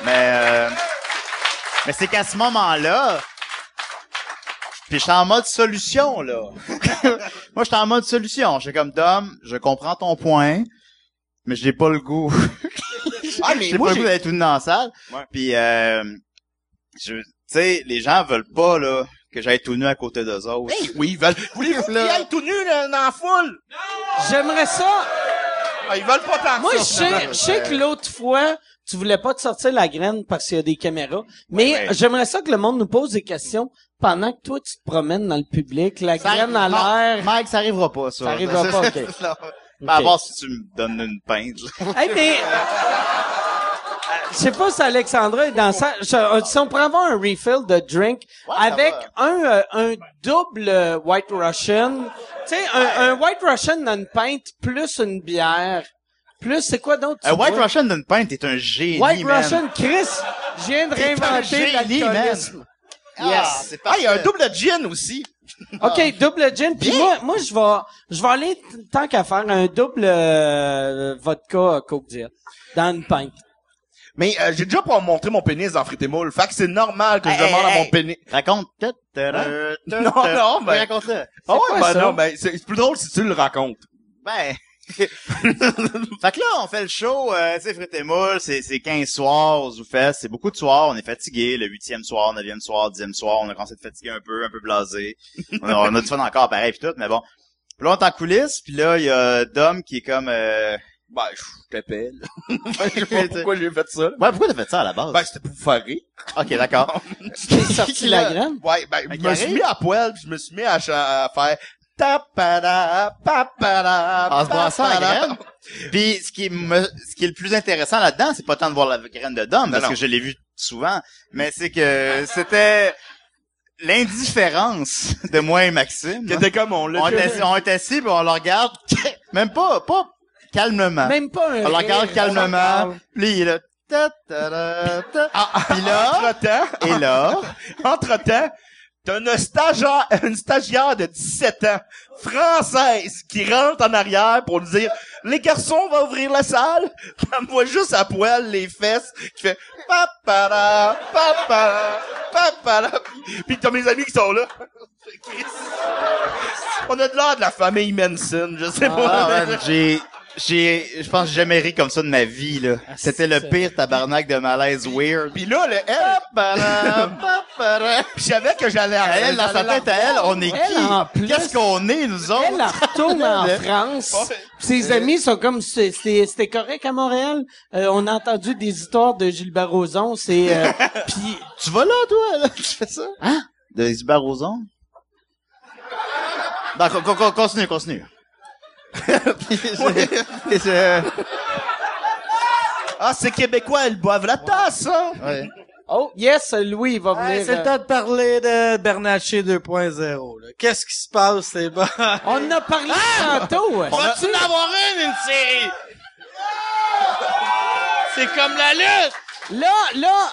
E: Mais, euh, mais c'est qu'à ce moment-là, puis je suis en mode solution, là. Moi, je suis en mode solution. J'ai comme, Dom, je comprends ton point, mais j'ai pas le goût.
D: fait- Ah, mais
E: J'ai pas
D: moi,
E: le goût
D: j'ai...
E: d'être tout nu dans la salle. Puis, euh, je, tu sais, les gens veulent pas, là, que j'aille tout nu à côté d'eux autres.
D: Hey, oui, ils veulent. Voulez-vous qu'ils aillent tout nus là, dans la foule?
C: J'aimerais ça.
D: Ah, ils veulent pas tant que
C: Moi,
D: ça,
C: je sais,
D: finalement.
C: je sais que l'autre fois, tu voulais pas te sortir la graine parce qu'il y a des caméras. Mais
E: ouais.
C: j'aimerais ça que le monde nous pose des questions pendant que toi, tu te promènes dans le public, la graine à
E: Non,
C: l'air.
E: Mike, ça arrivera pas, ça.
C: Ça arrivera pas, ok.
E: Non. Ben, à
C: Ok.
E: part si tu me donnes une pinte, là.
C: Hey, mais... euh, Je sais pas si Alexandra est dans ça. Je- euh, si on pourrait avoir un refill de drink
E: ça
C: avec un, euh, un double euh, White Russian. Tu sais, un, un White Russian dans une pinte plus une bière. Plus, c'est quoi d'autre? tu
E: Un White
C: bois?
E: Russian d'une pinte est un génie,
C: White
E: man.
C: Russian, Chris, je viens de
E: T'es un
C: réinventer
E: génie, man.
C: l'alcoolisme.
E: Ah,
C: Yes.
E: c'est
D: Ah, il y a un
E: parfait.
D: double gin aussi.
E: Ah.
C: OK, double gin. Puis moi, moi je vais je vais aller t- tant qu'à faire un double euh, vodka Coke Diet dans une pinte.
D: Mais euh, j'ai déjà pas montré mon pénis dans Frites et Moules. Fait que c'est normal que je
E: Hey,
D: demande
E: hey,
D: à mon
E: hey.
D: pénis.
E: Raconte. Non,
D: Non, non, ben-
E: Hein? Raconte ça.
D: Ah ouais, ben
E: ça?
D: non, ben c'est c'est plus drôle si tu le racontes.
E: Ben. fait que là, on fait le show, euh, tu sais, frites et moules, c'est, c'est 15 soirs aux Zoufest, c'est beaucoup de soirs, on est fatigué, le huitième soir, neuvième soir, dixième soir, on a commencé à être fatigué un peu, un peu blasé. on, a, on a du fun encore, pareil, pis tout, mais bon. Puis là, on est en coulisses, puis là, il y a Dom qui est comme, euh,
D: Ben, je t'appelle. je sais pas pourquoi j'ai fait ça. là.
E: ouais, pourquoi t'as fait ça à la base?
D: Ben, c'était pour vous faire rire.
E: ok, d'accord.
G: sorti la graine.
D: Ouais, ben,
E: Fait
D: je
E: qu'il
D: me suis
E: arrive.
D: mis à poil, puis je me suis mis à, ch- à faire tapada, papada,
E: En se brassant la
D: papada.
E: graine. Puis ce qui, me, ce qui est le plus intéressant là-dedans, c'est pas tant de voir la graine de Dom, parce
D: non.
E: que je l'ai vu souvent, mais c'est que c'était l'indifférence de moi et Maxime.
D: Qui était comme on
E: On
D: l'a
E: est
D: fait.
E: assis, on est assis, puis on le regarde, même pas, pas calmement.
C: Même pas un
E: on le
C: rire,
E: regarde
C: on
E: calmement,
C: regarde.
E: puis il est là. Ta, ta, ta, ta. Puis là,
D: Ah, Entre-temps,
E: et là,
D: entre-temps, t'as une stagiaire, une stagiaire de 17 ans, française, qui rentre en arrière pour nous dire, les garçons, on va ouvrir la salle. Elle me voit juste à poil, les fesses, qui fait, papada, papada, papada. Puis- Puis t'as mes amis qui sont là. Chris. On a de l'air de la famille Manson, je sais
E: Ah,
D: pas.
E: man, j'ai, j'ai, je pense que j'ai jamais ri comme ça de ma vie, là. C'était le pire tabarnak de malaise weird.
D: Puis là, le elle, puis je savais que j'allais
E: À elle, dans sa
D: j'allais la
E: tête, à elle, on est
C: Elle, en
E: qui?
C: plus,
E: Qu'est-ce qu'on est, nous autres?
C: Elle elle retourne en France.
D: Ouais.
C: Puis Ses amis sont comme c'est- c'était c'était correct à Montréal. Euh, on a entendu des histoires de Gilbert Rozon. C'est euh, puis
E: Tu vas là, toi, là? Tu fais ça? Hein? De Isbar Rozon? Non, con- con- con- continue, continue. Et c'est-
D: Ah, ces Québécois, ils boivent la tasse, hein?
E: ouais.
C: oh yes Louis il va
G: Hey,
C: venir.
G: c'est le
C: euh,
G: temps de parler de Bernatchez 2.0. là. Qu'est-ce qui se passe, Ah! c'est bon.
C: on en a parlé tantôt. ouais.
G: Vas-tu en avoir une, une série? C'est comme la lutte!
C: Là là.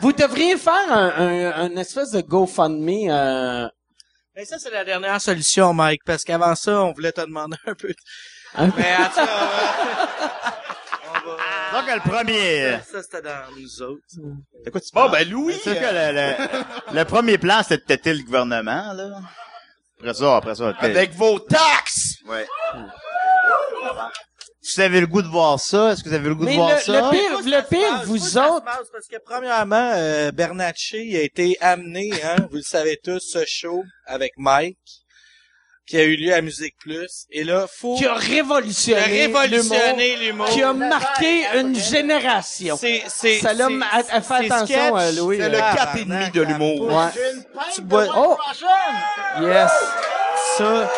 C: Vous devriez faire un, un, un espèce de GoFundMe. Euh,
G: Mais ça, c'est la dernière solution, Mike, parce qu'avant ça, on voulait te demander un peu. de-
C: un-
G: Mais attends,
E: Donc, le premier.
G: ça, c'était dans nous autres.
E: De quoi tu
D: Bon,
E: parles?
D: ben, Louis!
E: C'est sûr que le, le- le premier plan, c'est de têter le gouvernement, là. Après ça, après ça. t'es-
D: euh, Avec vos taxes!
E: Ouais. Si vous avez le goût de voir ça, est-ce que vous avez le goût
C: Mais
E: de voir
C: le-
E: ça?
C: le pire- pire, vous autres-
G: Parce que premièrement, euh, Bernatchez a été amené, hein, vous le savez tous, ce show avec Mike, qui a eu lieu à Musique Plus. Et là, faut
C: qui a
G: le
C: révolutionné, l'humour,
G: révolutionner l'humour.
C: qui a marqué une génération.
G: C'est, c'est,
C: Ça l'a- à- à- fais
G: c'est
C: attention,
G: sketch, Ah,
C: euh, Louis,
G: c'est
C: là.
G: le
D: Tabarnak,
G: cap et demi de l'humour.
C: Ouais.
G: Tu bois,
C: Oh yes.
G: ça,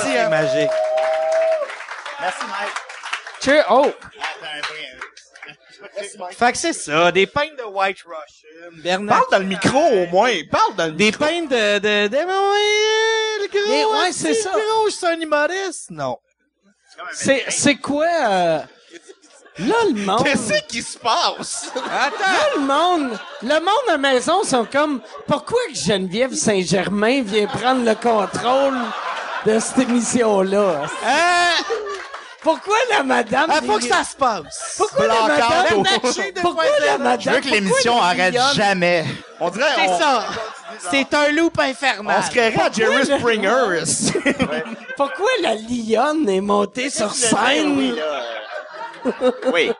G: c'est euh, magique.
E: Merci, Mike.
C: Cheer- Oh.
G: Fait que c'est ça, des peintes de White Russian, Bernard.
D: Parle dans le micro, au moins! Parle dans le
G: Des
D: micro!
G: peintes de, de, de, mais ouais, le gros,
C: Mais ouais,
G: hein,
C: c'est ça.
G: Le gros, c'est un humoriste. Non.
C: C'est, c'est quoi, euh... Là, le monde.
D: Qu'est-ce qui se passe?
C: Là, le monde. Le monde à maison sont comme, pourquoi que Geneviève Saint-Germain vient prendre le contrôle de cette émission-là? Pourquoi la madame.
G: Ah, Hein? faut que ça se passe.
C: Pourquoi la madame. Pourquoi la madame.
E: Je veux que l'émission arrête jamais.
D: On dirait, on,
G: ça. C'est un loop infernal.
D: on se créerait à Jerry
C: le-
D: Springer! ici.
C: Pourquoi la lionne est montée sur scène?
E: Oui.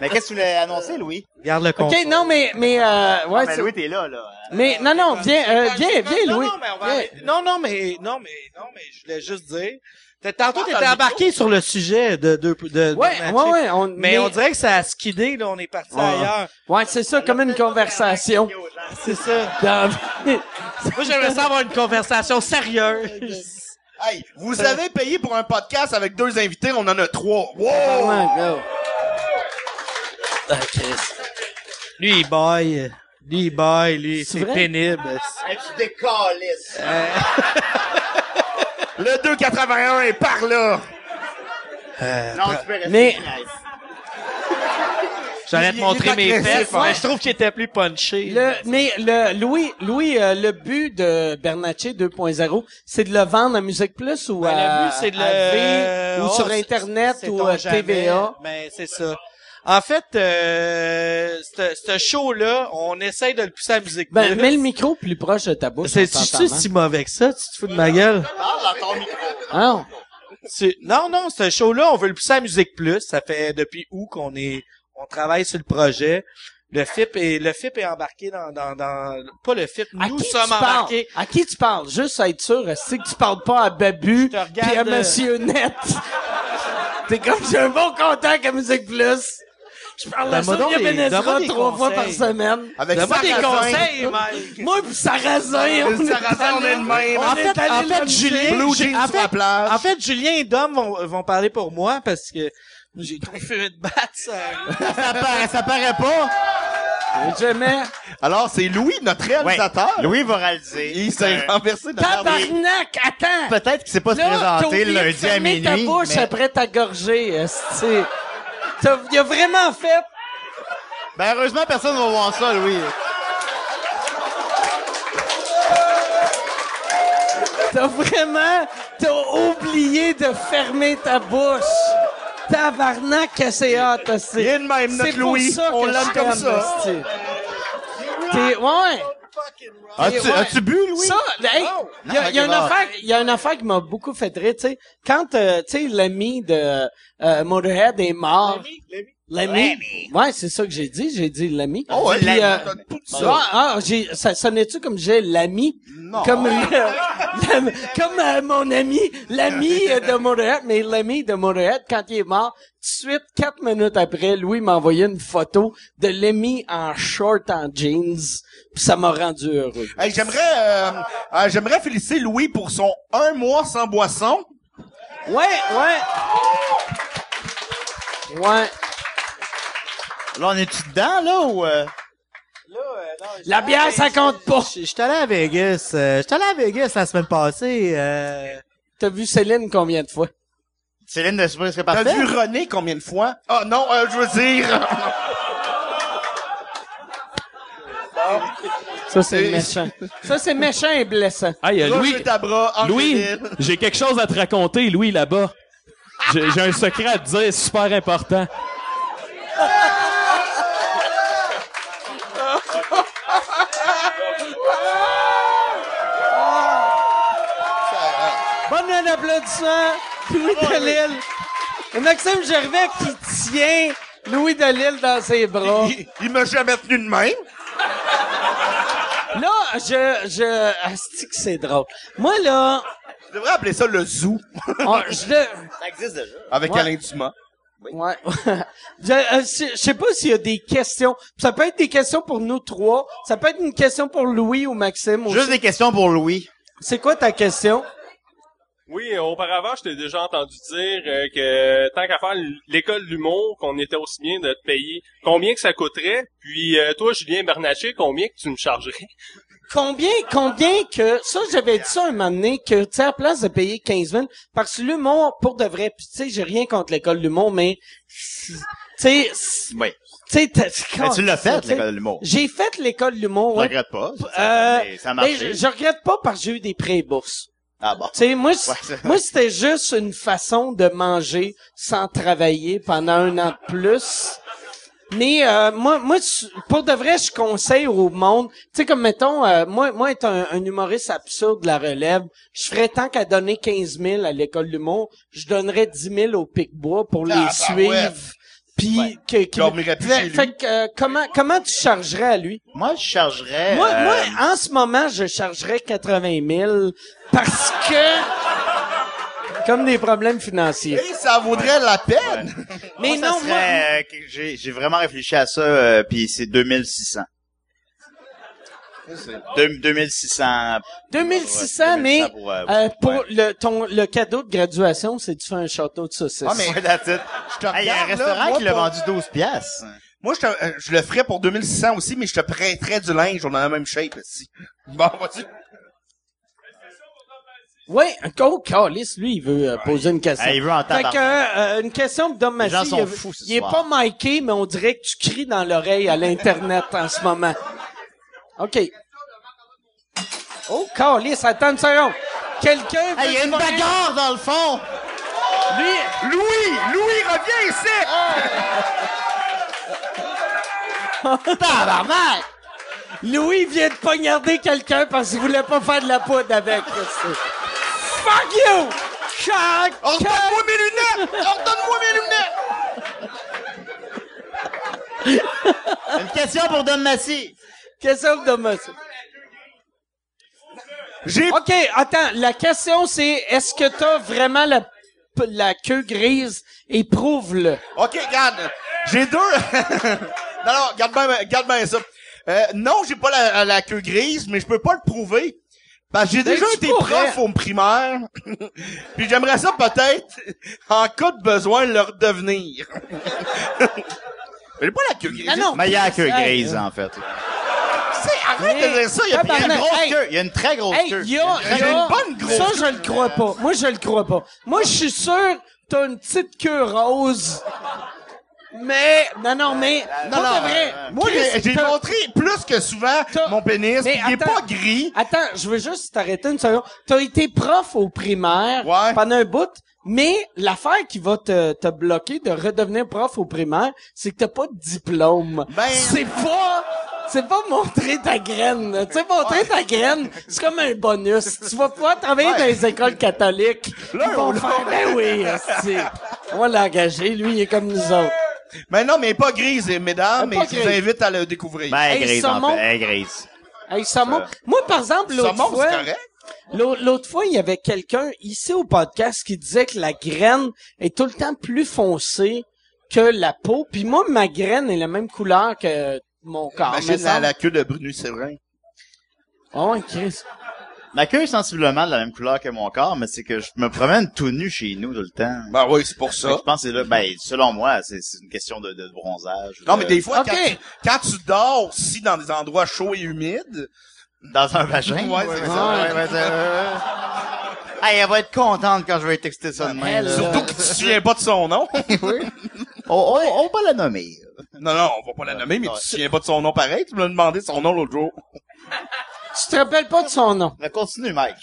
E: Mais qu'est-ce que tu voulais annoncer, Louis?
G: Regarde le compte.
C: Ok, non, mais, mais, euh, ouais,
E: Mais
C: c'est-
E: Louis, t'es là, là.
C: mais, non, non, viens, euh, viens, viens, Louis.
G: Non, non, mais on va
C: Viens.
G: arrêter. non, non, mais, non, mais, non, mais, je voulais juste dire. T'es-
C: Ah,
G: Tantôt, t'étais embarqué sur le sujet de, de, de, de
C: Ouais,
G: Mathieu.
C: ouais, ouais, on,
G: Mais, on dirait que ça a skidé, là, on est parti
C: Ouais.
G: ailleurs.
C: Ouais, c'est ça, comme une conversation.
G: C'est ça.
C: Dans-
G: Moi, j'aimerais ça avoir une conversation sérieuse.
D: hey, vous avez payé pour un podcast avec deux invités, on en a trois!
C: Oh
D: Wow!
C: my God.
G: Lui, il baille. Lui, il baille, lui.
C: C'est
G: C'est
C: vrai? Ah,
G: pénible.
E: Tu décalisses.
D: Le 281 est par là!
E: Non, tu peux rester.
C: Mais-
G: J'allais te
D: Il- il
G: montrer
D: est
G: mes
D: agressif,
G: fesses,
D: hein.
G: mais je trouve qu'il était plus punché.
C: Le, mais le, Louis, Louis, euh, le but de Bernatchez 2.0, c'est de le vendre à Musique Plus ou
G: Ben,
C: à,
G: le but, c'est de
C: à V,
G: le...
C: ou
G: Oh,
C: sur
G: c'est-
C: Internet
G: c'est-
C: ou
G: sait-on
C: à
G: jamais, Ben,
C: TVA.
G: Mais c'est ça. En fait, euh, ce ce show-là, on essaye de le pousser à musique.
C: Ben,
G: Plus.
C: mets le micro plus proche de ta bouche.
G: C'est-tu
C: on s'entend hein? mal.
G: si mauvais que ça? Tu te fous de ma gueule?
C: Hein?
G: C'est- Non, non, ce show-là, on veut le pousser à Musique Plus. Ça fait depuis août qu'on est, on travaille sur le projet. Le FIP est, le FIP est embarqué dans, dans, dans, pas le FIP,
C: À
G: nous
C: qui
G: sommes
C: tu parles?
G: embarqués.
C: À qui tu parles? Juste à être sûr, c'est que tu parles pas à Babu
G: Je te regarde,
C: puis à
G: euh,
C: Monsieur Net. T'es comme, j'ai un bon contact à Musique Plus. Je parle à
G: Donne-moi Ben, donc
C: Sophia
G: des- donne-moi
C: Benesra
G: des
C: trois fois par
G: conseils.
C: semaine.
D: Avec
G: Donne-moi des
D: Sarrazin.
G: conseils, Mike.
C: Moi pis Sarrazin, on est
D: Sarrazin, on est le même.
C: On
G: En fait,
C: est allé
G: en
C: là-
G: fait, Julien,
D: Blue
G: j'ai-
D: jeans
G: en
D: sur la
G: fait,
D: plage.
G: en fait, Julien et Dom vont, vont parler pour moi parce que j'ai trop fait de battre ça.
D: ça, paraît, ça paraît pas.
C: Jamais.
D: Alors, c'est Louis, notre réalisateur.
E: Louis euh, va réaliser.
D: Il s'est renversé dans la rue.
C: Tabarnak, attends!
E: Peut-être qu'il s'est pas
C: Là,
E: présenté le
C: t'as oublié de
E: lundi à
C: fermer
E: minuit.
C: ta bouche
E: mais-
C: après ta gorgée, esti. T'as- Il a vraiment fait...
E: Ben, heureusement, personne va voir ça, Louis.
C: T'as vraiment... T'as oublié de fermer ta bouche. Tabarnak, que c'est hot, esti.
D: Il est de même, notre
C: C'est pour
D: Louis.
C: ça que
D: On
C: je
D: l'aime comme
C: t'aime,
D: ça.
C: esti. T'es... Ouais.
E: As-tu
C: ouais.
E: as-tu bu, Louis?
C: Ça, hey,
D: Oh,
C: il y a, il y a une
E: Non, ok, bon.
C: affaire, il y a une affaire qui m'a beaucoup fait rire, tu sais. Quand, euh, tu sais, l'ami de euh, Motorhead est mort. L'ami. Ouais, c'est ça que j'ai dit. J'ai dit l'ami.
D: Oh, ouais,
C: Puis,
D: l'ami,
C: euh,
D: t'as tout ça.
C: ah, ah, j'ai, ça sonnait-tu comme j'ai l'ami?
D: Non.
C: Comme, euh, l'am- comme euh, mon ami, l'ami euh, de Motorhead, mais l'ami de Motorhead, quand il est mort, tout de suite, quatre minutes après, Louis m'a envoyé une photo de l'ami en short, en jeans, puis ça m'a rendu heureux.
D: Hey, j'aimerais, euh, euh, j'aimerais féliciter Louis pour son un mois sans boisson.
C: Ouais, ouais. Ouais.
E: Là, on est-tu dedans, là, ou... euh?
C: La bière, ça compte pas.
H: J'étais allé à Vegas. euh, J'étais allé à Vegas la semaine passée. euh,
C: T'as vu Céline combien de fois?
E: Céline de Super, c'est
D: T'as
E: parfait.
D: vu René combien de fois? Ah non, euh, je veux dire...
C: Ça, c'est méchant. Ça, c'est méchant et blessant.
B: Hey, euh, Louis,
D: Roger Tabra,
B: Louis,
D: Angélique.
B: j'ai quelque chose à te raconter, Louis, là-bas. J'ai j'ai un secret à te dire, super important.
C: Bonne note d'applaudissement, Louis Delisle. Et Maxime Gervais qui tient Louis Delisle dans ses bras.
D: Il, il m'a jamais tenu de même.
C: Là, je, je, asti que c'est drôle. Moi, là,
D: Je devrais appeler ça le zoo.
C: on- je le-
D: Avec
C: Ouais.
D: Alain Dumas.
C: Ouais. je, euh, je- je sais pas s'il y a des questions. Ça peut être des questions pour nous trois. Ça peut être une question pour Louis ou Maxime. aussi.
E: Juste des questions pour Louis.
C: C'est quoi ta question?
I: Oui, euh, auparavant, je t'ai déjà entendu dire euh, que tant qu'à faire l- l'école de l'humour, qu'on était aussi bien de te payer, combien que ça coûterait? Puis euh, toi, Julien Bernatchez, combien que tu me chargerais?
C: Combien, combien que, ça, j'avais dit ça un moment donné, que, tu sais, à place de payer 15 000, parce que l'humour, pour de vrai, pis tu sais, j'ai rien contre l'école de l'humour, mais, tu sais, tu
E: Oui.
C: sais, t'as-
E: Mais Ben, tu l'as fait,
C: tu sais.
E: l'école de l'humour. Je
C: J'ai fait l'école de l'humour, ouais.
E: regrette pas.
C: Euh,
E: mais ça
C: ben,
E: a marché.
C: je, je regrette pas parce que j'ai eu des prêts et bourses.
E: Ah bon.
C: Tu sais, moi, c-
E: Ouais, c'est-
C: moi c'était juste une façon de manger sans travailler pendant un an de plus. Mais euh, moi, moi, je- pour de vrai, je conseille au monde. Tu sais, comme mettons, euh, moi, moi, être un, un humoriste absurde de la relève, je ferais tant qu'à donner 15 000 à l'école d'humour, je donnerais 10 000 au Pic-Bois pour les
D: bah
C: suivre.
D: ouais.
C: Puis que, que-
D: dormirais plus
C: fait,
D: chez lui.
C: fait que, euh, comment comment tu chargerais à lui
E: Moi, je chargerais...
C: moi,
E: euh,
C: moi, en ce moment, je chargerais 80 000 parce que... Comme des problèmes financiers.
D: Et ça vaudrait la peine.
C: Mais
E: moi, ça
C: non, moi...
E: serait, euh, que j'ai j'ai vraiment réfléchi à ça, euh, puis c'est 2600. Deux- 2600.
C: 2600,
E: Ouais,
C: mais
E: 2600 pour, euh,
C: euh, pour
E: ouais.
C: le, ton, le cadeau de graduation, c'est tu fais un château de saucisses.
D: Ah, mais-
E: Ouais, that's it.
D: Je te
E: Ah, Il y a un
D: regarde, là,
E: restaurant
D: moi,
E: qui l'a
D: pour-
E: vendu 12 piastres.
D: Moi, je, te- euh, je le ferais pour 2600 aussi, mais je te prêterais du linge. On a la même shape aussi. Bon, vas-y.
C: Oui, un gros calice, lui, il veut euh, poser une question.
E: Ah, il veut entendre.
C: Fait que, euh, une question pour Dom Massy.
E: gens sont
C: il,
E: fous ce
C: il est
E: soir.
C: pas miqué, mais on dirait que tu cries dans l'oreille à l'Internet en ce moment. OK. Oh, calice, attends une seconde. Quelqu'un veut
E: Ah, il y a une
C: demander-
E: bagarre dans le fond!
C: Lui,
D: Louis! Louis, reviens ici!
C: Tabarnak! Louis vient de poignarder quelqu'un parce qu'il voulait pas faire de la poudre avec. Fuck you! Chaque... ben.
D: Ordonne-moi mes lunettes! Ordonne-moi mes lunettes!
E: Une question pour Don Massy.
C: Question de monsieur.
D: J'ai-
C: OK, attends. La question, c'est est-ce que t'as vraiment la, p- la queue grise? Et prouve-le.
D: OK, regarde. J'ai deux. non, non, regarde bien, regarde bien ça. Euh, non, j'ai pas la, la queue grise, mais je peux pas le prouver. Parce que j'ai déjà
C: tu
D: été
C: pourrais.
D: prof au primaire. Puis j'aimerais ça peut-être, en cas de besoin, le redevenir. j'ai pas la queue grise.
C: Ah non.
E: Mais il y a la queue
C: Hey,
E: grise, en fait.
D: C'est- Arrête
C: Mais-
D: de dire ça. Il y a, il y a une
C: Tabarnak,
D: grosse
C: hey.
D: queue.
E: Il y a une très grosse
C: Hey,
E: queue.
C: y a,
D: J'ai
C: y a-
D: une bonne grosse
C: Ça, je le crois pas. Moi, je le crois pas. Moi, je suis sûr, t'as une petite queue rose. Mais, non, non, mais, non,
D: non,
C: vrai.
D: Moi,
C: Chris,
D: j'ai- j'ai
C: t'as-
D: montré plus que souvent
C: T'as-
D: mon pénis.
C: Mais
D: puis Il est
C: attends.
D: pas gris.
C: Attends, je veux juste t'arrêter une seconde. T'as été prof au primaire
D: Ouais.
C: pendant un bout, mais l'affaire qui va te, te bloquer de redevenir prof au primaire, c'est que t'as pas de diplôme.
D: Ben-
C: C'est pas... C'est pas montrer ta graine. là. Tu sais, montrer ta graine, c'est comme un bonus. Tu vas pouvoir travailler dans les écoles catholiques.
D: Là,
C: Ils vont
D: on-
C: faire, ben oui, esti. On va l'engager. Lui, il est comme nous autres.
D: Mais non, mais il est pas grise, eh,
C: Elle
D: mesdames.
C: est
D: Mais
C: pas
D: je vous
C: grise.
D: invite à le découvrir.
E: Ben, elle est
C: Hey,
E: grise, en
C: saumon.
E: fait. Elle est grise.
D: Ah,
C: Hey, Samon, moi, par exemple, l'autre
D: Saumon,
C: fois...
D: Euh, c'est correct.
C: L'au- L'autre fois, il y avait quelqu'un ici au podcast qui disait que la graine est tout le temps plus foncée que la peau. Puis moi, ma graine est la même couleur que mon corps.
D: Imagine
C: me
D: la,
C: semble.
D: la queue de Brunu Séverin.
C: Oh, ouais, Chris.
E: Ma queue est sensiblement de la même couleur que mon corps, mais c'est que je me promène tout nu chez nous tout le temps.
D: Ben oui, c'est pour
E: Fait que Je pense que c'est là, ben, selon moi, c'est c'est une question de, de bronzage.
D: Non,
E: De-
D: mais des fois,
C: Euh, Ok.
D: quand, tu, quand tu dors aussi dans des endroits chauds et humides,
E: Dans un vagin.
D: Ouais, c'est ça.
E: ouais, ouais, c'est- euh, Hey, elle va être contente quand je vais texter ça
C: Euh.
E: demain, là.
D: surtout que tu te souviens pas de son nom.
E: On, on, on va la nommer.
D: non, non, on va pas la nommer, mais tu
E: Ouais.
D: te souviens pas de son nom pareil. Tu me l'as demandé son nom l'autre jour.
C: Tu te rappelles pas de son nom?
E: Mais continue, Mike.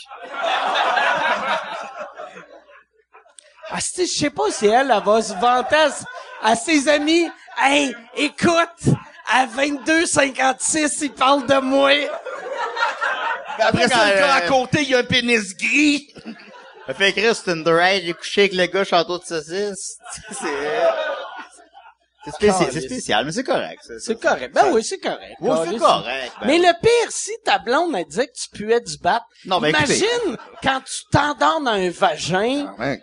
C: Ah, si, je sais pas si elle, elle va se vanter à, s- à ses amis. Hey, écoute, à 22h56, il parle de moi.
D: Après ça, le
E: quand,
D: gars à
E: euh,
D: côté, il a un pénis gris.
E: Elle fait écrire Tinder, hey, j'ai couché avec le gars château de saucisse. c'est, c'est spécial, c'est spécial, mais c'est correct.
C: C'est correct. Ben oui, c'est correct.
E: Oui, c'est
C: Caliste.
E: correct. ben
C: Mais
E: oui.
C: le pire, si ta blonde, elle disait que tu puais du bat,
E: Non, ben, écoutez.
C: imagine quand tu t'endors dans un vagin,
D: ouais.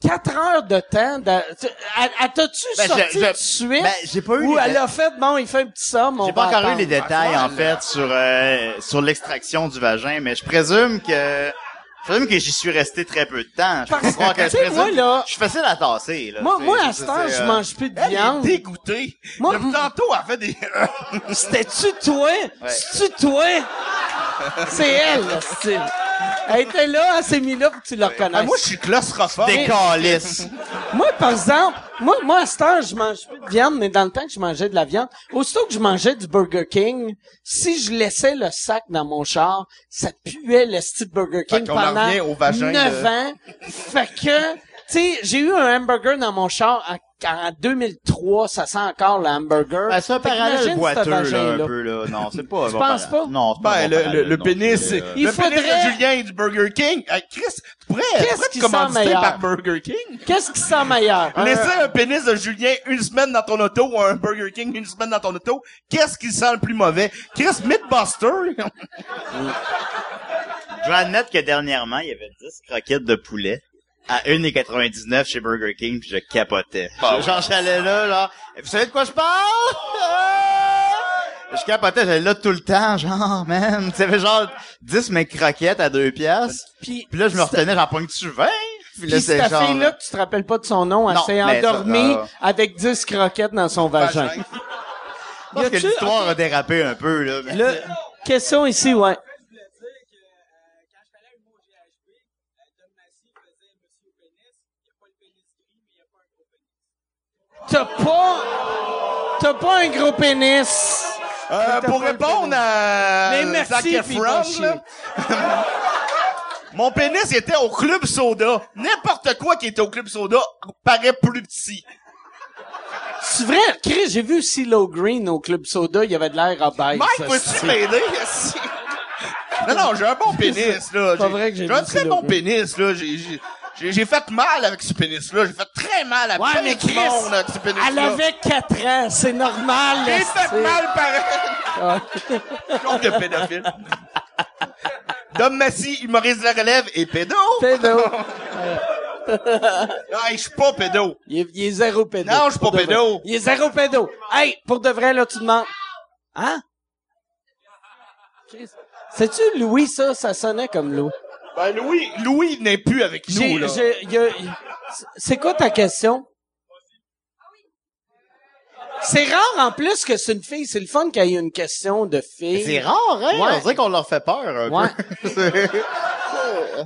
C: quatre heures de temps, de, tu- elle, elle t'a-tu
E: Ben,
C: sorti
E: je- je-
C: tout de suite?
E: ben, j'ai pas eu
C: Ou
E: les-
C: elle a fait, bon, il fait un petit somme, on
E: J'ai pas
C: va
E: encore eu les
C: attendre.
E: détails, en fait, sur, euh, sur l'extraction du vagin, mais je présume que, je présume que j'y suis resté très peu de temps. Je
C: Parce-
E: peux croire que
C: tu
E: je
C: sais, moi,
E: présume,
C: là-
E: je suis facile à tasser, là.
C: Moi,
E: tu sais,
C: moi, à
E: c'est-
C: cette heure,
E: c'est,
C: je
E: euh,
C: mange plus de
D: Elle est
C: viande.
D: dégoûtée.
C: Moi-
D: Depuis tantôt, elle fait des... Ah,
C: C'était-tu toi? C'est-tu toi? C'est elle, là, c'est- Elle était là, elle s'est mise là pour que tu la
D: Ah,
E: Ben,
C: reconnaisses.
D: moi, je suis claustrophobe.
E: euh, Des calices.
C: Moi, par exemple, moi, moi, à cette heure, je mange plus de viande, mais dans le temps que je mangeais de la viande, aussitôt que je mangeais du Burger King, si je laissais le sac dans mon char, ça puait le style Burger King
D: Fait qu'on en
C: pendant
D: revient au vagin
C: neuf
D: de-
C: ans. Fait que, tu sais, j'ai eu un hamburger dans mon char en, en 2003, ça sent encore le hamburger.
E: Ben, c'est un
C: Fait
E: parallèle
C: qu'imagine ce
E: boiteux, là,
C: vagin-là.
E: un peu, là. Non, c'est pas un
C: Tu
E: bon
C: penses
E: parallèle.
C: pas?
E: Non, c'est pas
D: Ben,
E: un bon
D: le, le,
E: parallèle,
D: le
E: non,
D: pénis,
E: c'est, euh,
C: Il
D: le pénis
C: faudrait-
D: de Julien du Burger King. Hey, Chris, tu pourrais, tu
C: Qu'est-ce
D: pourrais te
C: qui sent
D: commanditer
C: meilleur?
D: par Burger King?
C: Qu'est-ce qui sent meilleur?
D: Laisser un pénis de Julien une semaine dans ton auto ou un Burger King une semaine dans ton auto, qu'est-ce qui sent le plus mauvais? Chris Mythbuster? Euh,
E: Je vais admettre que dernièrement, il y avait 10 croquettes de poulet à 1,99 chez Burger King, puis je capotais. Je- Genre, j'allais là, genre, vous savez de quoi je parle? je capotais, j'allais là tout le temps, genre, man. Tu savais, genre, 10 mes croquettes à 2 piastres.
C: Puis,
E: Puis là, je me retenais, j'en pogne-tu 20? Puis là,
C: Puis
E: c'est
C: cette
E: genre... euh,
C: fille-là, que tu te rappelles pas de son nom, elle
E: Non,
C: s'est
E: mais ça,
C: endormie
E: là.
C: avec 10 croquettes dans son vagin.
E: Je pense que
C: Y a-tu-
E: l'histoire a dérapé un peu, là. mais-
C: Là, question ici, ouais. euh, T'as pas, t'as pas un gros pénis.
D: Euh, pour
C: pas le
D: répondre
C: pénis.
D: à
C: Mais merci,
D: Zac
C: puis
D: Efron,
C: va chier.
D: là, mon pénis était au Club Soda. N'importe quoi qui était au Club Soda paraît plus petit.
C: C'est vrai, Chris, j'ai vu Silo Green au Club Soda, il y avait de l'air obèse.
D: Mike, peux-tu m'aider? esti? non, non, j'ai un bon pénis, là.
C: pas vrai que j'ai
D: un
C: dit
D: très
C: ça,
D: bon
C: là.
D: pénis, là. J'ai- J'ai j'ai- j'ai fait mal avec ce pénis-là. J'ai fait très mal à
C: Ouais,
D: plein
C: mais
D: de
C: Chris,
D: monde avec ce pénis-là.
C: Elle avait 4 ans, c'est normal.
D: J'ai
C: esti.
D: fait mal pareil. Genre de pédophile. Dom Massy, humoriste de la relève et pédo.
C: Pédo.
D: Non, hey, je suis pas pédo.
C: Il est, il est zéro pédo.
D: Non, je suis
C: Pour
D: pas
C: de vrai.
D: pédo.
C: Il est zéro pédo. Hey, pour de vrai, là, tu demandes. Hein? Chris. C'est-tu Louis, ça? Ça sonnait comme Louis.
D: Ben, Louis, Louis n'est plus avec nous,
C: J'ai-
D: là.
C: j'ai- il y a- C'est quoi ta question? C'est rare en plus que c'est une fille. C'est le fun qu'il y ait une question de fille.
E: C'est rare, hein?
C: Ouais.
E: On dirait qu'on leur fait peur, un
C: Ouais.
E: peu. C'est-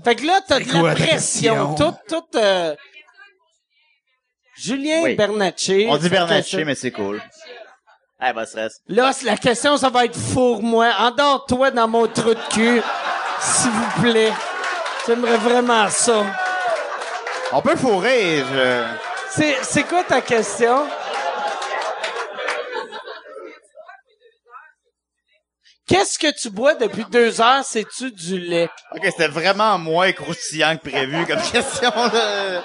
C: Fait que là, t'as de
H: quoi
C: la
H: ta
C: pression. Tout,
H: question?
C: tout, euh, Julien
E: Oui.
C: Bernatchez.
E: On dit
C: Fait que
E: Bernatchez,
C: ça-
E: mais c'est cool. Eh, ben, stress.
C: Là, c'est la question, ça va être fourre-moi. Endors-toi dans mon trou de cul. S'il vous plaît. J'aimerais vraiment ça.
E: On peut fourrer, je...
C: C'est, c'est quoi ta question? Qu'est-ce que tu bois depuis deux heures? C'est-tu du lait?
E: Ok, c'était vraiment moins croustillant que prévu comme question, là.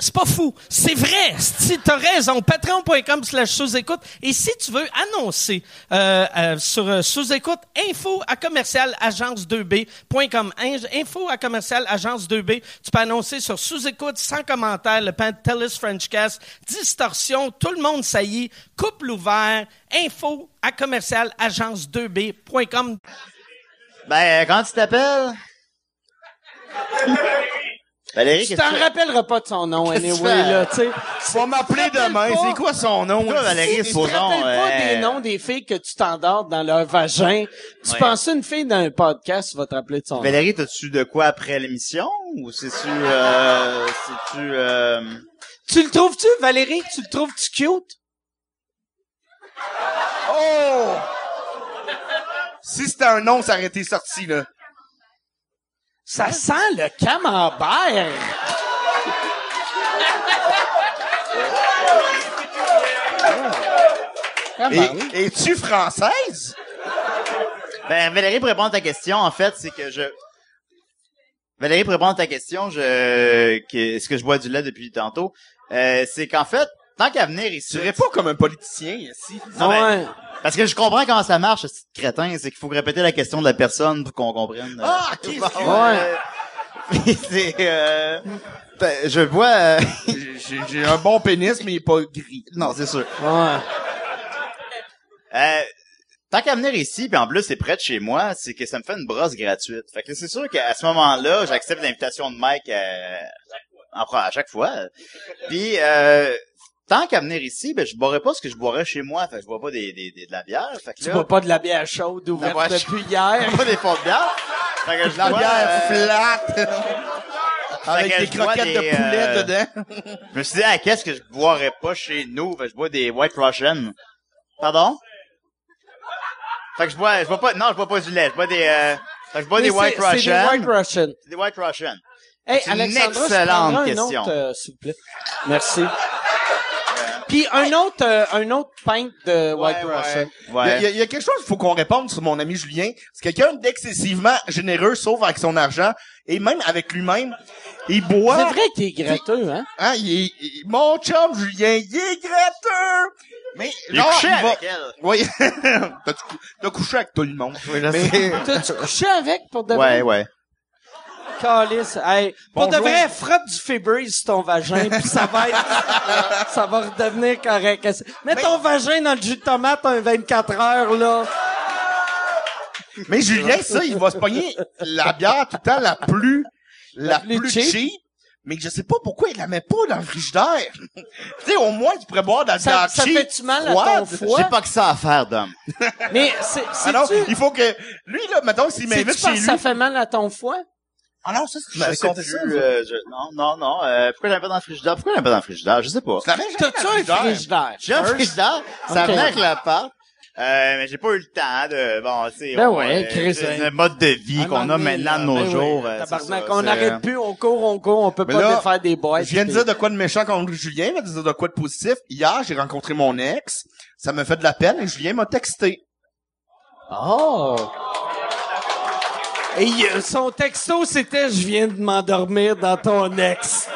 F: C'est pas fou. C'est vrai. Si t'as raison, patreon.com slash sous-écoute. Et si tu veux annoncer euh, euh, sur euh, sous-écoute, info à commercial agence 2B.com. In- Info à commercial agence 2B. Tu peux annoncer sur sous-écoute, sans commentaire, le pan TELUS Frenchcast, distorsion, tout le monde saillit, couple ouvert, info à commercial agence 2B.com.
E: Ben, quand tu t'appelles? Valérie,
C: Tu
E: qu'est-ce que
C: t'en
E: tu
C: rappelleras pas de son nom,
E: Qu'est-ce que tu
C: anyway,
E: fais?
C: là, tu sais.
D: Faut m'appeler demain. C'est quoi son nom?
E: Toi, Valérie,
C: Tu te
E: supposons,
C: rappelles pas
E: euh,
C: des noms des filles que tu t'endors dans leur vagin. Tu
E: Ouais.
C: penses une fille d'un podcast va te rappeler de son nom.
E: Valérie, t'as-tu de quoi après l'émission? Ou c'est-tu, euh, c'est-tu, euh...
C: Tu le trouves-tu, Valérie? Tu le trouves-tu cute?
D: Oh! Si c'était un nom, ça aurait été sorti, là.
C: Ça sent le camembert! Ah ben oui.
D: Et, Es-tu française?
E: Ben, Valérie, pour répondre à ta question, en fait, c'est que je... Valérie, pour répondre à ta question, je... que- Est-ce que je bois du lait depuis tantôt? Euh, c'est qu'en fait, tant qu'à venir
D: Tu
E: ici...
D: réponds comme un politicien, ici.
E: Non, ben,
C: Ouais.
E: Parce que je comprends comment ça marche, ce petit crétin. C'est qu'il faut répéter la question de la personne pour qu'on comprenne. euh,
D: Ah, qu'est-ce que-
E: ouais. Puis c'est, euh, ben, je vois... euh,
D: J'ai- J'ai j'ai un bon pénis, mais il est pas gris.
E: non, c'est sûr.
C: Ouais.
E: Euh, tant qu'à venir ici, puis en plus c'est près de chez moi, c'est que ça me fait une brosse gratuite. Fait que c'est sûr qu'à ce moment-là, j'accepte l'invitation de Mike à, en pro- à chaque fois. Puis euh, tant qu'à venir ici, ben je boirais pas ce que je boirais chez moi. Fait que je bois pas des, des, des- de la bière. Fait que
C: Tu
E: là,
C: bois pas de la bière chaude
E: La bière
C: ouverte depuis
E: je
C: hier.
E: bois pas des fonds de bière. Fait que je
D: La
E: bois,
D: bière
E: euh,
D: flatte! Avec
E: fait que
D: des
E: je bois
D: croquettes de
E: des,
D: poulet
E: euh,
D: dedans.
E: Je me suis dit, ah, qu'est-ce que je boirais pas chez nous? Fait que je bois des White Russian. Pardon? Fait que je bois, je bois pas, non, je bois pas du lait, je bois des, euh, fait que je bois des
C: Mais c'est-
E: White Russian.
C: C'est des White Russian.
E: C'est des White Russian.
C: Hey,
E: C'est une
C: Alexandra, je
E: excellente
C: prendrai un
E: question.
C: autre, euh, s'il vous plaît. Merci. Puis un autre, euh, un autre peintre de White
D: Ouais,
C: Russian.
E: Ouais.
D: Il y, a, il y a quelque chose qu'il faut qu'on réponde sur mon ami Julien. C'est quelqu'un d'excessivement généreux, sauf avec son argent, et même avec lui-même. Il boit...
C: C'est vrai qu'il est gratteux, hein?
D: Hein, il est- il- mon chum, Julien, il est gratteux! Mais,
E: Il est couché avec elle.
D: Oui. T'as cou- t'as couché avec tout le monde. Mais-
C: T'as-tu couché avec pour de vrai?
E: Ouais, ouais.
C: Calice. Hey, pour de
D: Bonjour.
C: vrai, frappe du Febreze sur ton vagin, puis ça va être, ça va redevenir correct. Mets ton vagin dans le jus de tomate un 24 heures, là.
D: Mais Julien, ça, il va se pogner la bière tout le temps la plus, la,
C: plus
D: plus
C: cheap.
D: cheap. mais que je sais pas pourquoi il la met pas dans le frigidaire. tu sais, au moins, tu pourrais boire dans le
C: Ça- ça
D: Yankee
C: fait-tu mal à
D: froide.
C: ton foie?
E: J'ai pas que ça à faire, Dom.
C: Mais c'est,
D: Ah non,
C: c'est-tu-
D: il faut que, lui, là, mettons,
C: sais-tu
D: s'il m'invite
C: parce
D: chez
C: que
D: lui.
C: ça fait mal à ton foie?
D: Ah non, ça, c'est,
E: Je sais plus, euh, je- Non, non, non. euh, pourquoi j'avais pas dans le frigidaire? Pourquoi j'avais pas dans le frigidaire? Je sais pas.
D: hein.
C: T'as-tu un frigidaire?
E: J'ai un frigidaire, ça
C: Ok.
E: venait avec la pâte. Euh, mais j'ai pas eu le temps de, bon, tu sais,
C: Ben
E: on,
C: ouais,
E: euh,
C: Chris,
E: c'est
C: hein.
E: le mode de vie
C: Un
E: qu'on
C: moment
E: a
C: donné,
E: maintenant
C: là,
E: de nos
C: ben oui,
E: jours. euh, c'est
C: Tabarnak,
E: ça,
C: on
E: c'est-
C: n'arrête plus, on court, on court, on peut
D: Mais
C: pas
D: là,
C: faire des boîtes.
D: Je viens de
C: puis-
D: dire de quoi de méchant contre Julien, mais de dire de quoi de positif. Hier, j'ai rencontré mon ex. Ça me fait de la peine et Julien m'a texté.
C: Oh! Et euh, son texto, c'était « Je viens de m'endormir dans ton ex ».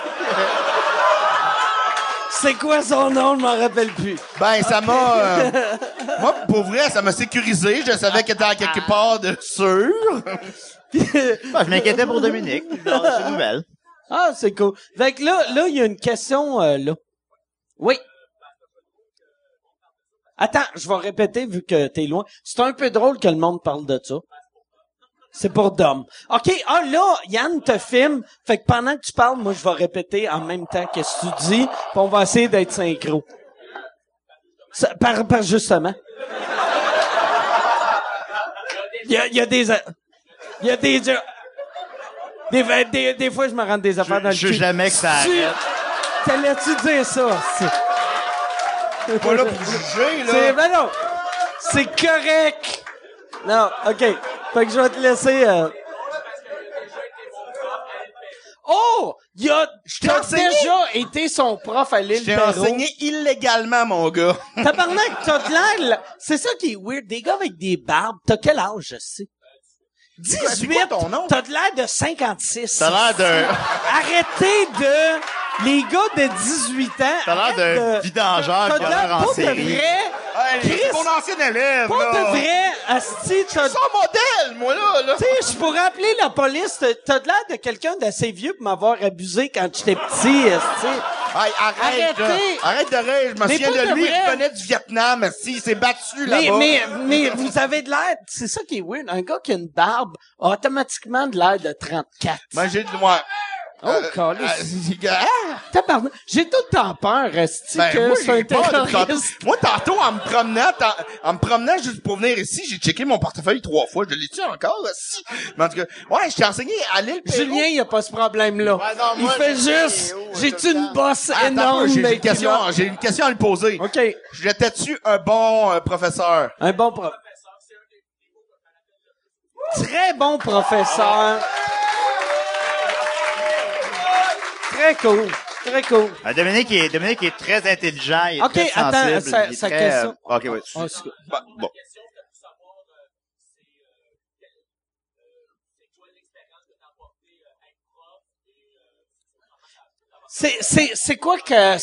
C: C'est quoi son nom? Je m'en rappelle plus.
D: Ben, ça m'a, euh, moi, pour vrai, ça m'a sécurisé. Je
C: Ah,
D: savais qu'elle était à quelque part de sûr.
E: Ouais, euh, je m'inquiétais pour Dominique. puis genre, C'est une nouvelle.
C: Ah, c'est cool. Fait que là, là, il y a une question, euh, là. Oui. Attends, je vais répéter vu que t'es loin. C'est un peu drôle que le monde parle de ça. C'est pour Dom. OK, ah là, Yann te filme. Fait que pendant que tu parles, moi, je vais répéter en même temps qu'est-ce que tu dis. Puis on va essayer d'être synchro. Ça- par, par justement. Il y a, il y a des... a- Il y a des... Des, des, des fois, je me rends des affaires Ah, dans le
E: Je
C: cul.
E: sais jamais que ça
C: Tu-
E: arrête.
C: T'allais-tu dire ça? C'est
D: Pas là pour juger,
C: c'est-
D: là.
C: ben non! C'est correct! Non, OK. Fait que je vais te laisser... euh. Oh! Il a...
D: t'ai
C: t'as
D: enseigné.
C: déjà été son prof à l'île
D: J'ai
C: Perrault.
D: enseigné illégalement, mon gars.
C: Tabarnak, t'as de l'air... là- C'est ça qui est weird. Des gars avec des barbes, t'as quel âge, je sais?
D: quoi-
C: 18!
D: c'est quoi ton nom?
C: T'as de l'air de 56.
E: T'as l'air d'un,
C: Arrêtez de... Les gars de 18 ans...
E: t'as
C: arrêtent
E: l'air d'un
C: de-
E: vidangeur
C: T'as
E: qui
C: de
E: a
C: l'air
E: l'air en
C: pas de
E: série.
C: vrai.
D: Hey,
C: Chris,
D: c'est mon ancien élève,
C: pas de
D: là.
C: vrai. Asti, t'as...
D: Sans modèle, moi, là, là.
C: Tu sais, je pourrais appeler la police. T'as- T'as de l'air de quelqu'un d'assez vieux pour m'avoir abusé quand j'étais petit, asti.
D: Hey, arrête, là.
C: Arrêtez.
D: Arrête de rire. Je me
C: Mais
D: souviens
C: pas de
D: de lui.
C: vrai.
D: Il venait du Vietnam. Si, il s'est battu
C: Mais,
D: là-bas.
C: mais, mais vous avez de l'air... C'est ça qui est weird. Un gars qui a une barbe a automatiquement de l'air de 34.
D: Ben, j'ai Euh, de moi.
C: oh, câlisse.
D: ah,
C: Tabarnak. J'ai tout le temps peur, asti,
D: ben,
C: que
D: moi,
C: c'est un
D: j'ai peur de tantôt.
C: terroriste.
D: Moi, tantôt, en me promenant, tant- en me promenant juste pour venir ici, j'ai checké mon portefeuille trois fois. Je l'ai tué encore, si. Mais en tout cas, ouais, je t'ai enseigné à l'île Perrault.
C: Julien, il a pas ce problème-là.
D: Ben,
E: Ouais, non,
C: il
E: moi,
C: fait
E: j'ai-
C: juste...
E: oh, tout
C: J'ai-tu
E: le
C: une
E: temps.
C: bosse
D: Ah, attends,
C: énorme?
D: j'ai
C: mais
D: une question, j'ai une question à lui poser.
C: OK.
D: J'étais-tu un bon euh, professeur?
C: Un bon prof. Très bon professeur. Très cool. Très cool.
E: Ah, Dominique est, Dominique est très intelligent, il est
C: Ok,
E: très
C: attends,
E: sensible.
C: sa-
E: il est
C: sa
E: très,
C: question.
E: euh, ok, oui.
C: Oh, c'est-
D: Bah, bon.
C: C'est, c'est, c'est quoi que,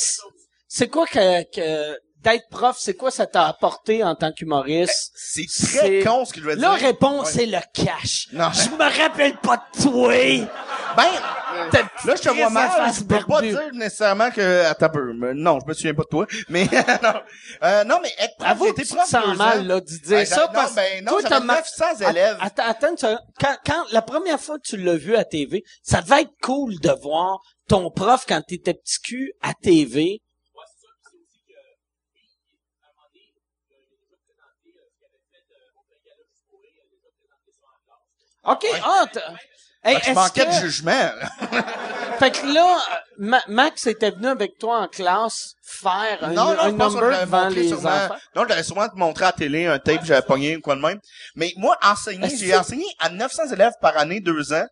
C: c'est quoi que, que d'être prof, c'est quoi ça t'a apporté en tant qu'humoriste?
D: C'est très
C: C'est-
D: con, ce que je veux
C: La
D: dire.
C: réponse, c'est le cash.
D: Non.
C: Je me rappelle pas de toi.
D: Ben,
C: T'as-
D: là, je te vois
C: Chris,
D: mal.
C: la face
D: Je peux pas
C: perdue.
D: dire nécessairement que... Attends un peu. mais Non, je me souviens pas de toi. Mais non, Euh, non mais être prof,
C: Avoue
D: j'ai
C: que
D: été
C: tu te
D: prof
C: sens
D: deux ans.
C: mal, là, de dire
D: Ah,
C: ça,
D: j'avais-
C: parce
D: non, ben, non,
C: toi,
D: j'avais
C: t'as mar-
D: 900 élèves.
C: Att- Attends, attends, une seconde. quand, quand, la première fois que tu l'as vu à TV, ça devait être cool de voir ton prof quand t'étais petit cul à TV. OK, ah,
D: euh,
C: t'as- Hey,
D: Fait que je
C: est-ce
D: manquais
C: que-
D: de jugement.
C: fait que là, Ma- Max était venu avec toi en classe faire un,
D: non, non,
C: un
D: je pense
C: number
D: que j'avais
C: devant
D: montré
C: les
D: sûrement.
C: enfants.
D: Non, j'avais sûrement montré à la télé un tape, j'avais pogné ou quoi de même. Mais moi, enseigner,
C: Est-ce
D: j'ai
C: que-
D: enseigné à 900 élèves par année, deux ans.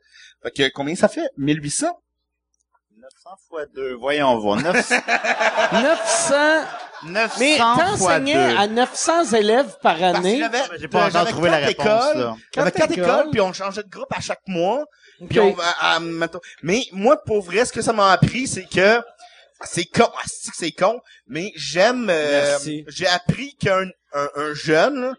D: Fait que combien ça fait? 1800?
E: 900 fois 2, voyons voir. 900,
C: 900...
E: 900
C: Mais
E: fois 2.
C: t'enseignais à 900 élèves par
D: Parce que
C: année.
D: j'avais,
E: J'ai pas encore
D: j'avais
E: trouvé la
D: quatre
E: réponse,
D: écoles.
E: là.
D: J'avais
C: Quatre
D: quatre écoles,
C: écoles.
D: puis on changeait de groupe à chaque mois. Puis
C: Ok.
D: on, à- à- mettons- mais moi, pour vrai, ce que ça m'a appris, c'est que c'est con, ah, c'est que c'est con, mais j'aime, euh,
C: Merci.
D: j'ai appris qu'un un, un jeune, là,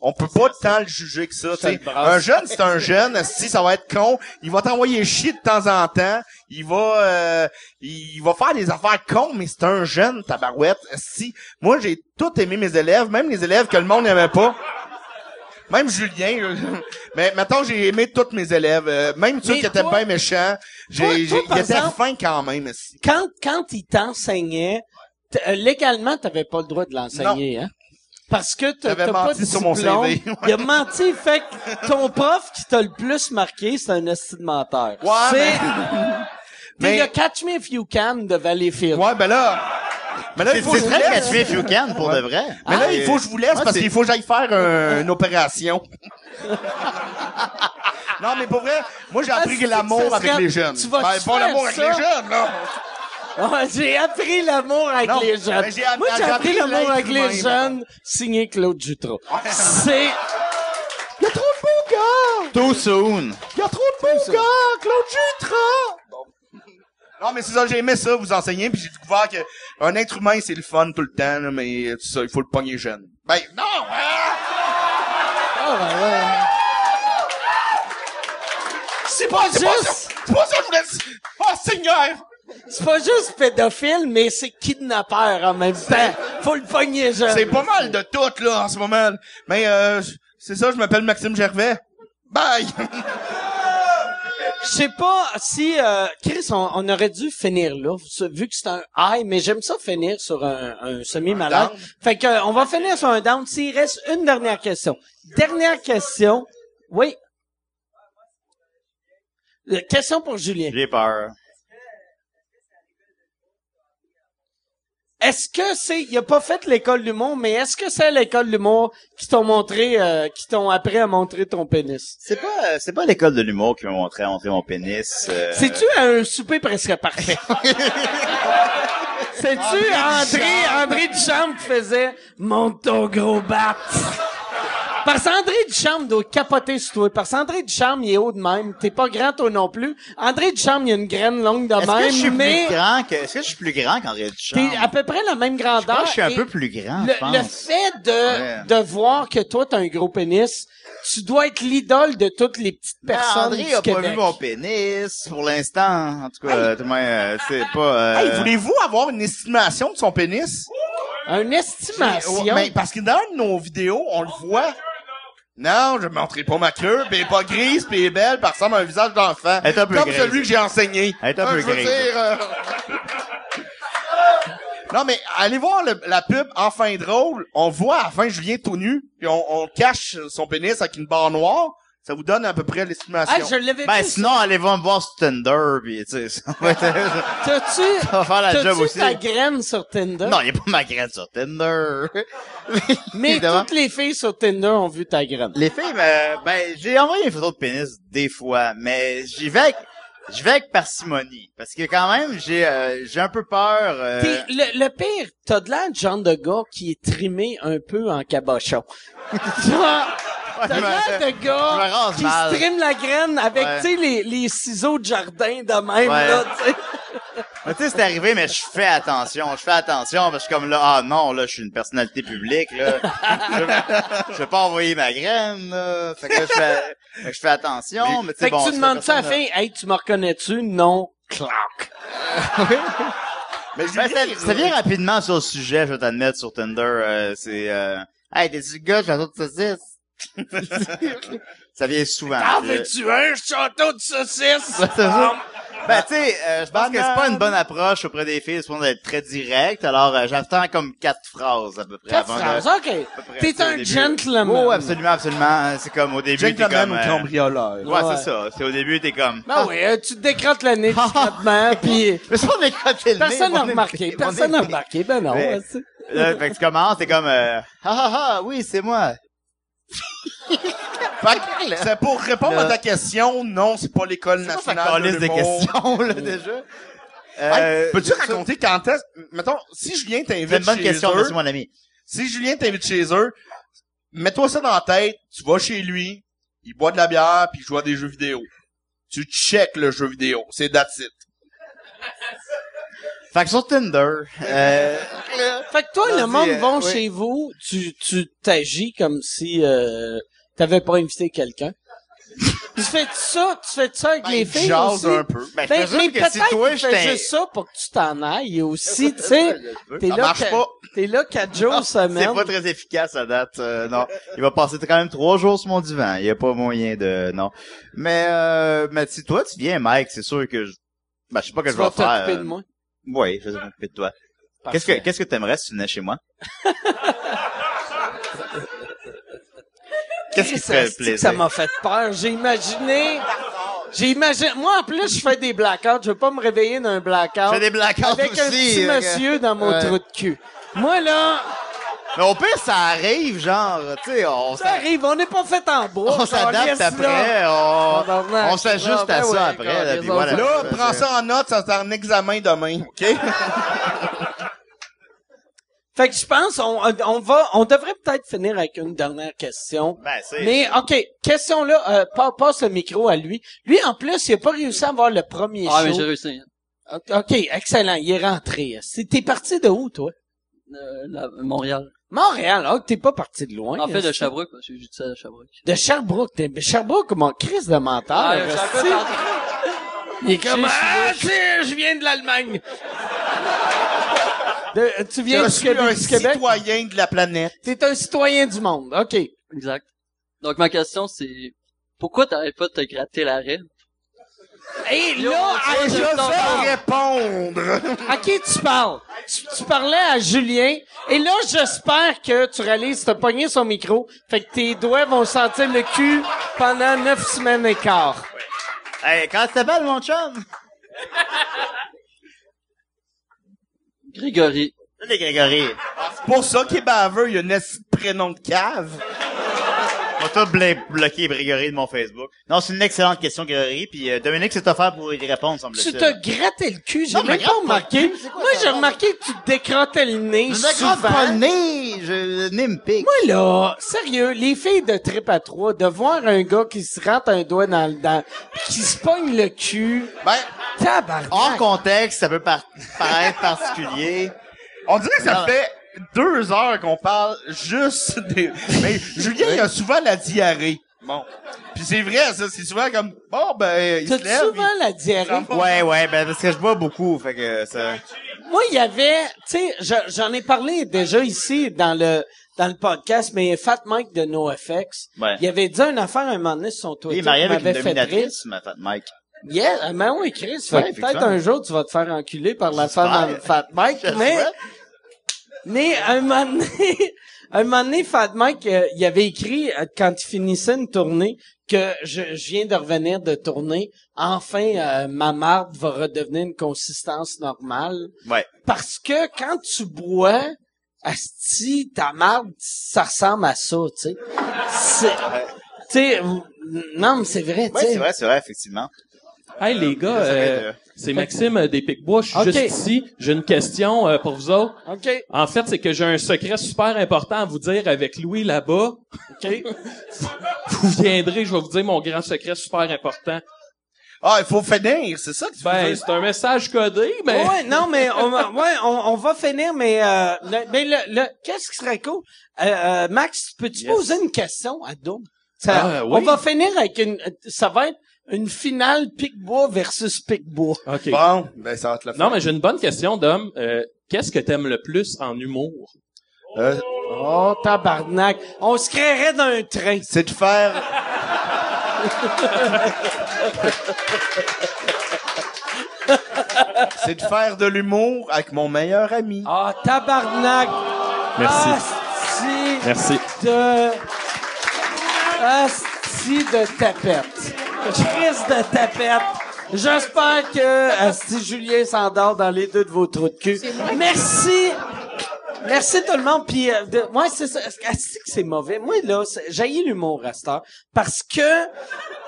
D: on peut pas tant le juger que ça.
C: te le
D: t'sais.
C: brasse.
D: Un jeune, c'est un jeune. Si ça va être con, il va t'envoyer chier de temps en temps. Il va, euh, il va faire des affaires cons, mais c'est un jeune, tabarouette. Si moi, j'ai tout aimé mes élèves, même les élèves que le monde n'aimait pas. Même Julien, euh, mais maintenant j'ai aimé tous mes élèves, euh, même ceux
C: Mais
D: qui étaient
C: toi-
D: bien méchants.
C: toi,
D: J'ai, j'ai,
C: par
D: ils étaient
C: exemple-
D: fins quand même. si.
C: Quand, quand il t'enseignait, t- euh, légalement, t'avais pas le droit de l'enseigner, hein? Parce que t'as
D: J'avais
C: t'as pas
D: menti
C: de
D: sur mon
C: diplôme.
D: CV, ouais.
C: Il a menti, fait que ton prof qui t'a le plus marqué, c'est un esti de menteur.
D: Ouais, ben,
C: c'est... T'es
D: mais-
C: le Catch Me If You Can de Valleyfield.
D: Ouais, ben là. Mais là, il
E: C'est
D: faut que je
E: c'est
D: vous
E: très
D: laisse.
E: gratuit, if you can, pour de vrai.
C: Ah.
D: Mais là, il faut que je vous laisse
E: Ouais,
D: parce
E: c'est-
D: qu'il faut que j'aille faire un- une opération. non, mais pour vrai, moi, j'ai appris
C: Ah,
D: que
C: c'est-
D: l'amour
C: ça
D: avec
C: serait-
D: les jeunes.
C: tu vas
D: Ben,
C: te
D: pas
C: faire
D: l'amour avec
C: ça?
D: les jeunes, là.
C: Ouais, Ah, j'ai appris l'amour avec
D: Non,
C: les jeunes.
D: mais j'ai-
C: Moi, j'ai
D: j'ai
C: appris
D: appris
C: l'amour
D: l'être
C: avec
D: humain,
C: les jeunes, signé Claude Jutras. C'est...
D: Il y a trop de beaux gars!
E: Too soon.
D: Il y a trop de beaux gars! Claude Jutras! Non, mais c'est ça, j'ai aimé ça, vous enseigner, puis j'ai découvert que un être humain, c'est le fun tout le temps, là, mais euh, tu sais, il faut le pogner jeune. Ben, non! hein!
C: Ah, ben ouais. C'est pas
D: C'est pas ça-
C: juste...
D: c'est pas ça que je voulais... Oh, Seigneur!
C: C'est pas juste pédophile, mais c'est kidnappeur en même temps. Faut le pogner jeune.
D: C'est pas mal de tout, là, en ce moment. Mais, euh, j- c'est ça, je m'appelle Maxime Gervais. Bye!
C: Je sais pas si euh, Chris, on, on aurait dû finir là, vu que c'est un high, mais j'aime ça finir sur un, un semi malade.
D: down.
C: Fait que euh, on va finir sur un down. S'il reste une dernière question, dernière question. Oui. Euh, Question pour Julien.
E: J'ai peur.
C: Est-ce que c'est, il a pas fait l'école de l'humour, mais est-ce que c'est à l'école de l'humour qui t'ont montré, euh, qui t'ont appris à montrer ton pénis?
E: C'est pas, euh, c'est pas l'école de l'humour qui m'a montré à montrer mon pénis. euh,
C: C'est-tu un souper presque parfait? C'est-tu André, André Duchamp qui faisait « Monte ton gros bat! » Parce qu'André Duchamp doit capoter sur toi. Parce qu'André Duchamp, il est haut de même. T'es pas grand, toi non plus. André Duchamp, il a une graine longue de
E: Est-ce que je suis
C: même, mais
E: plus grand que, est-ce que je suis plus grand qu'André Duchamp?
C: t'es à peu près la même
E: Je pense
C: grandeur.
E: que je suis un
C: et
E: peu plus grand, je
C: le, le
E: pense.
C: fait de, de voir que toi, t'as un gros pénis, tu dois être l'idole de toutes les petites
E: Mais
C: personnes
E: Ah, Ben, André
C: du
E: a pas
C: Québec.
E: vu mon pénis, pour l'instant. En tout cas, euh, tout de même, euh, c'est pas,
D: Hey,
E: euh,
D: voulez-vous avoir une estimation de son pénis?
C: Une estimation.
D: Ouais, mais parce que dans une de nos vidéos, on le voit. Non, je ne montrerai pas ma queue, puis elle est pas grise, puis elle est belle, puis elle ressemble à un visage d'enfant.
E: Elle est un peu
D: Comme
E: grise.
D: celui que j'ai enseigné.
E: Elle est un
D: Euh,
E: peu
D: je veux
E: grise.
D: dire, euh, Non, mais allez voir le- la pub Enfin drôle. On voit à la fin Julien tout nu, puis on, on cache son pénis avec une barre noire. Ça vous donne à peu près l'estimation.
C: Ah, je l'avais
E: ben,
C: vu.
E: sinon, allez voir me voir sur Tinder, pis, tu sais, ça va être-
C: T'as-tu,
E: Ça va faire la job
C: t'as-tu
E: aussi.
C: ta graine sur Tinder?
E: Non, il n'y a pas ma graine sur Tinder.
C: Mais
E: Évidemment.
C: toutes les filles sur Tinder ont vu ta graine.
E: Les filles, euh, ben, j'ai envoyé une photo de pénis des fois, mais j'y vais avec, j'y vais avec parcimonie. Parce que quand même, j'ai, euh, j'ai un peu peur, euh,
C: T'es- le, le pire, t'as de l'air de genre de gars qui est trimé un peu en cabochon. Genre, T'as
E: je
C: de
E: me-
C: l'air de
E: je me
C: gars
E: rase
C: qui
E: mal.
C: se trime la graine avec,
E: Ouais.
C: tu sais, les, les ciseaux de jardin de même,
E: Ouais.
C: là, tu sais.
E: Mais Ah, tu sais, c'est arrivé, mais je fais attention, je fais attention, parce que je suis comme là, ah non, là, je suis une personnalité publique, là. je, je vais pas envoyer ma graine, là. Fait que je fais, fait que je fais attention, mais tu sais,
C: Fait que
E: bon.
C: tu
E: c'est
C: demandes ça à la
E: personne-
C: fille, « Hey, tu me reconnais-tu? » Non. Clac.
E: Mais ça, Ben, ça
D: euh,
E: vient rapidement sur le sujet, je vais t'admettre, sur Tinder, euh, c'est, euh, hey, t'es du gars, je vais de saucisse. ça vient souvent.
C: Ah,
E: Je-
C: veux-tu Um, un château de saucisses?
E: Ben, tu sais, euh, je pense que c'est pas une bonne approche auprès des filles, c'est pour d'être très direct, alors euh, j'attends comme quatre phrases à peu près
C: Quatre
E: avant de-
C: phrases, OK.
E: peu près
C: T'es
E: ça au
C: un
E: début.
C: gentleman.
E: Oh, absolument, absolument. Euh, C'est comme au début, t'es
D: Gentleman
E: comme...
D: ou
E: euh,
D: cambrioleur.
E: Ouais,
C: Ouais.
E: c'est ça. C'est au début, t'es comme...
C: Ben oui, euh, tu te décrottes le nez discrètement, puis
E: Mais ça, on est crotté le nez,
C: personne n'a
E: on est- on
C: remarqué,
E: est-
C: personne n'a remarqué, ben non.
E: Mais-
C: ouais, c'est-
E: Là, fait que tu commences, t'es comme... euh, ah, ah, ah, oui, c'est moi.
D: Fait que c'est pour répondre à ta question, non, c'est pas l'école
E: C'est quoi ça
D: nationale de
E: calisse des
D: l'humour.
E: questions, là, déjà?
C: Euh,
E: Euh,
D: Hey, Peux-tu
E: ça-
D: raconter quand est-ce, mettons, si Julien
E: C'est
D: t'invite
E: une bonne
D: chez
E: question,
D: eux,
E: merci, mon ami.
D: si Julien t'invite chez eux, mets-toi ça dans la tête, tu vas chez lui, il boit de la bière, puis il joue à des jeux vidéo. Tu check le jeu vidéo, c'est that's it.
E: Fait que sur Tinder, euh,
C: Fait que toi,
E: Non,
C: le monde
E: dis, euh,
C: va
E: oui.
C: chez vous, tu tu t'agis comme si euh, t'avais pas invité quelqu'un. Tu fais ça, tu fais ça avec les
E: Ben, il
C: filles
E: jase
C: aussi.
E: un peu. Ben, je
C: Ben,
E: présume
C: mais
E: que
C: peut-être
E: si toi,
C: qu'il
E: je
C: fait
E: t'ai-
C: juste ça pour que tu t'en ailles aussi, tu sais. T'es
E: Ça
C: là,
E: marche
C: que-
E: pas.
C: t'es là quatre jours
E: Ah, C'est
C: semaine.
E: pas très efficace à date, euh, non. Il va passer quand même trois jours sur mon divan. Il y a pas moyen de, non. Mais, euh, mais si toi tu viens, Mike, c'est sûr que je, ben, je sais pas que
C: Tu
E: je
C: vas
E: vais faire.
C: t'occuper de moi.
E: Oui, je vais m'occuper de toi. Qu'est-ce que, qu'est-ce que t'aimerais si tu venais chez moi? qu'est-ce qui te ferait
C: Asti que Ça
E: plaisir?
C: m'a fait peur. J'ai imaginé. J'ai imaginé. Moi, en plus, je fais des blackouts. Je veux pas me réveiller d'un blackout.
E: Je fais des blackouts
C: Avec un
E: aussi,
C: petit
E: euh,
C: monsieur dans mon
E: ouais.
C: trou de cul. Moi, là,
E: Mais au pire, ça arrive, genre, tu sais, on,
C: ça
E: s'en-
C: arrive. On n'est pas fait en bois.
E: on s'adapte
C: câlisse, là.
E: après, on,
C: Tabarnak.
E: on s'ajuste
C: Ah,
E: à
C: ben ouais,
E: ça après, là,
C: câlisse,
E: puis
C: on
E: voilà.
D: Là,
C: ben,
D: prends ça en note, ça sera un examen demain, OK?
C: Fait que je pense, on, on va, on devrait peut-être finir avec une dernière question.
E: Ben, c'est-
C: Mais, OK. Question là, euh, pa- passe le micro à lui. Lui, en plus, il a pas réussi à avoir le premier
J: Ah, mais
C: show.
J: j'ai réussi.
C: OK, excellent. Il est rentré. C'est- T'es parti de où, toi?
J: Euh, la- Montréal.
C: Montréal, ah, t'es pas parti de loin.
J: En fait,
C: là,
J: de
C: c'est-
J: Sherbrooke, parce que j'ai dit ça à Sherbrooke.
C: De Sherbrooke. T'es- mais Sherbrooke, mon crise de menteur.
J: Ah, je suis un peu
C: hostie.
J: parti.
C: Il est comme, ah, tu sais, je viens de l'Allemagne. De- tu viens
D: Je
C: du
D: suis un
C: Québec, du Québec?
D: citoyen de la planète.
C: T'es un citoyen du monde. OK.
J: Exact. Donc, ma question, c'est, pourquoi t'arrêtes pas de te gratter l'arrêt?
C: Et là, à,
J: je
C: à-
J: t'en parle.
D: Répondre!
C: à qui tu parles? Tu, tu parlais à Julien. Et là, j'espère que tu réalises, t'as pogné son micro. Fait que tes doigts vont sentir le cul pendant neuf semaines et quart.
E: Hey, quand c'était belle, mon chum?
J: Grégory.
E: Les Grégory.
D: C'est pour ça qu'il est baveux, il y a un esti de prénom de cave.
E: On t'a bla- bloqué Grégory de mon Facebook. Non, c'est une excellente question, Grégory. Puis euh, Dominique s'est offert pour y répondre,
C: Tu
E: semble-t-il.
C: te grattais le cul, j'ai
E: Non, mais
C: même pas
E: gratte pas le
C: remarqué. Moi, j'ai remarqué que tu te décrottais le nez
E: Je me
C: souvent.
E: gratte pas le nez. Je, le nez me pique.
C: Moi, là, sérieux, les filles de trip à trois, de voir un gars qui se rentre un doigt dans le dent, pis qui se pogne le cul,
E: Ben,
C: tabarnak.
E: hors contexte, ça peut par- paraître particulier.
D: On dirait que ça
E: Non.
D: fait deux heures qu'on parle juste des... Mais Julien, il a souvent la diarrhée. Bon. Puis c'est vrai, ça, c'est souvent comme... Bon, ben, il se
C: T'as
D: lève...
C: souvent
D: il-
C: la diarrhée?
E: Ouais, ouais, ben parce que je bois beaucoup, fait que ça...
C: Moi, il y avait, tu sais, je- j'en ai parlé déjà ici dans le dans le podcast, mais Fat Mike de NoFX,
E: Ouais.
C: il avait dit une affaire un moment donné sur son
E: Il
C: Twitter
E: est
C: qui
E: marié avec une
C: m'avait fait rire.
E: dominatrice, ma fat Mike.
C: Yeah, mais oui, Chris, fait
E: Ouais,
C: que peut-être
E: effectivement.
C: un jour tu vas te faire enculer par la femme de Fat Mike, mais mais un moment donné, un moment donné, Fat Mike, euh, il avait écrit euh, quand il finissait une tournée que je, je viens de revenir de tournée, enfin euh, ma marde va redevenir une consistance normale.
E: Ouais.
C: Parce que quand tu bois, asti, ta marde, ça ressemble à ça, tu sais. C'est, tu sais, vous- non, mais c'est vrai, tu
E: Ouais,
C: sais.
E: c'est vrai, c'est vrai, effectivement.
B: Hey les gars,
E: ça fait
B: euh, c'est Maxime euh, des Picbois, je suis
C: Ok.
B: juste ici. J'ai une question euh, pour vous autres.
C: OK.
B: En fait, c'est que j'ai un secret super important à vous dire avec Louis là-bas.
C: OK.
B: Vous viendrez, je vais vous dire mon grand secret super important.
D: Ah, il faut finir, c'est ça que tu veux
B: Ben,
D: dire.
B: c'est un message codé, mais
C: Ouais, non, mais on, va- ouais, on, on va finir, mais euh, le- mais le, le- qu'est-ce qui serait cool? Euh, euh, Max, peux-tu
B: Yes.
C: poser une question à Dom? Ça-
B: Ah, oui.
C: On va finir avec une, ça va être une finale Pic-Bois versus Pic-Bois.
B: OK.
D: Bon, ben, ça va te le faire.
B: Non, mais j'ai une bonne question, Dom. Euh, Qu'est-ce que t'aimes le plus en humour?
D: Euh,
C: Oh, tabarnak. On se créerait d'un train.
D: c'est de faire... c'est de faire de l'humour avec mon meilleur ami.
C: Ah, tabarnak. Ah,
B: Merci.
C: Asti
B: Merci.
C: de... Asti de tapette. Crise de tapette. J'espère que Asti Julien s'endort dans les deux de vos trous de cul. Merci. Merci tout le monde. Puis, euh, de- ouais, c'est ça. Est-ce que- Asti que c'est mauvais. Moi, là, c'est- j'ai l'humour à cette heure. Parce que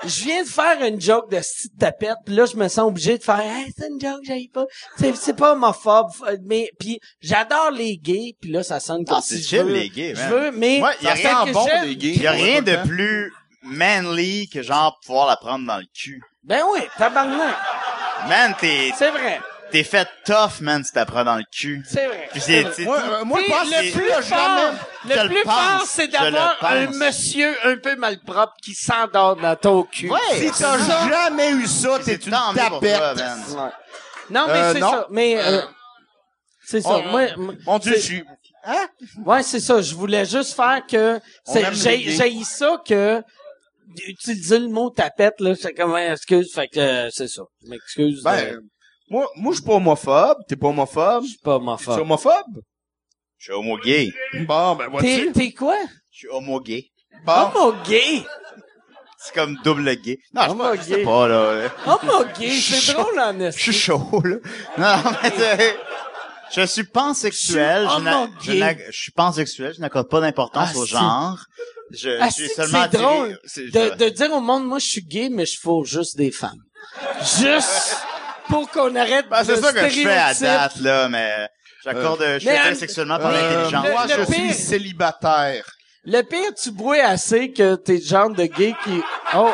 C: je viens de faire une joke de Asti de tapette. Puis là, je me sens obligé de faire, hey, c'est une joke, j'ai pas. C'est, c'est pas homophobe. f- Mais, puis j'adore les gays. Puis là, ça sonne comme
E: Ah, c'est
C: si je
E: chill,
C: veux-
E: les gays,
C: Je
E: man.
C: veux, mais
E: Ouais, y a
C: Fait
E: rien
C: que
D: bon
C: j'aime-
D: des gays.
E: Il y a rien de
D: Hein?
E: plus manly que genre pouvoir la prendre dans le cul.
C: Ben oui, tabarnak.
E: Man, t'es
C: C'est vrai.
E: T'es fait tough, man, si t'apprends dans le cul.
C: C'est vrai.
E: Puis c'est- c'est-
D: Moi, euh, moi, je
C: Puis
D: pense que
C: le
D: c'est-
C: plus
E: je le
C: fort,
E: nomme,
C: le
E: je le
C: plus
E: pense,
C: fort, c'est
E: je
C: d'avoir
E: le pense.
C: un monsieur un peu malpropre qui s'endort dans ton cul.
E: Ouais.
D: Si t'as jamais eu ça, t'es
E: C'est
D: une
E: tant mieux pour toi, ben.
D: tapette.
E: man.
C: Ouais. Non, mais
D: Euh,
C: c'est
D: non.
C: ça. Mais euh, c'est ça.
D: On-
C: moi, moi-
D: Mon Dieu,
C: c'est-
D: je suis...
C: ouais, c'est ça. Je voulais juste faire que
D: aime
C: c'est- j'ai
D: régler.
C: j'ai ça que d'utiliser le mot tapette là, c'est comme ouais, excuse, fait que euh, c'est ça. Je m'excuse.
D: Ben,
C: euh,
D: moi, moi, je suis pas homophobe. T'es pas homophobe.
C: je suis pas
D: Tu es
C: homophobe.
D: homophobe?
E: Je suis homo gay.
D: Bon, ben,
C: T'es
D: vois-tu?
C: t'es quoi?
E: Je suis homo gay.
D: Bon.
C: Homo gay.
E: C'est comme double gay. Non, je sais
C: Homo
E: pas, je sais
C: gay.
E: pas, là.
C: Homo Ah, gay. C'est drôle en
E: Je suis
C: esti.
E: chaud, là. Non, mais tu sais, je suis pansexuel.
C: Je suis
E: Je, n'a-
C: homo
E: je,
C: gay.
E: n'a- je suis pansexuel. Je n'accorde pas d'importance
C: Ah,
E: au
C: si.
E: genre. Je,
C: Ah,
E: je suis
C: si,
E: seulement
C: c'est
E: attiré-
C: drôle
E: c'est-
C: de, de dire au monde, moi, je suis gay, mais je fous juste des femmes. Juste pour qu'on arrête
E: Ben,
C: de
E: c'est ça que je fais à
C: stéréotype.
E: date, là, mais j'accorde, je suis
C: mais,
E: attiré
C: euh,
E: sexuellement par
D: Euh,
E: l'intelligence.
D: moi,
C: Le- le
D: je suis
C: pire-
D: célibataire.
C: Le pire, tu bois assez que t'es le genre de gay qui... Oh!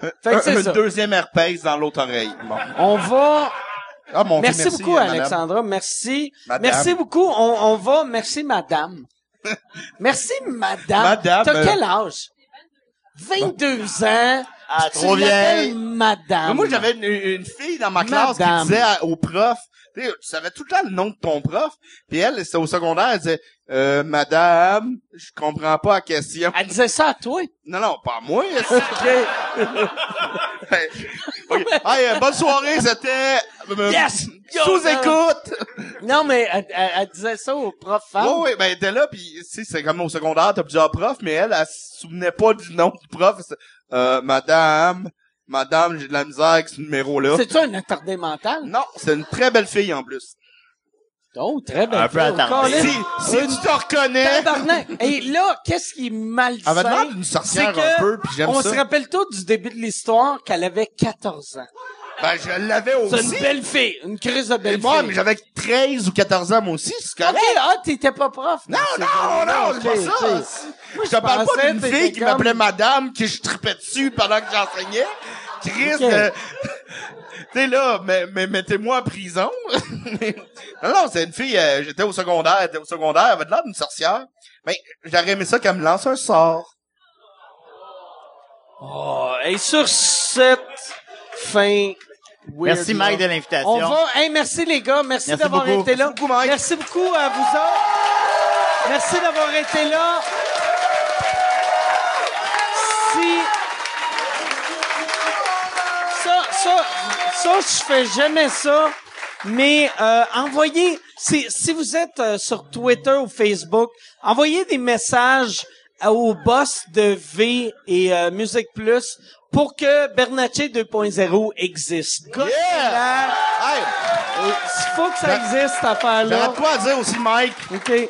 C: fait que
D: Un-
C: c'est
D: une
C: ça.
D: deuxième herpès dans l'autre oreille. Bon.
C: On va...
D: Ah, mon Dieu,
C: Merci, beaucoup,
D: euh, madame.
C: Alexandra. Merci.
D: Madame.
C: Merci beaucoup. On, on va... Merci, madame. merci, madame.
D: Madame,
C: T'as
D: euh,
C: quel âge? 22 ans.
E: Ah,
C: Tu
E: trop
C: l'appelles
E: vieille.
C: madame.
D: Mais moi, j'avais une, une fille dans ma classe
C: Madame.
D: qui disait à- au prof, tu sais, tu savais tout le temps le nom de ton prof, puis elle, c'était au secondaire, elle disait, euh, madame, je comprends pas la question.
C: Elle disait ça à toi.
D: Non, non, pas à moi. est-ce que- Ok. Hey, euh, bonne soirée, c'était... euh,
C: Yes!
D: Sous-écoute!
C: Non, mais elle, elle- elle disait ça au prof femme.
D: Oui, oui, ben, elle était là, puis tu sais, c'est comme au secondaire, t'as plusieurs profs, mais elle, elle se souvenait pas du nom du prof. C'est, Euh, madame, madame, j'ai de la misère avec ce numéro-là.
C: C'est-tu un attardé mental?
D: Non, c'est une très belle fille, en plus.
C: Oh, très bien.
E: Un peu attardé.
D: Si,
C: Colin,
D: si tu te reconnais...
C: tabarnak. Et là, qu'est-ce qui est malsain?
D: Elle me demande une
C: c'est
D: sorcière
C: que
D: un peu, puis j'aime
C: on
D: ça.
C: se rappelle tout du début de l'histoire qu'elle avait 14 ans.
D: Ben, je l'avais
C: C'est
D: aussi.
C: une belle fille, une crise de
D: Et
C: belle
D: moi, mais
C: fille.
D: j'avais 13 ou 14 ans, moi aussi, c'est
C: OK,
D: correct.
C: ah, t'étais pas prof.
D: Non, non, non, c'est pas ça. Je te parle pas
C: pensais
D: d'une
C: que
D: fille qui
C: t'étais
D: m'appelait
C: comme-
D: madame, que je tripais dessus pendant que j'enseignais. Chris,
C: Ok.
D: euh, t'es là, mais, mais mettez-moi en prison. non, non, c'est une fille, euh, j'étais au secondaire, elle était au secondaire, elle avait de l'air d'une sorcière. Mais j'aurais aimé ça qu'elle me lance un sort.
C: Oh, et sur cette fin... weird
E: Merci, Mike, de
C: là,
E: l'invitation.
C: On va. Hey, merci les gars. Merci,
E: Merci
C: d'avoir
E: beaucoup.
C: été là. Merci beaucoup, à vous autres. Merci d'avoir été là. Si. Ça, ça, ça, je fais jamais ça. Mais euh, envoyez, si, si vous êtes euh, sur Twitter ou Facebook, envoyez des messages à- au boss de V et euh, Musique Plus pour que Bernatchez 2.0 existe. Gosse-la.
D: Hey,
C: Il Euh, faut que ça
D: Ben,
C: existe, cette affaire-là.
D: j'aurais quoi à dire aussi, Mike?
C: OK.
D: Hey,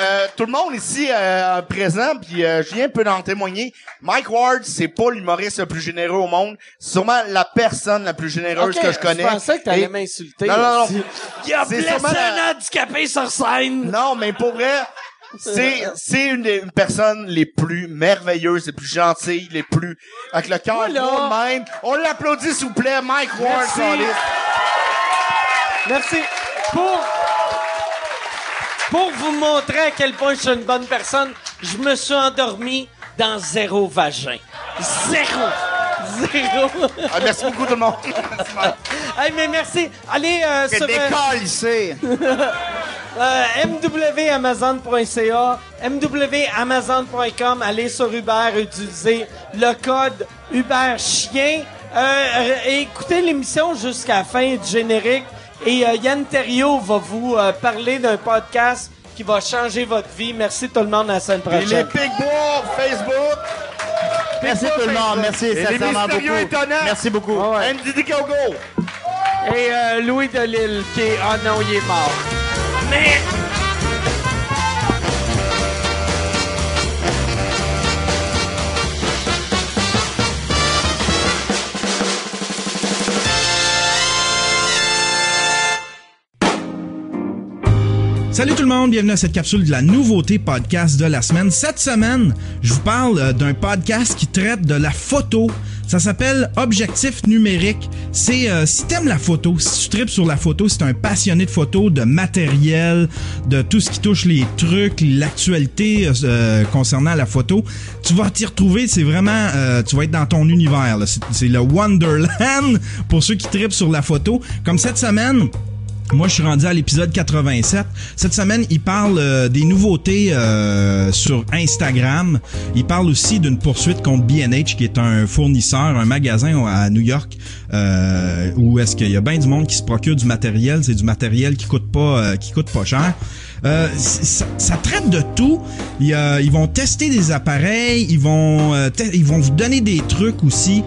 D: euh, tout le monde ici euh, présent, puis euh, je viens un peu d'en témoigner. Mike Ward, c'est pas l'humoriste le plus généreux au monde, c'est sûrement la personne la plus généreuse
C: Ok,
D: que je connais.
C: Je pensais que t'allais
D: Et-
C: m'insulter.
D: Non, non, non.
C: aussi. Il a
D: C'est
C: blessé
D: sûrement la-
C: un handicapé sur scène.
D: Non, mais pour vrai, c'est c'est une des personnes les plus merveilleuses, les plus gentilles, les plus avec le cœur
C: Voilà.
D: gros de même. On l'applaudit s'il vous plaît, Mike Ward.
C: Merci.
D: Carlis.
C: Merci. Pour, pour vous montrer à quel point je suis une bonne personne, je me suis endormi dans zéro vagin. Zéro. Zéro.
D: Ah, merci beaucoup tout le monde. Merci, Mike.
C: hey, mais merci. Allez, euh,
E: Que
C: sur, euh,
E: décalissé.
C: Euh, mwamazon.ca, mwamazon.com, allez sur Uber, utilisez le code Uber Chien. Euh, re- écoutez l'émission jusqu'à la fin du générique et euh, Yann Terriot va vous euh, parler d'un podcast qui va changer votre vie. Merci tout le monde, à la semaine
D: Et les
C: prochaine.
D: Big Board Facebook.
E: Merci tout le monde. Merci,
D: Et les
E: sincèrement
D: mystérieux
E: beaucoup.
D: étonnants.
E: Merci beaucoup.
C: Ah ouais.
D: Andy Dicogo.
C: Et euh, Louis Delisle qui est... Ah non, il est mort. Mais...
K: Salut tout le monde, bienvenue à cette capsule de la nouveauté podcast de la semaine. Cette semaine, je vous parle euh, d'un podcast qui traite de la photo Ça s'appelle Objectif numérique. C'est euh, si t'aimes la photo, si tu tripes sur la photo, si t'es un passionné de photo, de matériel, de tout ce qui touche les trucs, l'actualité euh, concernant la photo, tu vas t'y retrouver. C'est vraiment, euh, tu vas être dans ton univers. là. C'est- C'est le Wonderland pour ceux qui tripent sur la photo. Comme cette semaine. Moi, je suis rendu à l'épisode 87. Cette semaine, il parle euh, des nouveautés euh, sur Instagram. Il parle aussi d'une poursuite contre B&H, qui est un fournisseur, un magasin à New York, euh, où est-ce qu'il y a bien du monde qui se procure du matériel. C'est du matériel qui coûte pas, euh, qui coûte pas cher. Euh, c- ça, ça traite de tout. Il y a- ils vont tester des appareils. Ils vont, euh, te- ils vont vous donner des trucs aussi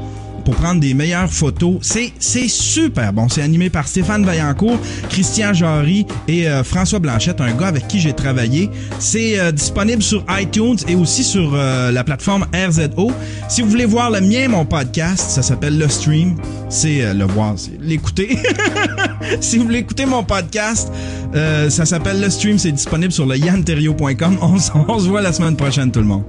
K: pour prendre des meilleures photos. C'est, c'est super bon. C'est animé par Stéphane Vaillancourt, Christian Jarry et euh, François Blanchette, un gars avec qui j'ai travaillé. C'est euh, disponible sur iTunes et aussi sur euh, la plateforme RZO. Si vous voulez voir le mien, mon podcast, ça s'appelle Le Stream. C'est euh, le voir, c'est l'écouter. si vous voulez écouter mon podcast, euh, ça s'appelle Le Stream. C'est disponible sur le yanterio.com. On, s- on se voit la semaine prochaine, tout le monde.